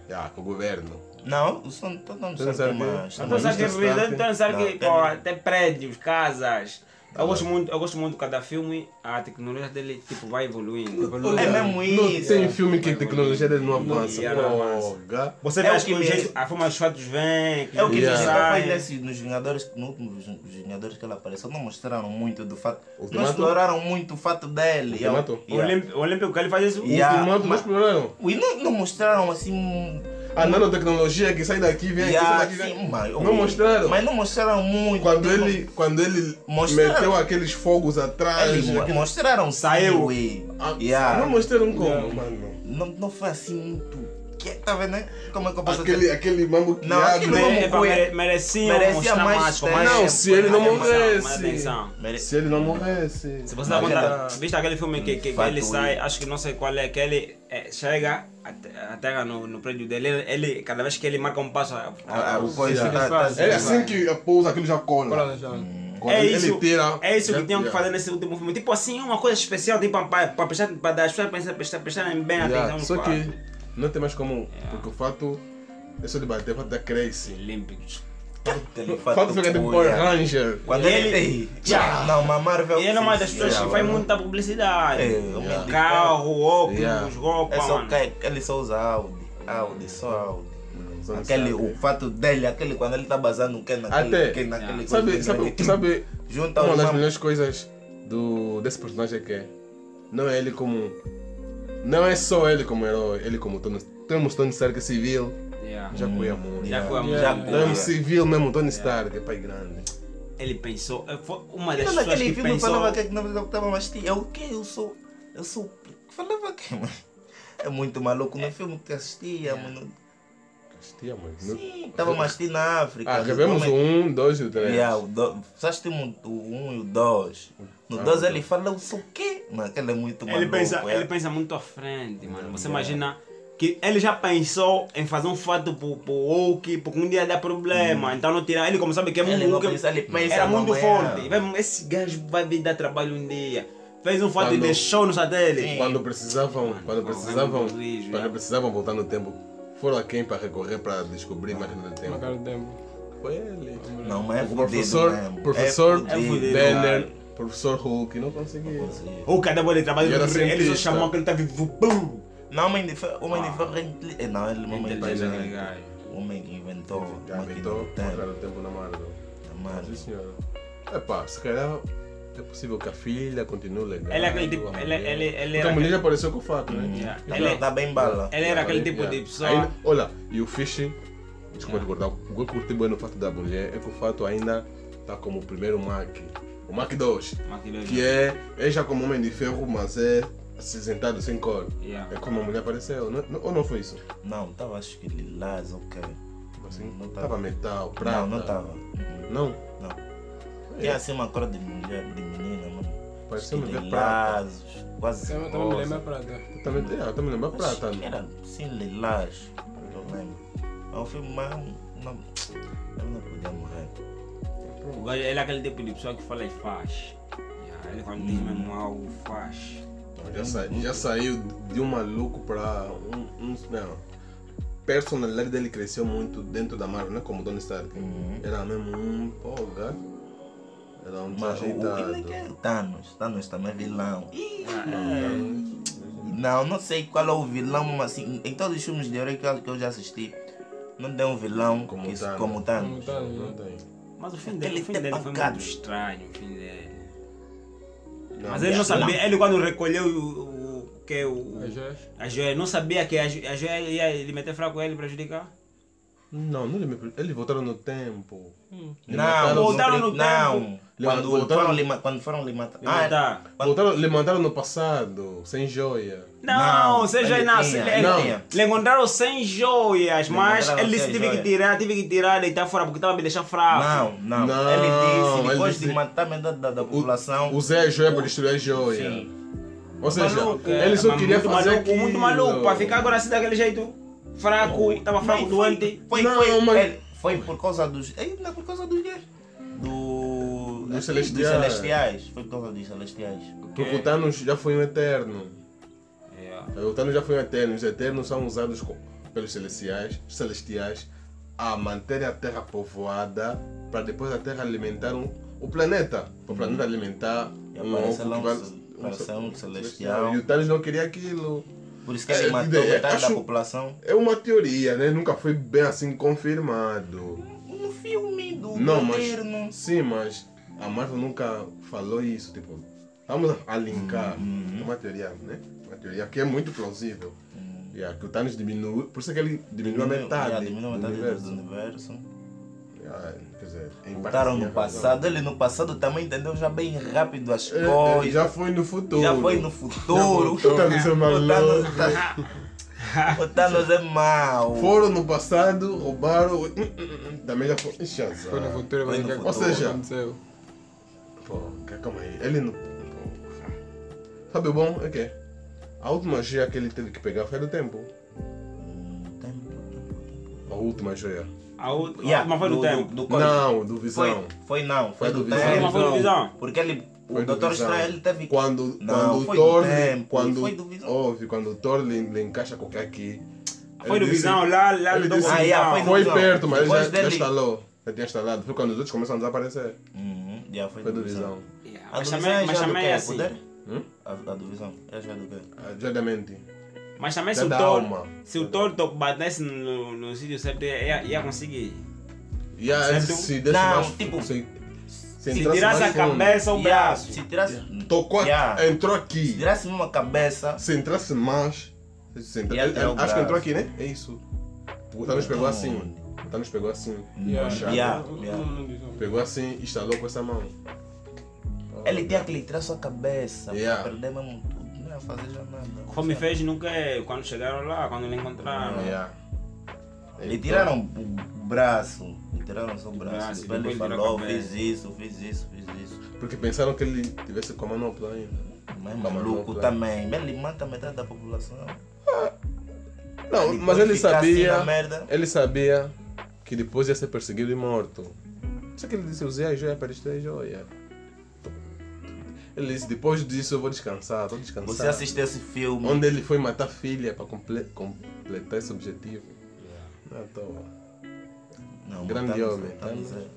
Speaker 2: yeah.
Speaker 1: Ah, com o governo.
Speaker 3: Não, o som tá dando
Speaker 1: Tony
Speaker 3: certo,
Speaker 1: Stark. é
Speaker 3: mas...
Speaker 1: Tony
Speaker 2: Então sabe que
Speaker 1: Mr. Stark.
Speaker 2: então sabe que
Speaker 3: Não,
Speaker 2: pô, tem prédios, casas. Eu gosto muito, eu gosto muito de cada filme, a tecnologia dele tipo vai evoluindo.
Speaker 3: É mesmo
Speaker 1: Não
Speaker 3: isso.
Speaker 1: tem filme que a tecnologia dele não avança.
Speaker 2: Yeah, não avança.
Speaker 1: Porra.
Speaker 2: Você
Speaker 3: É
Speaker 2: vê
Speaker 3: o
Speaker 2: as
Speaker 3: que
Speaker 2: coisas,
Speaker 3: mesmo.
Speaker 2: jeito- a forma dos fatos vem, que
Speaker 3: É o que
Speaker 1: Yeah.
Speaker 3: yeah.
Speaker 2: sai.
Speaker 3: faz nesse, nos Vingadores, no último Ving- Vingadores que ele apareceu, não mostraram muito do fato. Não
Speaker 1: Ultimato?
Speaker 3: exploraram muito o fato dele.
Speaker 1: Ultimato?
Speaker 2: O Olímpico, o Olímpico que ele faz isso.
Speaker 3: Yeah.
Speaker 1: O Ultimato não exploraram.
Speaker 3: E não, não mostraram assim.
Speaker 1: A nanotecnologia que sai daqui, vem aqui, sai
Speaker 3: Yeah,
Speaker 1: daqui. vem-
Speaker 3: assim, mas-
Speaker 1: Não mostraram.
Speaker 3: Mas não mostraram muito.
Speaker 1: Quando
Speaker 3: tipo,
Speaker 1: ele, quando ele
Speaker 3: Mostraram. É
Speaker 1: meteu aqueles fogos atrás.
Speaker 3: eles mo-
Speaker 1: aquele-
Speaker 3: mostraram
Speaker 2: Saiu.
Speaker 3: sim, ué.
Speaker 1: Ah,
Speaker 3: Yeah.
Speaker 1: Não mostraram como, mano.
Speaker 3: Não, não foi assim muito. Que, tá vendo? né? Como é que eu posso
Speaker 1: Aquele, aquele mambo que
Speaker 3: Não,
Speaker 1: abre. né?
Speaker 3: aquilo
Speaker 2: Me-
Speaker 3: não-
Speaker 2: é pra-
Speaker 3: Foi-
Speaker 2: mere- mereciam
Speaker 3: merecia
Speaker 2: mostrar
Speaker 3: mais
Speaker 2: mais, com
Speaker 3: tempo.
Speaker 2: mais
Speaker 1: Não,
Speaker 2: tempo,
Speaker 1: se ele não
Speaker 2: mais atenção,
Speaker 1: morresse.
Speaker 2: mais atenção.
Speaker 3: Mere-
Speaker 1: Se ele não morresse.
Speaker 2: Se você dá
Speaker 3: Imagina.
Speaker 2: conta, viste aquele filme que, que, que ele
Speaker 3: Fato,
Speaker 2: sai,
Speaker 3: é.
Speaker 2: acho que não sei qual é, que ele eh, chega, a te- a terra no, no prédio dele, ele, ele- cada vez que ele marca um passo, a- a-
Speaker 3: Ah, ah, o coisa
Speaker 1: Yeah.
Speaker 3: tá- tá-
Speaker 1: É assim que pousa, aquilo já cola.
Speaker 4: Fala, já.
Speaker 1: Quando
Speaker 2: é
Speaker 1: ele
Speaker 2: isso,
Speaker 1: tira-
Speaker 2: é isso que
Speaker 1: já-
Speaker 2: tinham que
Speaker 1: yeah.
Speaker 2: fazer nesse último filme. Tipo assim, uma coisa especial, tipo, para prestar, para as pessoas prestar- prestar- prestarem bem
Speaker 1: Yeah,
Speaker 2: atenção
Speaker 1: Só
Speaker 2: no
Speaker 1: que
Speaker 2: fato.
Speaker 1: não tem mais como, porque o fato é só de bater, o fato da cresce.
Speaker 2: Olímpicos.
Speaker 3: Aquele
Speaker 1: O fato fica tipo Power
Speaker 3: yeah.
Speaker 1: Ranger.
Speaker 3: Quando
Speaker 2: Ele-
Speaker 3: ele.
Speaker 2: Yeah.
Speaker 3: Não, mas a Marvel.
Speaker 2: E ele é uma das pessoas que faz
Speaker 3: muito
Speaker 2: muita publicidade.
Speaker 3: É, yeah.
Speaker 2: Carro, óculos,
Speaker 1: Yeah.
Speaker 2: roupa,
Speaker 3: É só
Speaker 2: mano.
Speaker 3: que ele só usa Audi, Audi, só Audi.
Speaker 1: Só não
Speaker 3: Aquele,
Speaker 1: sabe.
Speaker 3: o fato dele, aquele quando ele tá basando o que naquele,
Speaker 1: Até. Ah.
Speaker 3: que naquele
Speaker 1: Sabe,
Speaker 3: coisa,
Speaker 1: sabe,
Speaker 3: naquele-
Speaker 1: sabe
Speaker 3: Junta
Speaker 1: uma
Speaker 3: os
Speaker 1: das
Speaker 3: mamas.
Speaker 1: melhores coisas do, desse personagem é que não é ele como. Não é só ele como herói, ele como Tony. Temos Tony Stark é civil,
Speaker 2: Yeah.
Speaker 1: já foi amor.
Speaker 2: Já foi a
Speaker 4: Yeah.
Speaker 2: música.
Speaker 3: Yeah.
Speaker 1: Temos civil mesmo, Tony Stark, é pai grande.
Speaker 2: ele pensou. eh, Foi uma das
Speaker 3: Não,
Speaker 2: pessoas
Speaker 3: naquele
Speaker 2: que
Speaker 3: filme
Speaker 2: pensou.
Speaker 3: falava que não estava mais tia. Eu o quê? Eu sou. Eu sou. Falava que, mano. É muito maluco no filme que
Speaker 2: É.
Speaker 3: assistia, mano.
Speaker 1: Castia, mano.
Speaker 3: Sim, estava mais tia na África.
Speaker 1: Ah,
Speaker 3: no
Speaker 1: revemos o
Speaker 3: filme-
Speaker 1: 1, 2 e o 3.
Speaker 3: Yeah, o do... Só assistimos o 1 e o 2. No
Speaker 1: Ah,
Speaker 3: 2
Speaker 1: o
Speaker 3: ele fala, eu sou o quê? Mano, aquele é muito maluco.
Speaker 2: Ele pensa,
Speaker 3: é.
Speaker 2: ele pensa muito à frente, mano. Você imagina que ele já pensou em fazer um fato pro, pro Hulk, porque um dia dá
Speaker 1: Hum.
Speaker 2: problema. Então não tirar. Ele como sabe que é
Speaker 3: Ele
Speaker 2: um
Speaker 3: não
Speaker 2: Hulk,
Speaker 3: pensa, ele pensa
Speaker 2: era muito
Speaker 3: amanhã.
Speaker 1: é."
Speaker 2: forte. Vai- Esse gajo vai me dar trabalho um dia. Fez um fato e
Speaker 1: Quando-
Speaker 2: deixou no satélite.
Speaker 3: Sim.
Speaker 1: Quando precisavam, quando
Speaker 2: não,
Speaker 1: precisavam,
Speaker 2: é muito lixo,
Speaker 3: né?
Speaker 1: quando
Speaker 2: é.
Speaker 1: precisavam voltar no tempo, foram a quem para recorrer para descobrir a máquina do tempo?
Speaker 4: Marcar o tempo.
Speaker 1: Foi ele.
Speaker 3: Não, mas é
Speaker 1: O
Speaker 3: fudido
Speaker 1: professor,
Speaker 3: mesmo.
Speaker 1: professor
Speaker 3: é fudido,
Speaker 1: Banner,
Speaker 3: mano.
Speaker 1: professor Hulk, não conseguia.
Speaker 2: O cara deu trabalho.
Speaker 1: E era
Speaker 2: Ele só
Speaker 1: cientista.
Speaker 2: chamou que ele estava vivo. Bum!
Speaker 3: Não, homem diferente. Homem diferente. eh, Não, ele é um homem
Speaker 1: Banner.
Speaker 2: Inteligente aquele
Speaker 3: diferente.
Speaker 2: gajo.
Speaker 3: O homem que inventou. a
Speaker 1: Já
Speaker 3: máquina
Speaker 1: inventou
Speaker 3: do tempo.
Speaker 1: parar o tempo na Marvel.
Speaker 3: Mano,
Speaker 1: Sim, senhora. Epá, se calhar é possível que a filha continue legal.
Speaker 2: Ele é aquele tipo-
Speaker 1: a
Speaker 2: ele-
Speaker 1: mulher.
Speaker 2: ele- ele
Speaker 1: Porque
Speaker 2: era
Speaker 1: a mulher né? Então, já apareceu com o fato, né?
Speaker 4: Ah,
Speaker 2: Yeah.
Speaker 1: Então,
Speaker 2: Ele- é
Speaker 3: Tá bem bala.
Speaker 4: É-
Speaker 2: Ele era aquele
Speaker 1: aí,
Speaker 2: tipo de
Speaker 1: yeah.
Speaker 2: pessoa. Ah.
Speaker 1: Ainda- olha, e o Fish, desculpa recordar, o que eu curti bem no fato da mulher é que o fato ainda está como o primeiro Mac. O Mac 2. Que é, é já como homem de ferro, mas é acinzentado, sem cor.
Speaker 2: Yeah.
Speaker 1: É como a mulher apareceu, não- não- ou não foi isso?
Speaker 3: Não, tava acho que lilás, ok.
Speaker 1: Assim,
Speaker 3: Não
Speaker 1: tava
Speaker 3: tava.
Speaker 1: metal, prata.
Speaker 3: Não, não tava. Uhum.
Speaker 1: Não,
Speaker 3: Não.
Speaker 1: É.
Speaker 3: Tinha assim uma cor de mulher, de menina, mano.
Speaker 1: Parecia
Speaker 3: Acho que
Speaker 1: mulher prata.
Speaker 3: lilás, quase
Speaker 4: Eu também me lembro é
Speaker 3: rosa.
Speaker 4: prata.
Speaker 1: eu também, é, eu também lembro, é
Speaker 3: Acho
Speaker 1: prata.
Speaker 3: que Era sim lilás, eu lembro. Mas o um filme, mas não, eu não podia morrer.
Speaker 2: O gajo- Ele é aquele tipo de pessoa que fala e faz. Yeah, Ele quando diz mesmo algo, faz.
Speaker 1: Já, sa- já saiu de um maluco pra um, um. Não. A personalidade dele cresceu muito dentro da Marvel, não é como o Tony Stark.
Speaker 2: Uhum.
Speaker 1: Era mesmo um. Pô, o gajo. Era um
Speaker 3: Mas o, o
Speaker 1: desajeitado.
Speaker 3: ele que é Thanos, Thanos também é vilão. Ih,
Speaker 1: É.
Speaker 3: Não, não sei qual é o vilão, mas assim, em todos os filmes de herói que eu- que eu já assisti, não tem um vilão
Speaker 1: Como
Speaker 3: que,
Speaker 1: Thanos.
Speaker 3: como
Speaker 4: Como
Speaker 3: Thanos.
Speaker 4: tá,
Speaker 1: Não
Speaker 4: né?
Speaker 1: tem.
Speaker 2: Mas o fim dele,
Speaker 3: Ele
Speaker 2: o fim
Speaker 3: tem
Speaker 2: dele foi
Speaker 3: pancado.
Speaker 2: muito estranho, o fim dele.
Speaker 1: Não,
Speaker 2: Mas ele não sabia, ele quando recolheu o, o que o,
Speaker 4: Mas já acho.
Speaker 2: a joia, não sabia que a, jo- a joia ia lhe meter fraco ele prejudicar.
Speaker 1: Não, não lembro. Eles voltaram no tempo. Lhe
Speaker 3: Não,
Speaker 1: mataram-
Speaker 2: voltaram
Speaker 3: não,
Speaker 2: no
Speaker 3: não. Quando
Speaker 1: Voltaram-
Speaker 3: foram lhe ma- Quando foram ah, lhe matar.
Speaker 2: Ele tá.
Speaker 1: Voltaram, lhe mandaram no passado, sem joia.
Speaker 2: Não,
Speaker 3: Não,
Speaker 2: seja
Speaker 3: ele
Speaker 2: não,
Speaker 3: tinha,
Speaker 2: ele-
Speaker 3: ele
Speaker 2: não.
Speaker 3: tinha.
Speaker 2: Le encontraram sem joias, mas
Speaker 3: encontraram
Speaker 2: ele disse
Speaker 3: sem
Speaker 2: tive que
Speaker 3: joia.
Speaker 2: tirar, tive que tirar, deitar fora porque estava me deixando fraco.
Speaker 3: Não, não,
Speaker 1: Não,
Speaker 3: Ele
Speaker 1: ele
Speaker 3: disse, depois
Speaker 1: disse-
Speaker 3: de matar metade da, da população.
Speaker 1: Usei a joia para destruir a joia.
Speaker 3: Sim.
Speaker 1: Ou seja,
Speaker 2: Maluco, é,
Speaker 1: ele só
Speaker 2: mas
Speaker 1: queria
Speaker 2: muito
Speaker 1: fazer
Speaker 2: maluco, muito
Speaker 1: aquilo.
Speaker 2: maluco, para ficar agora assim daquele jeito, fraco, estava fraco,
Speaker 3: Não, foi-
Speaker 2: doente.
Speaker 3: Foi,
Speaker 1: Não,
Speaker 3: foi,
Speaker 1: mas-
Speaker 3: ele- foi por causa dos. eh, Não é por causa dos gays. Do, é,
Speaker 1: Dos celestiais.
Speaker 3: celestiais. Foi por causa dos celestiais.
Speaker 1: Porque o Thanos já foi um eterno.
Speaker 2: Yeah.
Speaker 3: É.
Speaker 1: O Thanos já foi um eterno. Os eternos são usados co- pelos celestiais, celestiais a manter a Terra povoada para depois a Terra alimentar um- o planeta. Para o planeta alimentar
Speaker 3: Uhum. E
Speaker 1: um
Speaker 3: aparece
Speaker 1: ovo
Speaker 3: lá
Speaker 1: que
Speaker 3: um
Speaker 1: vai-
Speaker 3: ce- aparece um celestial.
Speaker 1: E o Thanos não queria aquilo.
Speaker 3: Por isso que ele
Speaker 1: É,
Speaker 3: matou
Speaker 1: ideia,
Speaker 3: metade
Speaker 1: acho-
Speaker 3: da população.
Speaker 1: É uma teoria, né? Nunca foi bem assim confirmado.
Speaker 3: No Um filme do
Speaker 1: Não,
Speaker 3: governo.
Speaker 1: mas. Sim, mas a Marvel nunca falou isso. Tipo, vamos alinhar
Speaker 3: Uhum.
Speaker 1: uma teoria, né? Uma teoria que é muito plausível. Yeah, que o Thanos diminuiu. Por isso que ele diminuiu a metade.
Speaker 3: É, Uhum. diminuiu a metade
Speaker 1: do
Speaker 3: do
Speaker 1: universo.
Speaker 3: do universo.
Speaker 1: Yeah, quer dizer, em parte é
Speaker 3: Voltaram
Speaker 1: tinha
Speaker 3: no
Speaker 1: razão.
Speaker 3: passado. Ele no passado também entendeu já bem rápido as
Speaker 1: É, é,
Speaker 3: coisas.
Speaker 1: já foi no futuro.
Speaker 3: Já foi no futuro.
Speaker 1: Já voltou. Tá maluco.
Speaker 3: O Thanos- O Thanos é mau.
Speaker 1: Foram no passado, roubaram. Hum, hum, hum, Também já foi. Ixi, azar.
Speaker 4: Foi no futuro, mas
Speaker 3: Foi
Speaker 4: o que
Speaker 3: no
Speaker 1: Ah. futuro. Ou seja,
Speaker 4: aconteceu?
Speaker 1: Pô, ca- calma aí. Ele não. Pô, Sabe o bom? É que a última joia que ele teve que pegar foi do tempo. A última joia.
Speaker 2: A outra,
Speaker 3: Yeah,
Speaker 2: mas foi
Speaker 3: do-
Speaker 2: no
Speaker 3: do-
Speaker 2: tempo.
Speaker 3: do coisa.
Speaker 1: Não, do
Speaker 3: Foi,
Speaker 1: Visão.
Speaker 3: foi não, foi,
Speaker 1: Foi
Speaker 3: do
Speaker 1: do Visão.
Speaker 3: tempo.
Speaker 2: Mas foi do Visão.
Speaker 3: Porque ele,
Speaker 1: Foi
Speaker 3: o
Speaker 1: do
Speaker 3: Doutor
Speaker 1: Visão.
Speaker 3: Estranho ele teve que...
Speaker 1: Quando,
Speaker 3: Não,
Speaker 1: quando
Speaker 3: foi
Speaker 1: o
Speaker 3: do
Speaker 1: Thor.
Speaker 3: tempo,
Speaker 1: quando,
Speaker 3: foi do Visão.
Speaker 1: Ouve, quando o Thor lhe, lhe encaixa qualquer aqui.
Speaker 2: Foi
Speaker 1: ele
Speaker 2: do
Speaker 1: disse-
Speaker 2: Visão, lá, lá
Speaker 1: ele
Speaker 2: do
Speaker 1: disse-
Speaker 2: Visão.
Speaker 3: Ah, yeah, foi do
Speaker 1: Foi
Speaker 3: Visão.
Speaker 1: perto, mas ele
Speaker 3: Depois
Speaker 1: já, já
Speaker 3: dele-
Speaker 1: instalou. Já tinha instalado. Foi quando os outros começaram a desaparecer.
Speaker 3: Uhum, já foi,
Speaker 1: Foi
Speaker 3: do
Speaker 1: do
Speaker 3: Visão.
Speaker 1: Visão.
Speaker 2: Yeah,
Speaker 3: A
Speaker 2: Mas
Speaker 3: do Visão é
Speaker 2: também, mas
Speaker 3: já do
Speaker 2: também
Speaker 3: quê?
Speaker 2: é
Speaker 3: É
Speaker 2: assim.
Speaker 3: poder?
Speaker 1: Hum?
Speaker 3: A, a do Visão é já do quê?
Speaker 1: A joia da mente.
Speaker 2: Mas também se
Speaker 1: Da
Speaker 2: o
Speaker 1: da
Speaker 2: Thor,
Speaker 1: alma.
Speaker 2: se o Thor to- batesse no, no sítio certo, ia, ia conseguir.
Speaker 1: E a,
Speaker 2: Certo?
Speaker 1: se desse
Speaker 3: Não,
Speaker 1: mais.
Speaker 3: tipo,
Speaker 1: se, se
Speaker 2: Se
Speaker 1: entrasse
Speaker 2: tirasse
Speaker 1: mais
Speaker 2: a
Speaker 1: fundo.
Speaker 2: cabeça ou o
Speaker 3: Yeah,
Speaker 2: braço.
Speaker 3: Se tirasse...
Speaker 1: Tocou,
Speaker 3: Yeah.
Speaker 1: entrou aqui.
Speaker 3: Se tirasse uma cabeça...
Speaker 1: se entrasse mais. Se entra...
Speaker 3: E até
Speaker 1: eu- eu
Speaker 3: o
Speaker 1: acho que
Speaker 3: braço.
Speaker 1: É entrou aqui, né? É isso. O Thanos pegou assim.
Speaker 3: Não,
Speaker 1: Então nos pegou assim.
Speaker 4: Yeah.
Speaker 1: Chato.
Speaker 3: Yeah.
Speaker 4: Não,
Speaker 3: yeah.
Speaker 4: não, não diz nome.
Speaker 1: Pegou assim e instalou com essa mão.
Speaker 3: Ele tinha que lhe tirar sua cabeça,
Speaker 1: Yeah.
Speaker 3: pra perder mesmo tudo. Não ia fazer já nada.
Speaker 2: Como fez nunca é quando chegaram lá, quando lhe encontraram.
Speaker 1: Yeah.
Speaker 3: Lhe tiraram o braço, lhe tiraram só o
Speaker 2: braço,
Speaker 3: braço. Depois ele
Speaker 2: depois tirou a
Speaker 3: falou,
Speaker 2: cabeça.
Speaker 3: fiz isso, fiz isso, fiz isso.
Speaker 1: Porque pensaram que ele tivesse com a manopla ainda. né?
Speaker 3: Mas é
Speaker 1: Com a
Speaker 3: maluco
Speaker 1: manopla.
Speaker 3: também. Ele mata metade da população.
Speaker 1: Não,
Speaker 3: Ele
Speaker 1: mas
Speaker 3: pode
Speaker 1: ele
Speaker 3: ficar assim
Speaker 1: sabia.
Speaker 3: na merda.
Speaker 1: Ele sabia que depois ia ser perseguido e morto. Só que ele disse: usei a joia para destruir a joia. Ele disse: depois disso eu vou descansar, estou descansando.
Speaker 3: Você assistiu esse filme.
Speaker 1: Onde ele foi matar a filha para comple- completar esse objetivo. Não é à toa.
Speaker 3: Não,
Speaker 1: Grande
Speaker 3: matamos-
Speaker 1: homem,
Speaker 3: matamos
Speaker 1: tá?
Speaker 3: ele.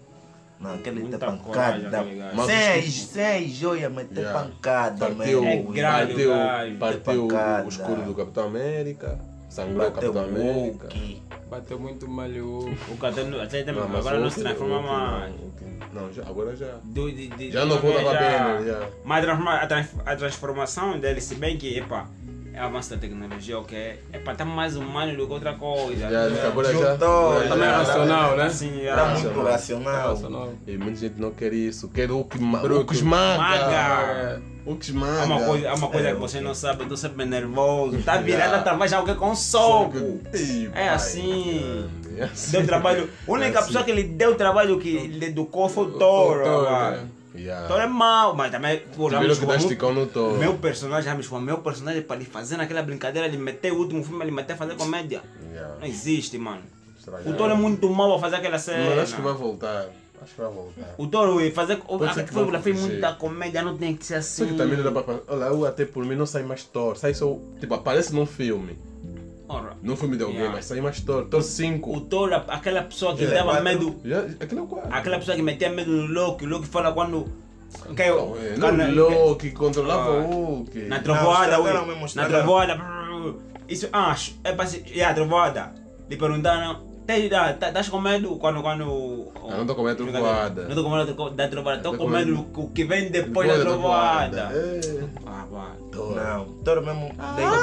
Speaker 3: Não, aquele
Speaker 2: Muita
Speaker 3: tem
Speaker 2: coragem,
Speaker 3: pancada.
Speaker 2: aquele gajo.
Speaker 1: Mas
Speaker 3: Sem,
Speaker 1: os-
Speaker 3: sem joia, mas tem
Speaker 1: Yeah.
Speaker 3: pancada,
Speaker 1: Partiu,
Speaker 3: mesmo.
Speaker 2: É grave,
Speaker 1: partiu,
Speaker 2: grave.
Speaker 1: partiu
Speaker 3: Pancada.
Speaker 1: o escudo do Capitão América, sangrou o
Speaker 3: Bateu
Speaker 1: Capitão América.
Speaker 3: Hulk.
Speaker 4: Bateu muito mal o
Speaker 1: Hum.
Speaker 2: O Catano até também,
Speaker 1: mas
Speaker 2: agora não
Speaker 1: ontem-
Speaker 2: se transforma
Speaker 1: ontem
Speaker 2: mais.
Speaker 1: não, ontem Não, já- agora já.
Speaker 2: Do- de- de-
Speaker 1: Já não
Speaker 2: de-
Speaker 1: volta com a
Speaker 2: já-
Speaker 1: Banner, né, já.
Speaker 2: Mas a, transforma- a trans- a transformação dele, se bem que, epa, é avanço da tecnologia, ok? Epa, tá mais humano do que outra coisa.
Speaker 1: Já,
Speaker 2: né?
Speaker 1: agora já.
Speaker 3: Juntou, é
Speaker 1: agora
Speaker 4: Tá mais
Speaker 1: já-
Speaker 4: racional, né?
Speaker 2: Assim,
Speaker 3: Tá
Speaker 2: já.
Speaker 3: muito racional.
Speaker 4: Racional.
Speaker 1: E muita gente não quer isso, quer o que, ma-
Speaker 4: Bruto.
Speaker 1: o que esmaga.
Speaker 2: Maga.
Speaker 1: O que
Speaker 2: É
Speaker 1: esmaga.
Speaker 2: uma coisa, é uma coisa que você não sabe, eu tô sempre nervoso. Tá virada, tá mais alguém com soco.
Speaker 1: Ei,
Speaker 2: É
Speaker 1: pai,
Speaker 2: assim.
Speaker 1: grande, é assim.
Speaker 2: Deu trabalho. A única
Speaker 1: É assim.
Speaker 2: pessoa que lhe deu trabalho que lhe educou foi o
Speaker 4: Foi o
Speaker 2: Toro.
Speaker 4: Toro,
Speaker 2: mano.
Speaker 1: Yeah.
Speaker 2: Toro é mau, mas também. Pô, já
Speaker 1: Tiveram né?
Speaker 2: me
Speaker 1: que dar
Speaker 2: escovou muito.
Speaker 1: esticão no touro.
Speaker 2: Meu personagem, já me escovou. meu personagem para lhe fazer naquela brincadeira, ele meter o último filme, ele meter fazer comédia. Não
Speaker 1: Yeah.
Speaker 2: existe, mano.
Speaker 1: Estragado.
Speaker 2: O Toro é muito mau a fazer aquela cena.
Speaker 1: Mas acho que vai voltar. Acho que vai voltar.
Speaker 2: O Toro ia fazer. O,
Speaker 1: Pode
Speaker 2: a
Speaker 1: ser que vão
Speaker 2: fábula fez
Speaker 1: fugir.
Speaker 2: é muita comédia, não tem que ser assim.
Speaker 1: Só que tá também não dá pra fazer. Olha, eu até por mim não sai mais Thor. Sai só. Tipo, aparece num filme.
Speaker 2: Ora,
Speaker 1: Num filme de alguém,
Speaker 2: Yeah.
Speaker 1: mas sai mais Thor. Thor 5.
Speaker 2: o Toro, aquela pessoa que
Speaker 1: Ele é
Speaker 2: dava
Speaker 3: quatro.
Speaker 2: medo.
Speaker 1: Já, aquele é o 4.
Speaker 2: Aquela pessoa que metia medo no Loki, o Loki fala quando. Que,
Speaker 1: Não,
Speaker 2: quando-
Speaker 1: Loki controlava
Speaker 2: Ah.
Speaker 1: o Hulk.
Speaker 2: Na trovoada,
Speaker 3: Não,
Speaker 2: ui.
Speaker 3: estragaram mesmo,
Speaker 2: Na
Speaker 3: estragaram.
Speaker 2: trovoada. brrr. Isso, ah, sh- é para se. É a trovoada. Tipo, Lhe perguntaram. Estás com medo quando. quando
Speaker 1: Ah, não tô com medo da trovoada.
Speaker 2: Não tô com medo da trovoada. Estou
Speaker 1: Eu
Speaker 2: com
Speaker 1: tô com
Speaker 2: medo
Speaker 1: medo-
Speaker 2: o que vem depois da trovoada.
Speaker 1: É.
Speaker 2: Ah, pá.
Speaker 1: Thor.
Speaker 3: Não, todo mesmo.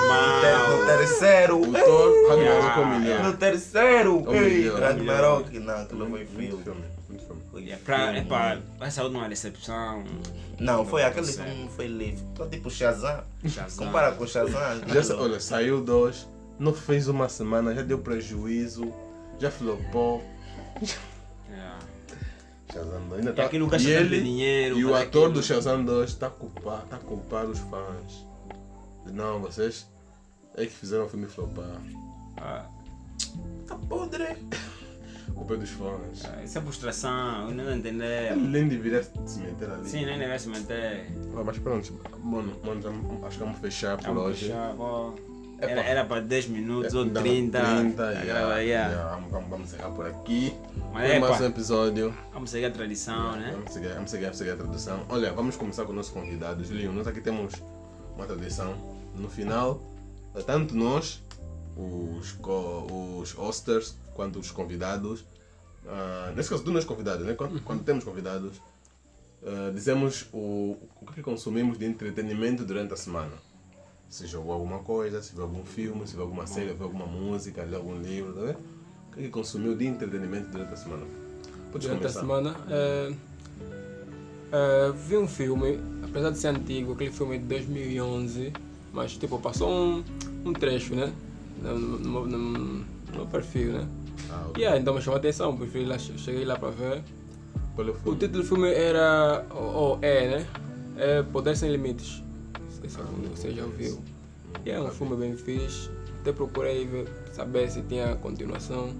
Speaker 2: Ah.
Speaker 3: no terceiro.
Speaker 1: O Thor
Speaker 2: Yeah.
Speaker 1: Ragnarok é o
Speaker 3: No
Speaker 1: melhor.
Speaker 3: terceiro.
Speaker 1: Um milhão, um
Speaker 3: Ragnarok. Não, aquilo foi
Speaker 1: Muito
Speaker 3: filme.
Speaker 1: filme, muito filme.
Speaker 2: Olha, pra, é pra, essa última decepção.
Speaker 3: Não, foi aquele
Speaker 2: Certo.
Speaker 3: filme, foi livre. Tô tipo Shazam.
Speaker 2: Shazam.
Speaker 3: Compara com Shazam. né?
Speaker 1: Já, sa- olha, saiu dois, não fez uma semana, já deu prejuízo, já flopou.
Speaker 2: Yeah.
Speaker 1: Shazam 2 ainda
Speaker 2: E
Speaker 1: tá.
Speaker 2: aquilo gasta
Speaker 1: e
Speaker 2: tanto
Speaker 1: ele
Speaker 2: dinheiro,
Speaker 1: e o
Speaker 2: faz
Speaker 1: ator
Speaker 2: aquilo.
Speaker 1: do Shazam 2 está a culpar, tá a culpar os fãs. Não, vocês é que fizeram o filme flopar.
Speaker 2: Ah,
Speaker 3: Tá podre.
Speaker 1: Culpa é dos fãs.
Speaker 2: Isso é frustração, eu não entender.
Speaker 1: Além É de virar se meter ali.
Speaker 2: Sim, é nem deve se meter.
Speaker 1: Ah, Mas pronto, mano, mano, já- acho que vamos fechar por
Speaker 2: Vamos
Speaker 1: hoje.
Speaker 2: é um
Speaker 1: É,
Speaker 2: puxar, ó.
Speaker 1: Epa.
Speaker 2: Era, era para 10 minutos ou
Speaker 1: Não,
Speaker 2: 30.
Speaker 1: 30,
Speaker 2: Agora,
Speaker 1: yeah,
Speaker 2: yeah.
Speaker 1: yeah, Vamos, vamos, vamos encerrar por aqui.
Speaker 2: Mas
Speaker 1: Foi
Speaker 2: é,
Speaker 1: mais
Speaker 2: pá.
Speaker 1: um episódio.
Speaker 2: Vamos seguir a tradição, né?
Speaker 1: É? Vamos seguir, vamos, seguir, vamos seguir a tradução. Olha, vamos começar com o nosso convidado, Julinho. Nós aqui temos uma tradição. No final, tanto nós, os, co- os hosters, quanto os convidados, ah, nesse caso, dos nossos convidados, né?
Speaker 4: Uhum.
Speaker 1: quando, quando temos convidados, ah, dizemos o, o que consumimos de entretenimento durante a semana. Se jogou alguma coisa, se viu algum filme, se viu alguma série, viu alguma música, leu algum livro, tá vendo? O que consumiu de entretenimento durante a semana? Podes
Speaker 4: durante a
Speaker 1: começar.
Speaker 4: semana. eh, eh, vi um filme, apesar de ser antigo, aquele filme de 2011, mas tipo, passou um, um trecho, né? No, no- no- no- no perfil, né?
Speaker 1: Ah, ok.
Speaker 4: E aí, então me chamou a atenção, porque fui lá, cheguei lá para ver.
Speaker 1: Qual é o
Speaker 4: O
Speaker 1: filme?
Speaker 4: título do filme era, ou ou é, né? É Poder Sem Limites. Não sei se algum de vocês já ouviu. E é um filme bem fixe. Até procurei ver, saber se tinha continuação.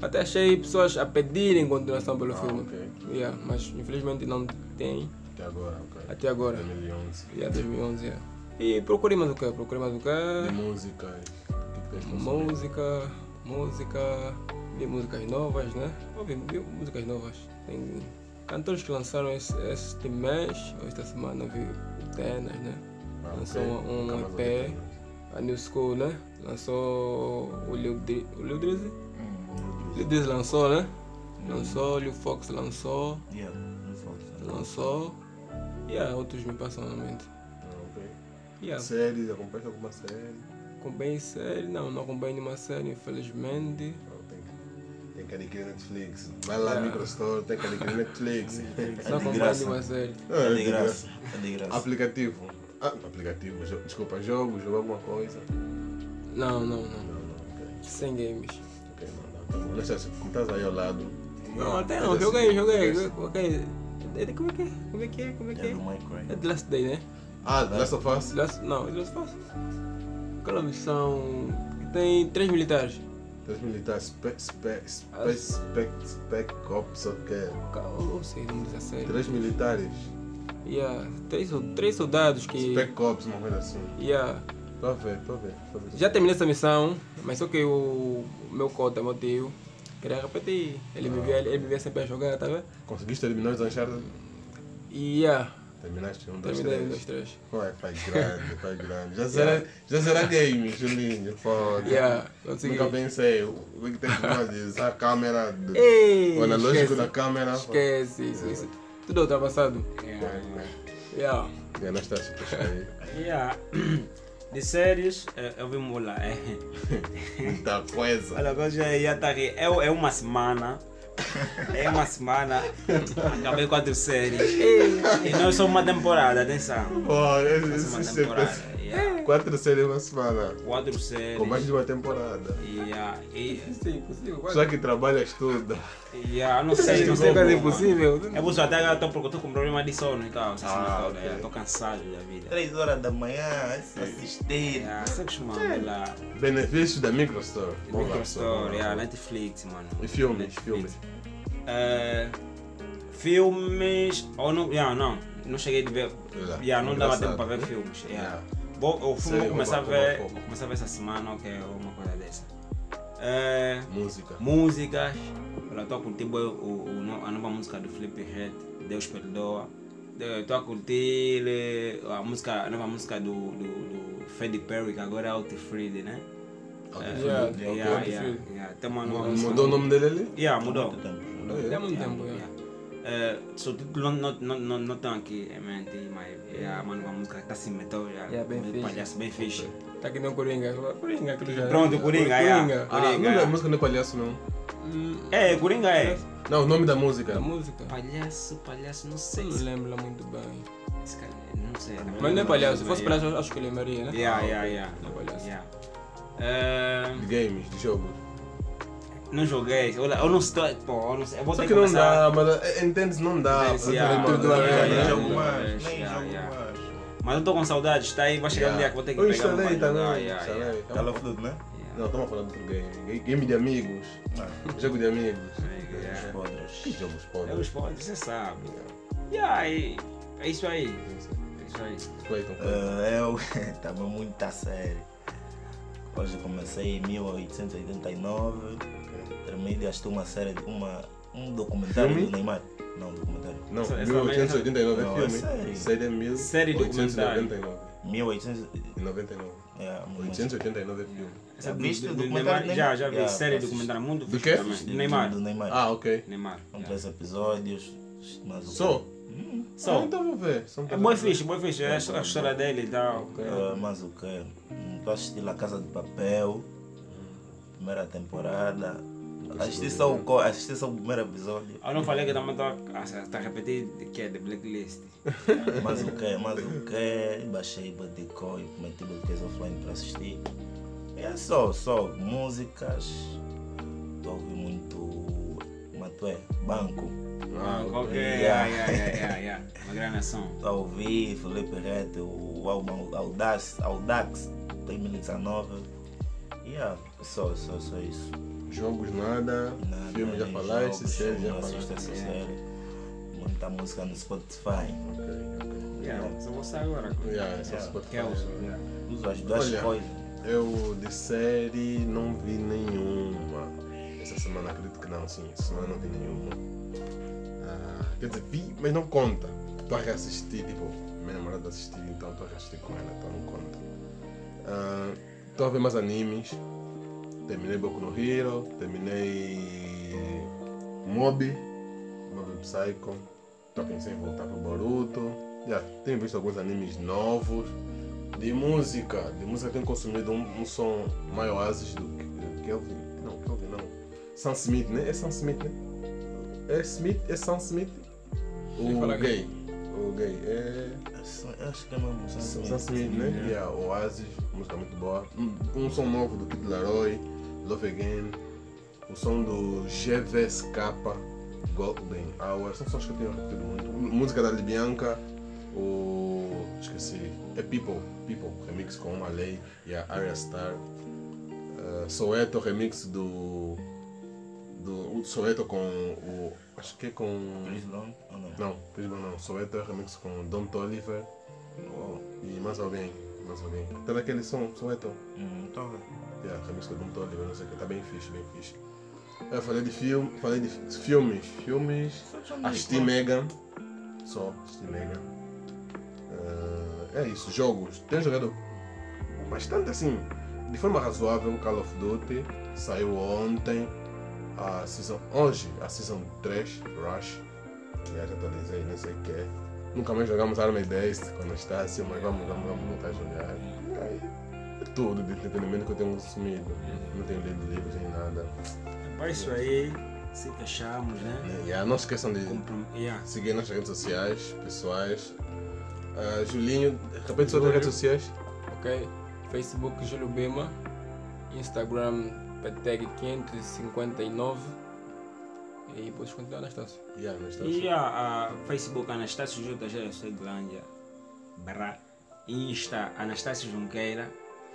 Speaker 4: Até achei pessoas a pedirem continuação pelo
Speaker 1: Ah,
Speaker 4: filme.
Speaker 1: ok.
Speaker 4: Yeah, mas infelizmente não tem
Speaker 1: Até é agora, ok.
Speaker 4: até agora.
Speaker 1: 2011.
Speaker 4: E é 2011. Yeah. E procurei mais o quê? Procurei mais o
Speaker 1: De
Speaker 4: quê?
Speaker 1: música. O que que tens consumido?
Speaker 4: Música, música. Vi músicas novas, né? Ouvi vi músicas novas. Tem cantores que lançaram esse, este mês, ou esta semana, vi o Tenas, né?
Speaker 1: Ah,
Speaker 4: lançou
Speaker 1: ok.
Speaker 4: um
Speaker 1: Nunca mais
Speaker 4: EP.
Speaker 1: ouvi
Speaker 4: A New School, né? Lançou o Lil Dri- o Lil Drizzy. Lil Drizzy lançou, né? Lançou, Lil Fox lançou,
Speaker 3: Yeah, não falta.
Speaker 4: lançou. E yeah, outros me passam na mente.
Speaker 1: Ah, ok.
Speaker 4: Yeah.
Speaker 1: Séries, acompanha alguma série?
Speaker 4: Acompanhei série, não, não acompanhei nenhuma série, infelizmente.
Speaker 1: Não, Então, tem que, tem que adquirir Netflix. Vai
Speaker 4: É.
Speaker 1: lá no Microstore, tem que adquirir Netflix.
Speaker 4: Só
Speaker 3: É de
Speaker 4: acompanho
Speaker 3: graça.
Speaker 4: nenhuma série.
Speaker 1: É,
Speaker 3: É de graça. É de graça.
Speaker 1: Aplicativo. Ah, aplicativo, jo- desculpa, jogo, jogo é alguma coisa.
Speaker 4: Não, não, não.
Speaker 1: Não, não, ok.
Speaker 4: Sem games.
Speaker 1: Ok, não, não, tá bom. Deixa assim, como estás aí ao lado.
Speaker 4: Não, até não.
Speaker 1: deixa
Speaker 4: Joguei,
Speaker 1: assim,
Speaker 4: joguei.
Speaker 1: deixa-
Speaker 4: Joguei. É de- Como é que é? Como é que é? Como é que
Speaker 3: É do
Speaker 4: é? É
Speaker 3: Minecraft.
Speaker 4: The Last Day, né?
Speaker 1: Ah, The Last of Us?
Speaker 4: The Last... Não, é The Last Pass. Aquela missão que tem três militares.
Speaker 1: Dois militares, spec, spec,
Speaker 4: Ah.
Speaker 1: spec, spec, spec, ops, ok.
Speaker 4: Ca- eu Não sei o nome dessa série.
Speaker 1: Três militares,
Speaker 4: Yeah, três, sol- três soldados que...
Speaker 1: spec ops, uma coisa assim.
Speaker 4: Yeah.
Speaker 1: Tô a ver, tô a ver. tô a ver.
Speaker 4: Já terminei essa missão, mas só que o meu cota, meu tio, queria repetir. Ele me
Speaker 1: Ah.
Speaker 4: via, ele me via sempre a jogar, tá vendo?
Speaker 1: Conseguiste eliminar os Uncharted?
Speaker 4: E yeah,
Speaker 1: Terminaste um, dois,
Speaker 4: terminei um, dois,
Speaker 1: três.
Speaker 4: três.
Speaker 1: Ué, pai grande, pai grande. Já será, já será game, Julinho, foda.
Speaker 4: Yeah, consegui.
Speaker 1: É. Nunca pensei, o o que tem que fazer? A câmera, do-
Speaker 4: Ei,
Speaker 1: o analógico
Speaker 4: esquece.
Speaker 1: da câmera.
Speaker 4: Esquece isso, isso. Tudo ultrapassado. Yeah.
Speaker 1: E nós estás a puxar aí.
Speaker 2: Yeah. De séries, eh, eu vi Mula. É.
Speaker 1: Muita coisa.
Speaker 2: Olha, agora já ia estar aqui. É, é uma semana. É uma semana. Acabei quatro séries. E não é só uma temporada, atenção.
Speaker 1: Pô,
Speaker 2: É
Speaker 1: esse
Speaker 2: só uma
Speaker 1: esse sempre.
Speaker 2: temporada. Yeah.
Speaker 1: Quatro séries uma semana.
Speaker 2: Quatro séries.
Speaker 1: Com mais de uma temporada.
Speaker 2: Yeah. E,
Speaker 4: Isso é impossível, quase.
Speaker 1: Só que trabalha, estuda.
Speaker 2: yeah, não sei, não
Speaker 4: Isso
Speaker 2: sei
Speaker 4: é quase
Speaker 2: como.
Speaker 4: impossível.
Speaker 2: É por isso até agora estou porque estou com problema de sono e tal. Estou
Speaker 1: Ah, ok.
Speaker 2: eh, cansado da vida.
Speaker 3: Três horas da manhã, assistir.
Speaker 2: Yeah, sei que chama Mula.
Speaker 1: Benefício da Microstore. Bom,
Speaker 2: Microstore,
Speaker 1: Microstore.
Speaker 2: yeah, Netflix, mano.
Speaker 1: E filmes,
Speaker 2: Netflix.
Speaker 1: filmes.
Speaker 2: Eh, filmes. Ou não. Yeah, não. Não cheguei a ver.
Speaker 1: Olha,
Speaker 2: Yeah, não dava tempo
Speaker 1: engraçado.
Speaker 2: para ver filmes. Yeah.
Speaker 1: Yeah.
Speaker 2: Vou, o filme
Speaker 1: Sei,
Speaker 2: vou começar a
Speaker 1: uma-
Speaker 2: ver.
Speaker 1: uma-
Speaker 2: Vou começar a ver essa semana, ok, alguma coisa dessa. Eh,
Speaker 1: Música.
Speaker 2: músicas. Eu estou a curtir bué o, o no- a nova música do Felipe Red, Deus Perdoa. Estou a curtir eh, a, música, a nova música do, do, do Freddie Perry, que agora é Out Freed, né?
Speaker 4: Yeah,
Speaker 1: Ok.
Speaker 4: yeah,
Speaker 2: Yeah,
Speaker 4: Out
Speaker 2: yeah,
Speaker 4: Freed.
Speaker 2: yeah. Tem uma nova música.
Speaker 1: Mudou um o nome dele ali?
Speaker 2: Yeah, mudou.
Speaker 4: Dá muito tempo,
Speaker 2: Yeah.
Speaker 4: yeah.
Speaker 2: Eh, so título não, não, não, não tenho aqui em mente, mas é a mano, uma música que está assim, metal, já,
Speaker 4: Yeah, bem
Speaker 2: meio
Speaker 4: fixe.
Speaker 2: palhaço, bem fixe.
Speaker 4: Tá que nem o Coringa. Coringa, aquilo já.
Speaker 2: Pronto, Coringa, yeah.
Speaker 4: Coringa.
Speaker 1: Ah, o
Speaker 2: Coringa.
Speaker 1: nome da música não é palhaço, não.
Speaker 4: Hum,
Speaker 2: É, Coringa é.
Speaker 1: Não, o nome da música.
Speaker 4: A música.
Speaker 2: Palhaço, palhaço, não sei.
Speaker 4: Eu Não lembro lá muito bem.
Speaker 2: Esse cara, eh, não sei.
Speaker 4: Mas não é palhaço. Se fosse
Speaker 2: Mas,
Speaker 4: palhaço, eu acho que ele é Maria, né?
Speaker 2: Yeah, yeah, yeah.
Speaker 4: Não é palhaço.
Speaker 2: yeah. Eh,
Speaker 1: De games, de jogos.
Speaker 2: não joguei, olha, eu não estou. Pô, eu não sei. Eu vou
Speaker 1: Só
Speaker 2: ter
Speaker 1: que não
Speaker 2: começar-
Speaker 1: dá, mas entende não dá.
Speaker 2: Entende,
Speaker 1: fazer
Speaker 2: yeah.
Speaker 1: tudo de uma
Speaker 2: Yeah,
Speaker 1: vez.
Speaker 2: yeah,
Speaker 3: Nem
Speaker 2: yeah.
Speaker 3: jogo mais, É, nem É
Speaker 2: Yeah,
Speaker 3: jogo
Speaker 2: yeah.
Speaker 3: mais.
Speaker 2: Mas eu estou com saudades, está aí, vai chegar um dia que vou ter que
Speaker 1: Eu
Speaker 2: pegar um
Speaker 1: instalei
Speaker 2: pra jogar,
Speaker 1: também,
Speaker 2: yeah,
Speaker 1: instalei.
Speaker 2: yeah,
Speaker 3: Call of Duty, né?
Speaker 2: yeah.
Speaker 1: tá Não, estamos falando de outro game. Ga- Game de amigos.
Speaker 2: Ah.
Speaker 1: Jogo de amigos.
Speaker 2: Yeah.
Speaker 3: Os podres.
Speaker 1: Que jogos
Speaker 2: É o
Speaker 1: podres?
Speaker 2: esporte, você sabe. E aí, é isso aí. É isso aí.
Speaker 1: Clayton, Clayton.
Speaker 3: Ah, eu estava muito a sério. Hoje comecei em 1889. Terminei estou uma série de uma, um documentário
Speaker 1: Filme?
Speaker 3: do Neymar. Não, um documentário.
Speaker 1: Não,
Speaker 2: Essa- essa
Speaker 1: 1889
Speaker 3: também-
Speaker 1: é
Speaker 3: Não, é
Speaker 1: filme.
Speaker 3: série.
Speaker 1: Série mil.
Speaker 2: Série documentário.
Speaker 1: 1899.
Speaker 3: 1800.
Speaker 1: 99.
Speaker 3: É, uma-
Speaker 1: 889 é filme.
Speaker 2: Essa do-
Speaker 3: viste
Speaker 2: do-
Speaker 3: o
Speaker 2: do
Speaker 3: documentário
Speaker 2: Neymar?
Speaker 3: do
Speaker 2: Já,
Speaker 3: Neymar?
Speaker 2: já vi
Speaker 3: Já,
Speaker 2: série
Speaker 3: assisti.
Speaker 2: documentário muito
Speaker 1: Do
Speaker 2: fixe
Speaker 1: quê?
Speaker 2: também.
Speaker 3: do-
Speaker 2: Neymar.
Speaker 3: Do Neymar.
Speaker 1: Ah, ok.
Speaker 2: Neymar.
Speaker 3: Com
Speaker 2: yeah.
Speaker 3: três episódios. um Mas o-
Speaker 1: Só?
Speaker 2: Só.
Speaker 1: Ah, então vou ver. Só um
Speaker 2: É boi
Speaker 1: pedaço.
Speaker 2: fixe, boi fixe. É a histó- a história dele e tal.
Speaker 3: Ah, mas o que? Estou assistindo La Casa de Papel, primeira temporada. Assisti só, o, co- assisti só o primeiro episódio.
Speaker 2: Eu não falei que também tá, ah, tá repetindo de que é The Blacklist.
Speaker 3: Mas o que? Mas o que? Baixei Bitcoin, meti Bitcoin offline para assistir. E é só, só músicas. Estou ouvindo muito. é Matué, banco.
Speaker 1: Ah,
Speaker 2: Ok,
Speaker 1: ok.
Speaker 2: é? yeah, yeah, yeah, yeah, yeah. Uma grande ação.
Speaker 3: Estou a ouvir Felipe Reto, o álbum Audax, Audax 2019. E é só, só, só isso.
Speaker 1: Jogos nada.
Speaker 3: Nada,
Speaker 1: Filme já
Speaker 3: nem
Speaker 1: falaste.
Speaker 3: jogos,
Speaker 1: Série
Speaker 3: eu
Speaker 1: já
Speaker 3: não assisto
Speaker 1: falaste.
Speaker 3: essa série. Muita música no Spotify.
Speaker 1: Ok, ok.
Speaker 2: Yeah, só vou sair agora.
Speaker 1: Yeah, esse é o
Speaker 3: Yeah.
Speaker 1: Spotify.
Speaker 2: Kelso. yeah.
Speaker 3: Uso as duas
Speaker 1: Olha.
Speaker 3: coisas.
Speaker 1: Eu de série não vi nenhuma. Essa semana acredito que não, sim. Essa semana não vi nenhuma. Ah, quer dizer, vi, mas não conta. Estou a reassistir, tipo, minha namorada assistiu, então estou a reassistir com ela, então não conta. Ah, Estou a ver mais animes. Terminei Boku no Hero, terminei Mob, Mob Psycho. Estou a pensar em voltar para Boruto. Já tenho visto alguns animes novos. De música, de música tenho consumido um, um som maior Oasis do que do Kelvin. Não, Kelvin não. Sam Smith, né? É Sam Smith, né? É Smith, é Sam Smith.
Speaker 4: Sem
Speaker 1: O
Speaker 4: falar
Speaker 1: gay. O gay. É
Speaker 3: Eu acho que é mesmo Sam Smith.
Speaker 1: Sam Smith, né? Yeah, Oasis, música muito boa. Um- Um som novo do Kid Laroi, Love Again. O som do GVSK, Golden Hour. São sons que eu tenho repetido muito. Música da Libianca. O. Esqueci. É People. People. Remix com uma lei e a Arya Star. Uh, Soweto remix do. do um Soweto com o. Acho que é com.
Speaker 3: Chris Brown? Ou não?
Speaker 1: Não, Prisma não. Soweto é remix com Dom Toliver. E mais alguém. Mais alguém. Tá naquele som, Soweto.
Speaker 3: Hum, então, velho.
Speaker 1: Yeah, remix com Dom Toliver, não sei o que. Tá bem fixe, bem fixe. Eu falei de filme. Falei de fi- filmes. Filmes.
Speaker 3: Só John
Speaker 1: Assisti
Speaker 3: Wick,
Speaker 1: Megan. Só, assisti Megan. Ah, é isso, jogos. Tenho jogado bastante assim, de forma razoável, Call of Duty. Saiu ontem. A season, hoje, a season 3, Rush. Já te atualizei, não sei o que. Nunca mais jogamos Army 10 quando está assim, mas vamos, vamos, vamos voltar a jogar. E aí, É tudo de entretenimento que eu tenho consumido. Não tenho lido livros nem nada.
Speaker 2: Para isso aí, se fechamos, né?
Speaker 1: Yeah, não se esqueçam de
Speaker 2: Comprom- yeah.
Speaker 1: seguir nas redes sociais, pessoais. Ah, Julinho, repete suas redes sociais.
Speaker 4: Ok? Facebook Júlio Bema, Instagram PTEG559 e podes continuar na estância.
Speaker 1: Yeah, nós estamos-
Speaker 2: E a, a Facebook Anastácio J. G. Glândia. Barra. Insta Anastácio Junqueira.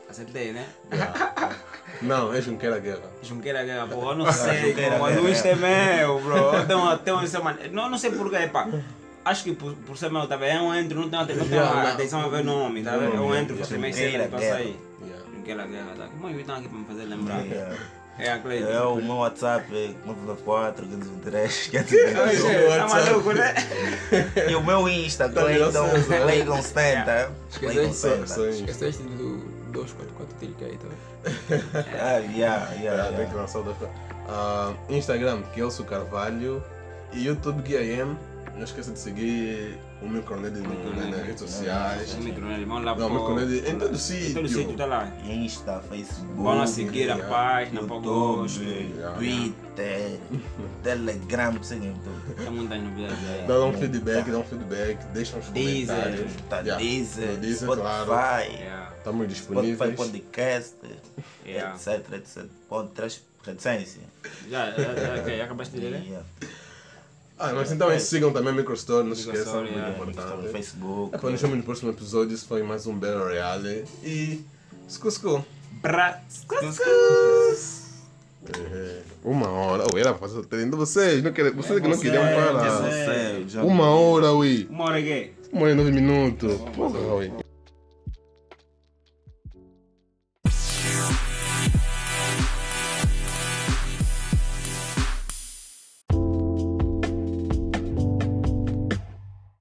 Speaker 2: Acertei, né?
Speaker 1: Yeah. Não, é Junqueira Guerra.
Speaker 2: Junqueira Guerra, pô, eu não sei,
Speaker 3: Junqueira
Speaker 2: pô, mas o Insta é meu, bro. Então, então essa maneira. Não, não sei porquê, pá. Acho que por, por ser meu, tá vendo? Eu entro, não tenho atenção, não tenho
Speaker 1: Yeah, não.
Speaker 2: atenção a ver o nome, tá vendo? Eu
Speaker 1: Nome,
Speaker 2: entro, faço meio
Speaker 3: Junqueira
Speaker 2: cedo pra sair.
Speaker 1: Yeah.
Speaker 2: Junqueira Guerra, tá? Como é que estão aqui pra me fazer lembrar?
Speaker 3: Yeah.
Speaker 2: É a Cleide.
Speaker 3: É, o meu WhatsApp é 994 523
Speaker 2: Tá maluco, né?
Speaker 3: um. E o meu Insta,
Speaker 1: Tá
Speaker 3: Clayton
Speaker 1: gracioso, né?
Speaker 3: Clayton 70. Clayton
Speaker 4: Esqueceste?
Speaker 1: Só-
Speaker 3: 70.
Speaker 1: só isso.
Speaker 4: Esqueceste do 244 trilho que aí também.
Speaker 3: Ah, yeah, yeah,
Speaker 1: Yeah, tem que
Speaker 3: yeah.
Speaker 1: lançar o dois pra- Ah, Instagram, Kelso Carvalho. E YouTube, GuiaM. Não esqueça de seguir o meu coronel de Nicolé nas redes sociais.
Speaker 2: O microfone, vamos lá,
Speaker 1: Ah, é Não, o meu
Speaker 2: pô.
Speaker 1: coronel de. Em todo
Speaker 2: Em todo
Speaker 1: sítio.
Speaker 2: sítio tá lá.
Speaker 3: Insta, Facebook.
Speaker 2: Vão lá seguir a
Speaker 1: Yeah.
Speaker 2: página, para o gosto.
Speaker 3: YouTube,
Speaker 1: Yeah.
Speaker 3: Twitter, Telegram, seguem tudo.
Speaker 2: Tem muitas novidades aí.
Speaker 1: Dá um feedback, dá um feedback, deixa uns
Speaker 2: Deezer.
Speaker 1: comentários.
Speaker 3: Tá
Speaker 1: Yeah,
Speaker 3: Deezer,
Speaker 1: no Deezer, claro.
Speaker 3: Spotify,
Speaker 2: Yeah,
Speaker 1: Estamos
Speaker 3: Spotify
Speaker 1: disponíveis.
Speaker 3: Podcast,
Speaker 2: yeah.
Speaker 3: etc, etc. Pode três reticência.
Speaker 2: Já, já, já, ok, acabaste de
Speaker 1: é
Speaker 2: ler?
Speaker 3: Yeah.
Speaker 1: Ah, mas então aí sigam também o Microstore, não se esqueçam,
Speaker 2: Microstore,
Speaker 3: é.
Speaker 1: muito
Speaker 2: yeah.
Speaker 3: Estamos tá no
Speaker 1: importante.
Speaker 3: Facebook.
Speaker 1: É, pô, nos vemos no próximo episódio, isso foi mais um Battle Royale e... Skusku!
Speaker 2: Bra.
Speaker 1: É, Uma hora, ou era pra fazer o treino de vocês, não quer... vocês que não queriam
Speaker 2: vocês,
Speaker 3: é
Speaker 1: falar.
Speaker 2: vocês.
Speaker 3: Sério, já-
Speaker 1: Uma hora, ui!
Speaker 2: Uma hora gay.
Speaker 1: Uma hora e nove minutos. Porra, ui.